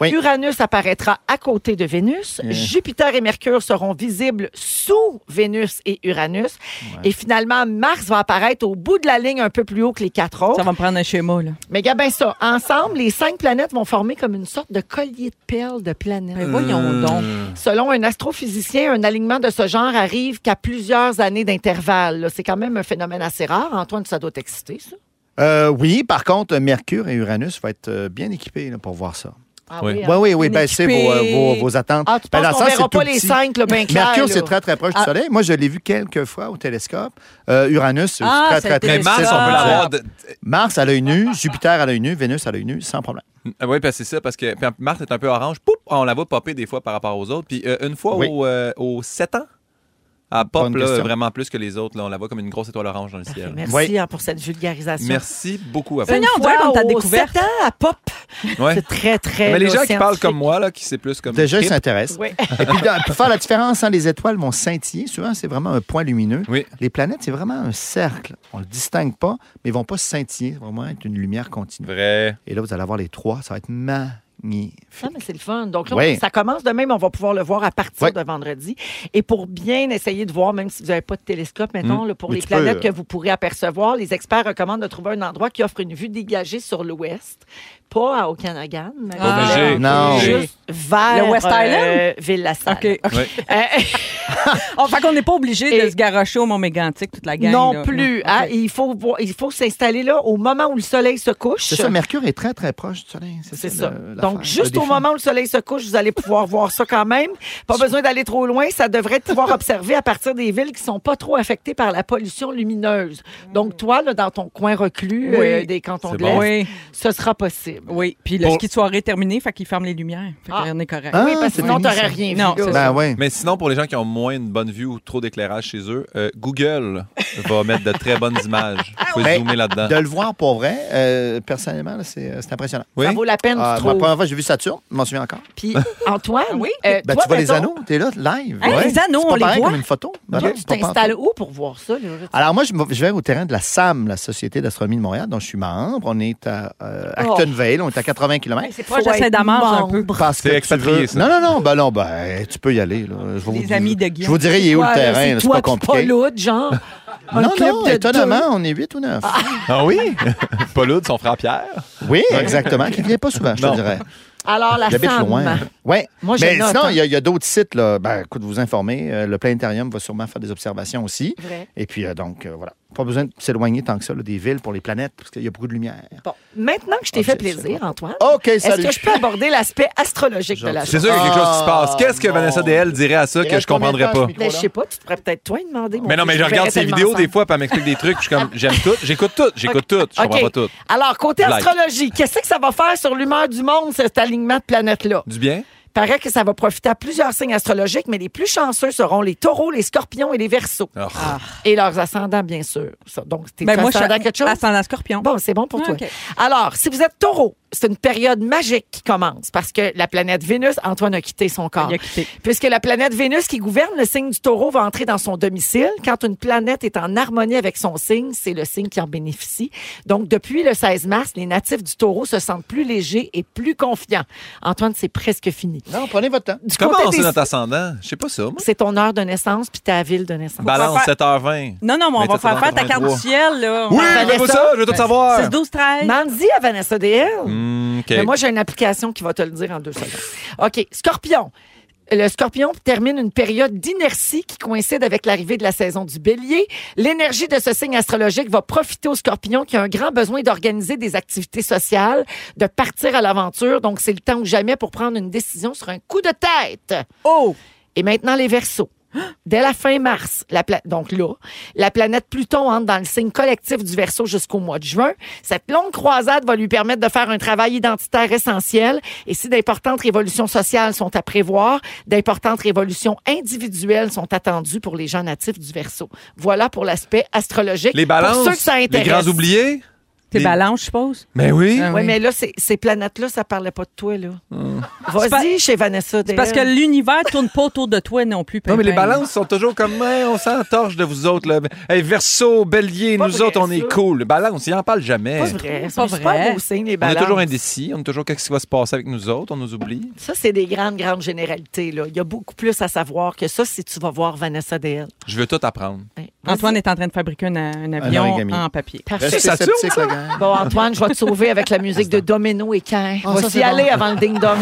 Speaker 2: Oui.
Speaker 1: Uranus apparaîtra à côté de Vénus.
Speaker 2: Yeah.
Speaker 1: Jupiter et Mercure seront visibles sous Vénus et Uranus. Et finalement, Mars va apparaître au bout de la ligne un peu plus haut que les quatre autres.
Speaker 7: Ça va me prendre un schéma, là.
Speaker 1: Mais regarde bien ça. Ensemble, les cinq planètes vont former comme une sorte de collier de perles de planètes.
Speaker 3: Ben,
Speaker 7: Mais voyons
Speaker 1: Mmh.
Speaker 7: donc.
Speaker 1: Selon un astrophysicien, un alignement de ce genre arrive qu'à plusieurs années d'intervalle. là. C'est quand même un phénomène assez rare. Antoine, ça doit t'exciter, ça.
Speaker 2: Euh, oui, par contre, Mercure et Uranus vont être euh, bien équipés là, pour voir ça.
Speaker 1: Ah
Speaker 2: oui,
Speaker 1: hein?
Speaker 2: oui, oui, baissez vos, euh, vos, vos attentes.
Speaker 1: Ah, tu
Speaker 2: Ben,
Speaker 1: penses
Speaker 2: dans le
Speaker 1: qu'on
Speaker 2: sens,
Speaker 1: verra
Speaker 2: c'est tout
Speaker 1: pas les
Speaker 2: petit.
Speaker 1: cinq, là, ben clair,
Speaker 2: Mercure,
Speaker 1: là?
Speaker 2: c'est très, très proche
Speaker 1: Ah.
Speaker 2: du Soleil. Moi, je l'ai vu quelques fois au télescope. Euh, Uranus, c'est
Speaker 7: Ah,
Speaker 2: très,
Speaker 7: c'est
Speaker 2: très, très
Speaker 4: Mais Mars,
Speaker 2: petit,
Speaker 4: on peut
Speaker 2: c'est
Speaker 4: l'avoir
Speaker 2: observable. Mars à l'œil nu, Jupiter à l'œil nu, Vénus à l'œil nu, sans problème.
Speaker 4: oui, parce que Ah ben, c'est ça, parce que puis Mars est un peu orange. Poup, on la voit popper des fois par rapport aux autres. Puis euh, une fois
Speaker 2: Oui.
Speaker 4: au, euh, aux 7 ans, elle pop
Speaker 2: Bonne
Speaker 4: là,
Speaker 2: question.
Speaker 4: vraiment plus que les autres. Là, on la voit comme une grosse étoile orange dans le ciel.
Speaker 1: Merci
Speaker 4: Oui.
Speaker 1: hein, pour cette vulgarisation.
Speaker 4: Merci beaucoup à vous.
Speaker 7: Seigneur, on dirait qu'on t'a découvert.
Speaker 1: 7 ans à pop.
Speaker 4: Ouais.
Speaker 1: C'est très, très.
Speaker 4: Mais les
Speaker 1: là,
Speaker 4: gens qui parlent
Speaker 1: scientifique.
Speaker 4: comme moi, là, qui c'est plus comme.
Speaker 2: Déjà, ils
Speaker 4: hip,
Speaker 2: s'intéressent.
Speaker 1: Oui.
Speaker 2: Et puis, dans- pour faire la différence, hein, les étoiles vont scintiller. Souvent, c'est vraiment un point lumineux. Les planètes, c'est vraiment un cercle. On ne le distingue pas, mais ils ne vont pas scintiller. Ça va vraiment être une lumière continue.
Speaker 4: Vrai.
Speaker 2: Et là, vous allez avoir les trois. Ça va être magnifique.
Speaker 1: Ah, mais c'est le fun. Donc, là,
Speaker 2: Oui.
Speaker 1: ça commence demain, mais on va pouvoir le voir à partir
Speaker 2: Oui.
Speaker 1: de vendredi. Et pour bien essayer de voir, même si vous n'avez pas de télescope, mettons,
Speaker 2: Mm.
Speaker 1: là, pour
Speaker 2: Mais
Speaker 1: les
Speaker 2: tu peux,
Speaker 1: planètes
Speaker 2: euh,
Speaker 1: que vous pourrez apercevoir, les experts recommandent de trouver un endroit qui offre une vue dégagée sur l'ouest, pas à Okanagan, mais
Speaker 2: Ah.
Speaker 1: juste-
Speaker 2: Non.
Speaker 1: juste vers euh,
Speaker 7: Le West Island?
Speaker 1: Ville-la-Salle.
Speaker 7: OK. OK.
Speaker 1: Euh,
Speaker 7: On fait qu'on n'est pas obligé de se garrocher au Mont-Mégantic, toute la gang.
Speaker 1: non
Speaker 7: là.
Speaker 1: plus.
Speaker 3: Ah.
Speaker 1: hein. Il faut, voir- il faut s'installer là au moment où le soleil se couche.
Speaker 2: C'est ça, Mercure est très, très proche du Soleil.
Speaker 1: C'est ça.
Speaker 2: le- l'affaire.
Speaker 1: Donc,
Speaker 3: Donc, juste au moment où le soleil se couche, vous allez pouvoir voir ça quand même. Pas besoin d'aller trop loin. Ça devrait être pouvoir observer à partir des villes qui sont pas trop affectées par la pollution lumineuse.
Speaker 2: Mm.
Speaker 3: Donc, toi, là, dans ton coin reclus
Speaker 7: Oui.
Speaker 3: euh, des cantons
Speaker 7: C'est
Speaker 3: de
Speaker 7: bon.
Speaker 3: l'Est,
Speaker 7: Oui.
Speaker 3: ce sera possible.
Speaker 7: Oui, puis le
Speaker 3: Pour-
Speaker 7: ski de soirée est terminé, fait qu'il ferme les lumières. Fait
Speaker 3: Ah.
Speaker 7: qu'on est correct.
Speaker 3: Ah, Oui, parce que c'est sinon, bon, t'aurais ça. rien vu,
Speaker 7: Non,
Speaker 3: là.
Speaker 7: c'est
Speaker 3: Ben
Speaker 7: ça.
Speaker 4: Mais sinon, pour les gens qui ont moins une bonne vue ou trop d'éclairage chez eux, euh, Google va mettre de très bonnes images. Vous pouvez
Speaker 2: Ben,
Speaker 4: zoomer là-dedans.
Speaker 2: De le voir pour vrai, euh, personnellement, là, c'est euh, c'est impressionnant.
Speaker 4: Oui? Ça
Speaker 3: vaut la peine, tu
Speaker 2: Ah,
Speaker 3: trouves?
Speaker 2: La première fois, que j'ai vu Saturne, je m'en souviens encore.
Speaker 3: Puis, Antoine, euh,
Speaker 2: Ben,
Speaker 3: toi,
Speaker 2: tu vois les
Speaker 3: mettons,
Speaker 2: anneaux, t'es là, live.
Speaker 3: Hein,
Speaker 2: ouais.
Speaker 3: les anneaux,
Speaker 2: C'est
Speaker 3: on
Speaker 2: pas
Speaker 3: les
Speaker 2: pareil
Speaker 3: voit?
Speaker 2: comme une photo. Ben
Speaker 3: toi,
Speaker 2: non,
Speaker 3: tu
Speaker 2: c'est pas pareil.
Speaker 3: t'installes où pour voir ça? là?
Speaker 2: Alors, moi, je, m- je vais au terrain de la SAM, la Société d'astronomie de Montréal, dont je suis membre. On est à
Speaker 3: Oh.
Speaker 2: euh, Actonville, on est à 80
Speaker 3: Ben,
Speaker 2: km.
Speaker 7: C'est proche de Saint-Damas, un peu.
Speaker 2: Parce que
Speaker 4: C'est
Speaker 2: tu
Speaker 4: expatrié,
Speaker 2: veux-
Speaker 4: ça.
Speaker 2: Non, non, non, ben non, ben, tu peux y aller. Là. Je vais
Speaker 7: Les
Speaker 2: vous-
Speaker 7: amis de Guillaume.
Speaker 2: Je vous dirai, il est où
Speaker 3: Ouais,
Speaker 2: le
Speaker 3: là,
Speaker 2: terrain, là, c'est
Speaker 3: toi
Speaker 2: pas
Speaker 3: puis
Speaker 2: compliqué.
Speaker 3: Pas l'autre, genre. Un
Speaker 2: non,
Speaker 3: club
Speaker 2: non,
Speaker 3: de
Speaker 2: étonnamment,
Speaker 3: deux.
Speaker 2: on est 8 ou 9.
Speaker 4: Ah oui? Paul de son frère Pierre?
Speaker 2: Oui, exactement, qui ne vient pas souvent, je te
Speaker 4: Non.
Speaker 2: dirais.
Speaker 3: Alors, la
Speaker 2: Il habite
Speaker 3: femme.
Speaker 2: loin. Ouais.
Speaker 3: Moi, je
Speaker 2: Mais
Speaker 3: note,
Speaker 2: sinon,
Speaker 3: hein.
Speaker 2: il y a- il y a, d'autres sites. Là. Ben, écoute, vous informer. Euh, le planétarium va sûrement faire des observations aussi.
Speaker 3: Vrai.
Speaker 2: Et puis, euh, donc, euh, voilà. Pas besoin de s'éloigner tant que ça là, des villes pour les planètes, parce qu'il y a beaucoup de lumière.
Speaker 3: Bon, maintenant
Speaker 2: Ah,
Speaker 3: que je t'ai fait plaisir, Antoine,
Speaker 2: OK,
Speaker 3: est-ce
Speaker 2: salut.
Speaker 3: que je peux aborder l'aspect astrologique de la
Speaker 4: C'est
Speaker 3: chose?
Speaker 4: sûr qu'il y a quelque chose qui se passe. Qu'est-ce que
Speaker 2: Ah,
Speaker 4: Vanessa DL dirait à ça
Speaker 2: Il
Speaker 4: que je
Speaker 2: reste combien de
Speaker 4: comprendrais
Speaker 2: temps, ce
Speaker 4: pas?
Speaker 2: micro?
Speaker 3: Ben, je sais pas, tu pourrais peut-être toi demander. mon
Speaker 4: Mais non,
Speaker 3: Dieu,
Speaker 4: mais
Speaker 3: je
Speaker 4: je regarde
Speaker 3: verrais
Speaker 4: ses
Speaker 3: tellement
Speaker 4: vidéos
Speaker 3: ça.
Speaker 4: des fois, puis elle m'explique des trucs, puis je suis comme, j'aime tout, j'écoute tout, j'écoute tout, je comprends
Speaker 3: OK.
Speaker 4: pas tout.
Speaker 3: Alors, côté
Speaker 4: Like.
Speaker 3: astrologie, qu'est-ce que ça va faire sur l'humeur du monde, cet alignement de planètes-là?
Speaker 4: Du bien?
Speaker 3: Paraît que ça va profiter à plusieurs signes astrologiques, mais les plus chanceux seront les taureaux, les scorpions et les versos.
Speaker 4: Oh.
Speaker 3: Et leurs ascendants, bien sûr. Ça, Donc, t'es
Speaker 7: Ah. Ben, moi, je suis
Speaker 3: ascendant quelque chose?
Speaker 7: ascendant scorpion.
Speaker 3: Bon, c'est bon pour
Speaker 7: Ah,
Speaker 3: toi.
Speaker 7: OK.
Speaker 3: Alors, si vous êtes taureau, c'est une période magique qui commence parce que la planète Vénus, Antoine a quitté son corps.
Speaker 7: Il a quitté.
Speaker 3: Puisque la planète Vénus qui gouverne le signe du taureau va entrer dans son domicile. Quand une planète est en harmonie avec son signe, c'est le signe qui en bénéficie. Donc, depuis le 16 mars, les natifs du taureau se sentent plus légers et plus confiants. Antoine, c'est presque fini.
Speaker 2: Non, prenez votre temps.
Speaker 3: Du
Speaker 4: Comment
Speaker 3: côté
Speaker 4: on sait
Speaker 3: des-
Speaker 4: notre ascendant? Je sais pas ça, moi.
Speaker 3: C'est ton heure de naissance puis ta ville de naissance.
Speaker 4: Balance,
Speaker 7: faire-
Speaker 4: 7h20.
Speaker 7: Non, non, mais on va faire faire ta carte du ciel, là.
Speaker 4: Oui, fais-moi ça, je veux
Speaker 3: ben,
Speaker 4: tout savoir.
Speaker 7: 6, 12, 13.
Speaker 3: Mandy à Vanessa DL.
Speaker 4: Hmm, OK.
Speaker 3: Mais Ben, moi, j'ai une application qui va te le dire en deux secondes. OK. Scorpion. Le scorpion termine une période d'inertie qui coïncide avec l'arrivée de la saison du bélier. L'énergie de ce signe astrologique va profiter au scorpion qui a un grand besoin d'organiser des activités sociales, de partir à l'aventure. Donc, c'est le temps ou jamais pour prendre une décision sur un coup de tête.
Speaker 7: Oh!
Speaker 3: Et maintenant, les versos. Dès la fin mars, la pla- donc là, la planète Pluton entre dans le signe collectif du Verseau jusqu'au mois de juin. Cette longue croisade va lui permettre de faire un travail identitaire essentiel. Et si d'importantes révolutions sociales sont à prévoir, d'importantes révolutions individuelles sont attendues pour les gens natifs du Verseau. Voilà pour l'aspect astrologique.
Speaker 4: Les
Speaker 3: Pour
Speaker 4: balances,
Speaker 3: ceux que ça
Speaker 4: les
Speaker 3: intéresse.
Speaker 4: grands oubliés.
Speaker 7: T'es
Speaker 4: Les-
Speaker 7: balance, je suppose.
Speaker 4: Mais oui.
Speaker 7: Ah
Speaker 3: Oui, mais là, ces, ces planètes-là, ça parlait pas de toi, là.
Speaker 4: Mm.
Speaker 7: C'est pas-
Speaker 3: Vas-y chez Vanessa.
Speaker 7: C'est parce que
Speaker 3: Dale.
Speaker 7: l'univers tourne pas autour de toi non plus.
Speaker 4: Non, mais les
Speaker 3: ben
Speaker 7: Pimpin.
Speaker 4: balances sont toujours comme, Hey, on s'entorche de vous autres. Là. Hey, verso, bélier,
Speaker 3: Pas
Speaker 4: nous
Speaker 3: vrai,
Speaker 4: autres, on est
Speaker 3: ça.
Speaker 4: cool. Balance, il en parle jamais.
Speaker 3: Pas vrai.
Speaker 7: Pas
Speaker 3: C'est pas
Speaker 7: vrai.
Speaker 3: un beau signe, les
Speaker 4: On est
Speaker 3: balances.
Speaker 4: toujours indécis, on est toujours qu'est-ce qui va se passer avec nous autres, on nous oublie.
Speaker 3: Ça, c'est des grandes, grandes généralités. Là. Il y a beaucoup plus à savoir que ça si tu vas voir Vanessa DL.
Speaker 4: Je veux tout apprendre.
Speaker 3: Ben, vas-y.
Speaker 7: Antoine est en train de fabriquer un, un avion
Speaker 2: origami.
Speaker 7: en papier.
Speaker 3: Parfait.
Speaker 2: Restez
Speaker 4: Saturne,
Speaker 2: sceptiques, la gang.
Speaker 3: Bon, Antoine, je vais te sauver avec la musique de Domino et Quin.
Speaker 2: Ah,
Speaker 3: va
Speaker 2: ça,
Speaker 3: s'y
Speaker 2: c'est
Speaker 3: aller
Speaker 2: bon.
Speaker 3: avant le ding-dong.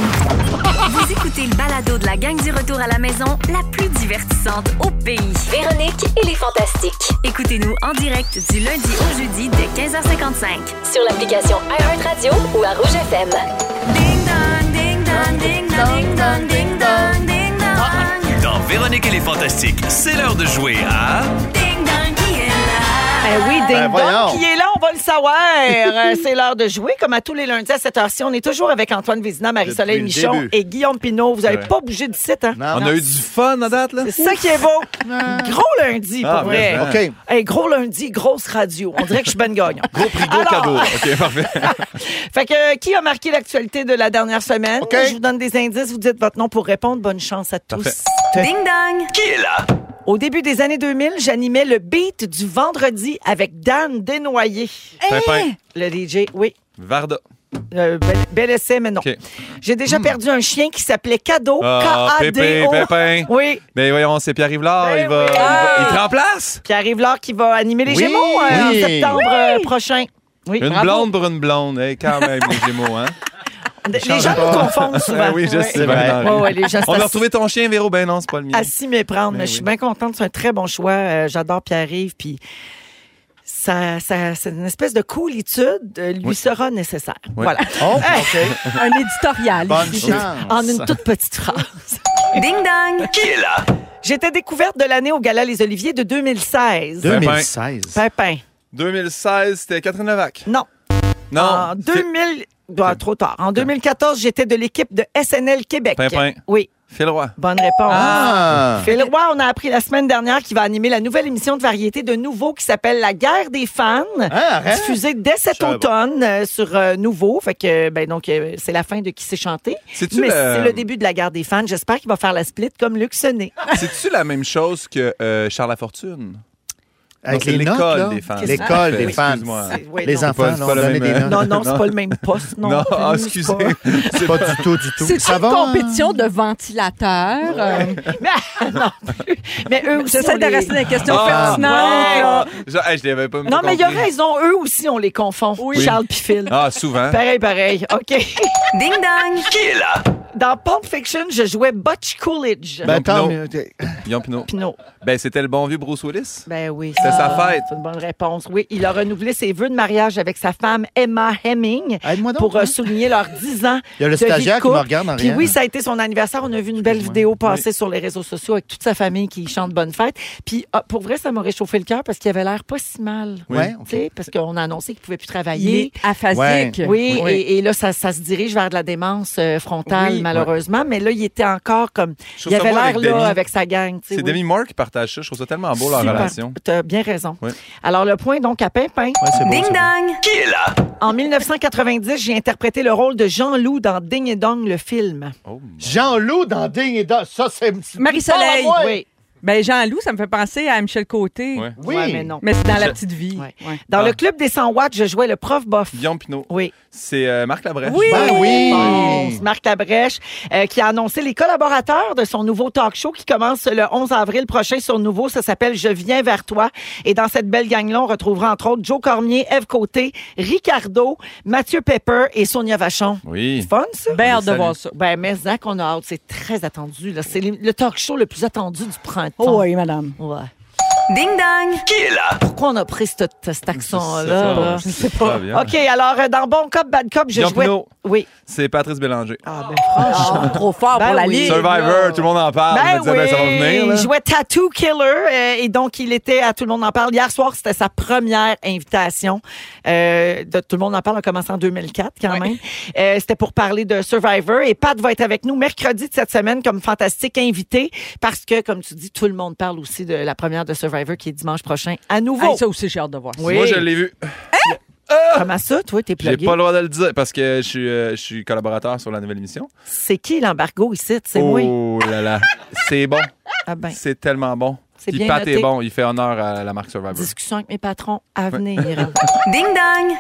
Speaker 9: Vous écoutez le balado de la gang du retour à la maison, la plus divertissante au pays.
Speaker 10: Véronique et les Fantastiques.
Speaker 9: Écoutez-nous en direct du lundi au jeudi dès 15h55.
Speaker 10: Sur l'application iHeartRadio ou à Rouge FM.
Speaker 9: Ding dong, ding dong, ding dong, ding dong, ding dong, ding dong.
Speaker 5: Dans Véronique et les Fantastiques, c'est l'heure de jouer à...
Speaker 9: Ding dong qui est là.
Speaker 3: Ben oui,
Speaker 2: Ben,
Speaker 3: ding-dong
Speaker 2: voyons.
Speaker 3: qui est là, on va le savoir. Euh, c'est l'heure de jouer. Comme à tous les lundis à cette heure-ci, on est toujours avec Antoine Vézina, Marie-Soleil
Speaker 2: Depuis le
Speaker 3: Michon
Speaker 2: début.
Speaker 3: et Guillaume Pinot. Vous n'avez
Speaker 4: Ouais.
Speaker 3: pas bougé du site, hein?
Speaker 2: Non.
Speaker 4: on a eu du fun à date, là.
Speaker 3: C'est ça qui est beau. Gros lundi, pour
Speaker 4: Ah,
Speaker 3: vrai.
Speaker 4: vraiment.
Speaker 2: OK.
Speaker 3: Hey, gros lundi, grosse radio. On dirait que je suis bonne gagnante.
Speaker 4: Gros prix, gros
Speaker 3: Alors-
Speaker 4: cadeau. Oh, OK, parfait.
Speaker 3: Hein? Fait que euh, qui a marqué l'actualité de la dernière semaine?
Speaker 2: OK.
Speaker 3: Je vous donne des indices, vous dites votre nom pour répondre. Bonne chance à tous.
Speaker 4: Parfait.
Speaker 9: Ding dong.
Speaker 3: Au début des années 2000, j'animais le beat du vendredi avec Dan Desnoyers.
Speaker 4: Pimpin,
Speaker 3: Le DJ, oui.
Speaker 4: Varda.
Speaker 3: Euh, bel, bel essai, mais non.
Speaker 4: OK.
Speaker 3: J'ai déjà
Speaker 2: Hmm.
Speaker 3: perdu un chien qui s'appelait Cadeau.
Speaker 4: Ah, Pépé,
Speaker 3: K-A-D-O.
Speaker 4: Pépin.
Speaker 3: Oui.
Speaker 4: Ben voyons, c'est Pierre-Yves Lard,
Speaker 3: Ben
Speaker 4: il va,
Speaker 3: oui.
Speaker 4: il va-
Speaker 1: Ah.
Speaker 4: il te remplace.
Speaker 3: Puis arrive l'heure qui va animer les
Speaker 2: Oui.
Speaker 3: Gémeaux euh, en
Speaker 2: Oui.
Speaker 3: septembre euh, prochain. Oui,
Speaker 4: Une
Speaker 3: bravo.
Speaker 4: blonde pour une blonde. Hey, quand même, les Gémeaux, hein?
Speaker 3: Les Ah, gens nous confondent souvent.
Speaker 4: Ah oui, je
Speaker 3: Ouais.
Speaker 4: sais.
Speaker 2: vrai.
Speaker 4: ben,
Speaker 3: Ouais,
Speaker 4: non.
Speaker 3: ouais, les gens
Speaker 4: On a
Speaker 3: s'assient-
Speaker 4: retrouvé ton chien, Véro. Ben non, c'est
Speaker 1: Ah,
Speaker 4: pas le mien. Ben
Speaker 3: Assis, mais prendre. Mais je suis bien contente. C'est un très bon choix. Euh, J'adore Pierre-Yves. Puis
Speaker 1: ça, ça- c'est une espèce de coolitude euh, lui sera nécessaire. Voilà.
Speaker 7: Oh,
Speaker 2: OK.
Speaker 1: Un éditorial.
Speaker 7: Bonne
Speaker 1: ici,
Speaker 7: chance.
Speaker 1: En une toute petite phrase.
Speaker 9: Ding dong.
Speaker 1: Qui est là? J'étais découverte de l'année au Gala Les Oliviers de 2016.
Speaker 2: 2016.
Speaker 1: Pépin.
Speaker 4: 2016, c'était Catherine Levac.
Speaker 1: Non.
Speaker 4: Non.
Speaker 1: En 2000... Ah, trop tard. En 2014, j'étais de l'équipe de SNL Québec.
Speaker 4: Pimpin.
Speaker 1: Oui.
Speaker 4: Phil Roy.
Speaker 1: Bonne réponse.
Speaker 4: Ah.
Speaker 1: Phil Roy, on a appris la semaine dernière qu'il va animer la nouvelle émission de variété de Nouveau qui s'appelle La guerre des fans,
Speaker 2: Hein, arrête.
Speaker 1: diffusée dès cet
Speaker 4: Hein? Je savais pas.
Speaker 1: automne euh, sur euh, Nouveau. Fait que, ben donc, euh, c'est la fin de Qui s'est chanté.
Speaker 4: C'est-tu
Speaker 1: Mais
Speaker 4: le-
Speaker 1: c'est le début de La guerre des fans. J'espère qu'il va faire la split comme Luc Sonnet.
Speaker 4: C'est-tu la même chose que euh, Charles Lafortune?
Speaker 2: Avec
Speaker 4: Non, c'est
Speaker 2: les notes, là.
Speaker 4: l'école des fans.
Speaker 2: Qu'est-ce L'école
Speaker 4: Parfait,
Speaker 2: des fans.
Speaker 4: excuse-moi.
Speaker 2: C'est- oui, Les non. enfants, là,
Speaker 4: c'est
Speaker 2: on
Speaker 4: le
Speaker 2: donnait
Speaker 4: même,
Speaker 2: des
Speaker 4: euh,
Speaker 2: notes.
Speaker 1: Non, non, c'est pas le même poste. Non,
Speaker 4: Non, ah,
Speaker 1: c'est
Speaker 4: excusez.
Speaker 1: pas.
Speaker 4: C'est
Speaker 2: Pas du tout, du tout.
Speaker 7: C'est
Speaker 2: Ça
Speaker 7: une
Speaker 2: va?
Speaker 7: compétition de ventilateurs. euh,
Speaker 1: Mais eux aussi.
Speaker 7: J'essaie
Speaker 1: on
Speaker 7: de
Speaker 1: les-
Speaker 7: rester dans les questions
Speaker 4: Ah,
Speaker 7: pertinentes.
Speaker 1: ouais.
Speaker 7: là.
Speaker 4: Genre, hey, je l'avais pas
Speaker 1: Non, mais il y a
Speaker 4: compris.
Speaker 1: raison. Eux aussi, on les confond.
Speaker 4: Oui.
Speaker 1: Charles puis Phil.
Speaker 4: Ah, souvent.
Speaker 1: Pareil, pareil. OK.
Speaker 9: Ding dong.
Speaker 4: Qui est là?
Speaker 1: Dans Pulp Fiction, je jouais Butch Coolidge.
Speaker 2: Ben, attends,
Speaker 4: Pinot.
Speaker 2: mais-
Speaker 4: Guillaume Pinot.
Speaker 1: Pinot.
Speaker 4: Ben, c'était le bon vieux Bruce Willis.
Speaker 1: Ben oui.
Speaker 4: C'était
Speaker 1: c'est
Speaker 4: sa
Speaker 1: une-
Speaker 4: fête.
Speaker 1: C'est une bonne réponse. Oui, il a renouvelé ses vœux de mariage avec sa femme Emma Hemming
Speaker 2: Aide-moi donc,
Speaker 1: pour
Speaker 2: hein.
Speaker 1: euh, souligner leurs 10 ans.
Speaker 2: Il y a le
Speaker 1: de vie de
Speaker 2: stagiaire qui me
Speaker 1: couple.
Speaker 2: regarde en
Speaker 1: Puis
Speaker 2: arrière.
Speaker 1: oui, ça a été son anniversaire. On a vu une belle vidéo passer sur les réseaux sociaux avec toute sa famille qui chante Bonne fête. Puis ah, pour vrai, ça m'a réchauffé le cœur parce qu'il avait l'air pas si mal.
Speaker 2: Oui. Ouais, ok.
Speaker 1: Tu sais, Parce qu'on a annoncé qu'il pouvait plus
Speaker 7: Il
Speaker 1: travailler.
Speaker 7: est aphasique.
Speaker 1: Oui, Et, et là, ça, ça se dirige vers de la démence euh, frontale,
Speaker 7: Oui.
Speaker 1: malheureusement. Mais là, il était encore comme.
Speaker 4: Je trouve
Speaker 1: Il
Speaker 4: ça
Speaker 1: avait
Speaker 4: beau
Speaker 1: l'air
Speaker 4: avec
Speaker 1: là
Speaker 4: Demi.
Speaker 1: avec sa gang. tu sais, oui.
Speaker 4: C'est Demi Moore qui partage ça. Je trouve ça tellement beau, leur
Speaker 1: Super.
Speaker 4: relation.
Speaker 1: T'as bien raison.
Speaker 4: Oui.
Speaker 1: Alors, le point, donc, à Pimpin.
Speaker 2: c'est
Speaker 9: Ding dong.
Speaker 18: Qui est là?
Speaker 1: En 1990, j'ai interprété le rôle de Jean-Loup dans Ding et Dong, le film.
Speaker 4: Oh,
Speaker 2: Jean-Loup dans Ding et Dong. Ça, c'est.
Speaker 7: Marie-Soleil.
Speaker 2: Parle à moi.
Speaker 1: Oui.
Speaker 7: Ben, Jean-Loup, ça me fait penser à Michel Côté.
Speaker 4: Ouais.
Speaker 2: Oui.
Speaker 1: Ouais, mais non.
Speaker 7: Mais c'est dans la petite vie.
Speaker 1: Ouais.
Speaker 7: Ouais.
Speaker 1: Dans
Speaker 4: Ah.
Speaker 1: le club des 100 watts, je jouais le prof bof.
Speaker 4: Guillaume Pinot.
Speaker 1: Oui.
Speaker 4: C'est euh, Marc Labrèche.
Speaker 7: Oui.
Speaker 2: Ben
Speaker 1: Bon,
Speaker 4: Mmh.
Speaker 2: oui.
Speaker 1: c'est Marc Labrèche, euh, qui a annoncé les collaborateurs de son nouveau talk show qui commence le 11 avril prochain sur Nouveau. Ça s'appelle Je viens vers toi. Et dans cette belle gang-là, on retrouvera entre autres Joe Cormier, Eve Côté, Ricardo, Mathieu Pepper et Sonia Vachon.
Speaker 4: Oui.
Speaker 1: C'est fun, ça?
Speaker 7: Ben, hâte de
Speaker 4: Salut.
Speaker 7: voir ça.
Speaker 1: Ben, mais Zach, on a hâte. C'est très attendu. là. C'est le le talk show le plus attendu du printemps.
Speaker 7: Oh oui, madame.
Speaker 1: Ouais.
Speaker 9: Ding dong.
Speaker 1: Pourquoi on a pris ce- ce- cet
Speaker 4: C'est
Speaker 1: accent-là?
Speaker 4: ça,
Speaker 1: là?
Speaker 4: je sais pas. bien.
Speaker 1: OK, alors, euh, dans Bon Cop, Bad Cop, je
Speaker 4: Guillaume
Speaker 1: jouais...
Speaker 4: Pinot.
Speaker 1: Oui.
Speaker 4: C'est Patrice Bélanger.
Speaker 1: Ah, ben, franchement.
Speaker 7: Trop fort
Speaker 1: Ben
Speaker 7: pour la
Speaker 1: oui.
Speaker 7: ligue.
Speaker 4: Survivor, tout le monde en parle. Je
Speaker 1: Ben
Speaker 4: me disais,
Speaker 1: oui,
Speaker 4: ben, ça va venir. là.
Speaker 1: il jouait Tattoo Killer euh, et donc il était à Tout le monde en parle. Hier soir, c'était sa première invitation. euh, de Tout le monde en parle a commencé en 2004 quand même. Euh, c'était pour parler de Survivor et Pat va être avec nous mercredi de cette semaine comme fantastique invité parce que, comme tu dis, tout le monde parle aussi de la première de Survivor qui est dimanche prochain à nouveau.
Speaker 7: Hey, ça aussi, j'ai hâte de voir. ça.
Speaker 1: Oui.
Speaker 4: Moi, je l'ai vu.
Speaker 1: Comment ça, toi, t'es
Speaker 4: J'ai
Speaker 1: plugué?
Speaker 4: pas le droit de le dire parce que je suis, euh, je suis collaborateur sur la nouvelle émission.
Speaker 1: C'est qui l'embargo ici? C'est moi.
Speaker 4: Oh là là. C'est bon.
Speaker 1: Ah ben,
Speaker 4: C'est tellement bon.
Speaker 1: C'est
Speaker 4: Puis
Speaker 1: bien
Speaker 4: Pat
Speaker 1: noté.
Speaker 4: est bon. Il fait honneur à la marque Survivor.
Speaker 1: discussion avec mes patrons à venir.
Speaker 9: Ding dong.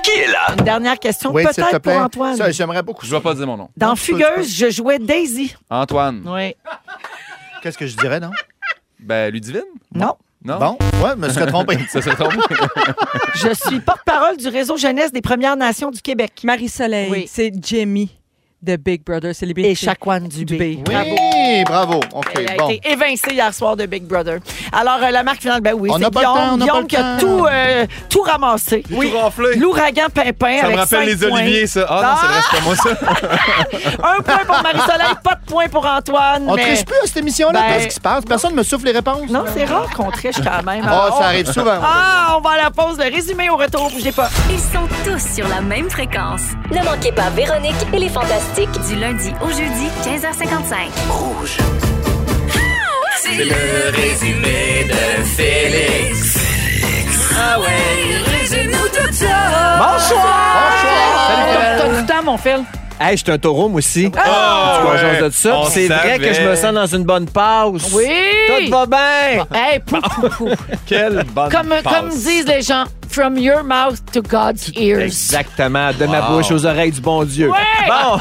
Speaker 1: Une dernière question,
Speaker 2: Oui, s'il te
Speaker 1: peut-être pour
Speaker 2: plaît.
Speaker 1: Antoine.
Speaker 2: Ça, J'aimerais beaucoup
Speaker 4: Je
Speaker 2: ça.
Speaker 4: vais pas dire mon nom.
Speaker 1: Dans
Speaker 2: Non, tu peux, tu
Speaker 1: Fugueuse, je jouais Daisy.
Speaker 4: Antoine.
Speaker 1: Oui.
Speaker 2: Qu'est-ce que je dirais, non?
Speaker 4: Ben, Ludivine?
Speaker 1: Non.
Speaker 4: Non?
Speaker 2: Bon, ouais, je me serais trompé.
Speaker 4: Ça se tombe.
Speaker 1: Je suis porte-parole du réseau jeunesse des Premières Nations du Québec.
Speaker 7: Marie-Soleil,
Speaker 1: Oui.
Speaker 7: c'est Jamie de Big Brother Celebrity.
Speaker 1: Et Chacoane Dubé.
Speaker 7: Dubé.
Speaker 1: Bravo.
Speaker 2: Oui, bravo. OK,
Speaker 1: Elle a
Speaker 2: bon.
Speaker 1: été évincée hier soir de Big Brother. Alors, euh, la marque finale, ben oui,
Speaker 2: On
Speaker 1: c'est
Speaker 2: n'a pas le
Speaker 1: Guillaume,
Speaker 2: temps, on n'a pas
Speaker 1: Guillaume
Speaker 2: le
Speaker 1: qui a
Speaker 2: temps.
Speaker 1: tout, euh, tout ramassé.
Speaker 4: J'ai tout renflé.
Speaker 1: L'ouragan Pimpin
Speaker 4: Ça
Speaker 1: avec
Speaker 4: me rappelle
Speaker 1: cinq
Speaker 4: les
Speaker 1: points.
Speaker 4: oliviers, ça. Ah, non, c'est vrai, c'est pas moi, ça.
Speaker 1: Un point pour Marie-Soleil, pas de point pour Antoine.
Speaker 2: On
Speaker 1: mais-
Speaker 2: triche plus à cette émission-là.
Speaker 1: Ben,
Speaker 2: Qu'est-ce qui se passe? Personne ne me souffle les réponses.
Speaker 1: Non, c'est rare qu'on triche quand même.
Speaker 2: Ah,
Speaker 1: Alors,
Speaker 2: ça
Speaker 1: on-
Speaker 2: arrive souvent.
Speaker 1: Ah, on va à la pause. Le résumé au retour, bougez pas.
Speaker 9: Ils sont tous sur la même fréquence.
Speaker 19: Ne manquez pas Véronique et les Fantastiques.
Speaker 9: Du lundi au jeudi, 15h55. Ah,
Speaker 18: C'est le résumé de Félix. Ah ouais, résume-nous tout ça.
Speaker 1: T'as t'as du temps, mon fil.
Speaker 3: Hey, je suis un taureau, moi aussi.
Speaker 4: Ah,
Speaker 3: Tu vois,
Speaker 4: ouais.
Speaker 3: j'ose de ça.
Speaker 4: On
Speaker 3: Puis C'est vrai
Speaker 4: savait.
Speaker 3: que je me sens dans une bonne pause. Tout va bien.
Speaker 1: Hey, pou, pou, pou.
Speaker 4: Quelle bonne
Speaker 1: Comme,
Speaker 4: passe.
Speaker 1: comme disent les gens, from your mouth to God's ears.
Speaker 3: Exactement. De ma
Speaker 4: Wow.
Speaker 3: bouche aux oreilles du bon Dieu.
Speaker 1: Ouais.
Speaker 3: Bon,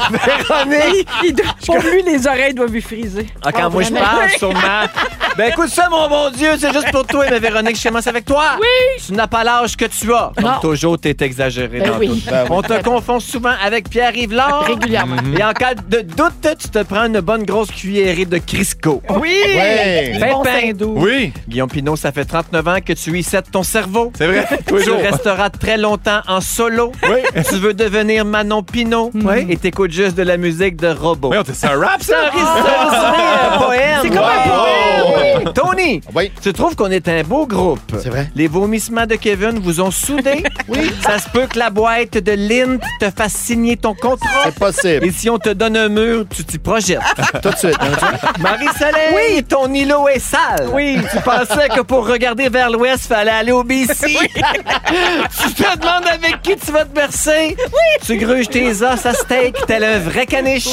Speaker 3: Véronique.
Speaker 7: Il doit- pour lui, les oreilles doivent lui friser.
Speaker 3: Ah, quand moi je
Speaker 1: Oh, vraiment?
Speaker 3: parle, sûrement. Ben écoute ça, mon bon Dieu, c'est juste pour toi, mais Véronique, je commence avec toi. Oui. Tu n'as pas l'âge que tu as. Comme
Speaker 1: Non.
Speaker 3: toujours, t'es exagéré
Speaker 1: Ben
Speaker 3: dans
Speaker 1: oui.
Speaker 3: tout. On te confond souvent avec Pierre-Yves Lard.
Speaker 1: Régulièrement.
Speaker 3: Et en cas de doute, tu te prends une bonne grosse cuillerée de Crisco.
Speaker 1: Oui!
Speaker 2: Ouais.
Speaker 1: Bon
Speaker 3: Pimpin.
Speaker 1: Saint-Doux.
Speaker 4: Oui,
Speaker 3: Guillaume Pinot, ça fait 39 ans que tu y cèdes ton cerveau.
Speaker 4: c'est vrai. Oui,
Speaker 3: Tu resteras très longtemps en solo. Tu veux devenir Manon Pinot. Et t'écoutes juste de la musique de robot.
Speaker 4: c'est un rap, Ah!
Speaker 3: ça? C'est un poème.
Speaker 4: C'est comme un
Speaker 3: poème. Tony,
Speaker 2: Ah
Speaker 3: tu trouves qu'on est un beau groupe. C'est vrai. Les vomissements de Kevin vous ont soudés. oui. Ça se peut que la boîte de Lynn te fasse signer ton contrat.
Speaker 2: C'est possible.
Speaker 3: Et si on te donne un mur, tu t'y projettes.
Speaker 2: Tout de suite. hein,
Speaker 3: Marie-Soleil, oui. ton îlot est sale.
Speaker 2: Oui.
Speaker 3: Tu pensais que pour regarder vers l'ouest, fallait aller au BC. tu te demandes avec qui tu vas te bercer. Oui. Tu gruges tes os à steak tel un vrai caniche.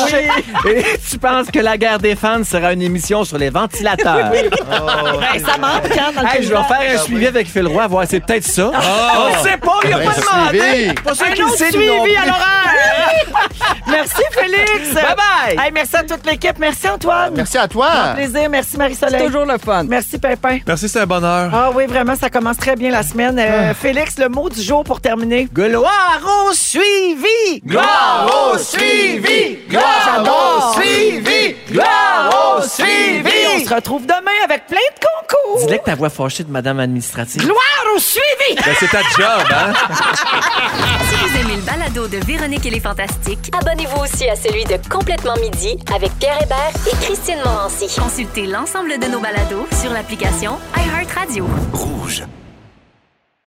Speaker 3: Et tu penses que la guerre des fans sera une émission sur les ventilateurs.
Speaker 1: Oui. Ben, ça manque quand dans le
Speaker 3: Hey, je vais
Speaker 1: paysage.
Speaker 3: faire un suivi avec Phil Roy, voir c'est peut-être ça.
Speaker 4: Ah!
Speaker 1: Oh.
Speaker 3: On sait pas, il a
Speaker 1: Un
Speaker 3: pas
Speaker 2: Ben,
Speaker 3: hein? demandé.
Speaker 1: suivi.
Speaker 3: Ben, Pas sûr
Speaker 1: Un
Speaker 3: qu'il
Speaker 1: autre
Speaker 3: sait, lui,
Speaker 1: suivi
Speaker 3: non plus.
Speaker 1: à l'horaire. Merci, Félix.
Speaker 3: Bye-bye.
Speaker 1: Hey, merci à toute l'équipe. Merci, Antoine.
Speaker 2: Merci à toi.
Speaker 1: Grand plaisir. Merci, Marie-Soleil.
Speaker 7: C'est toujours le fun.
Speaker 1: Merci, Pépin.
Speaker 4: Merci, c'est un bonheur.
Speaker 1: Ah oui, vraiment, ça commence très bien la semaine.
Speaker 3: Ah.
Speaker 1: Euh, Félix, le mot du jour pour terminer.
Speaker 3: Gloire au suivi!
Speaker 1: Gloire au suivi! Gloire au suivi!
Speaker 3: Gloire au suivi!
Speaker 1: On se retrouve demain avec plein de concours.
Speaker 3: Dis-le que ta voix fâchée de madame administrative.
Speaker 1: Gloire au suivi!
Speaker 3: Ben, c'est ta job, hein?
Speaker 9: Si vous aimez le balado de Véronique et les Fantastiques, abonnez-vous aussi à celui de Complètement Midi avec Pierre Hébert et Christine Morancy.
Speaker 11: Consultez l'ensemble de nos balados sur l'application iHeartRadio.
Speaker 9: Rouge.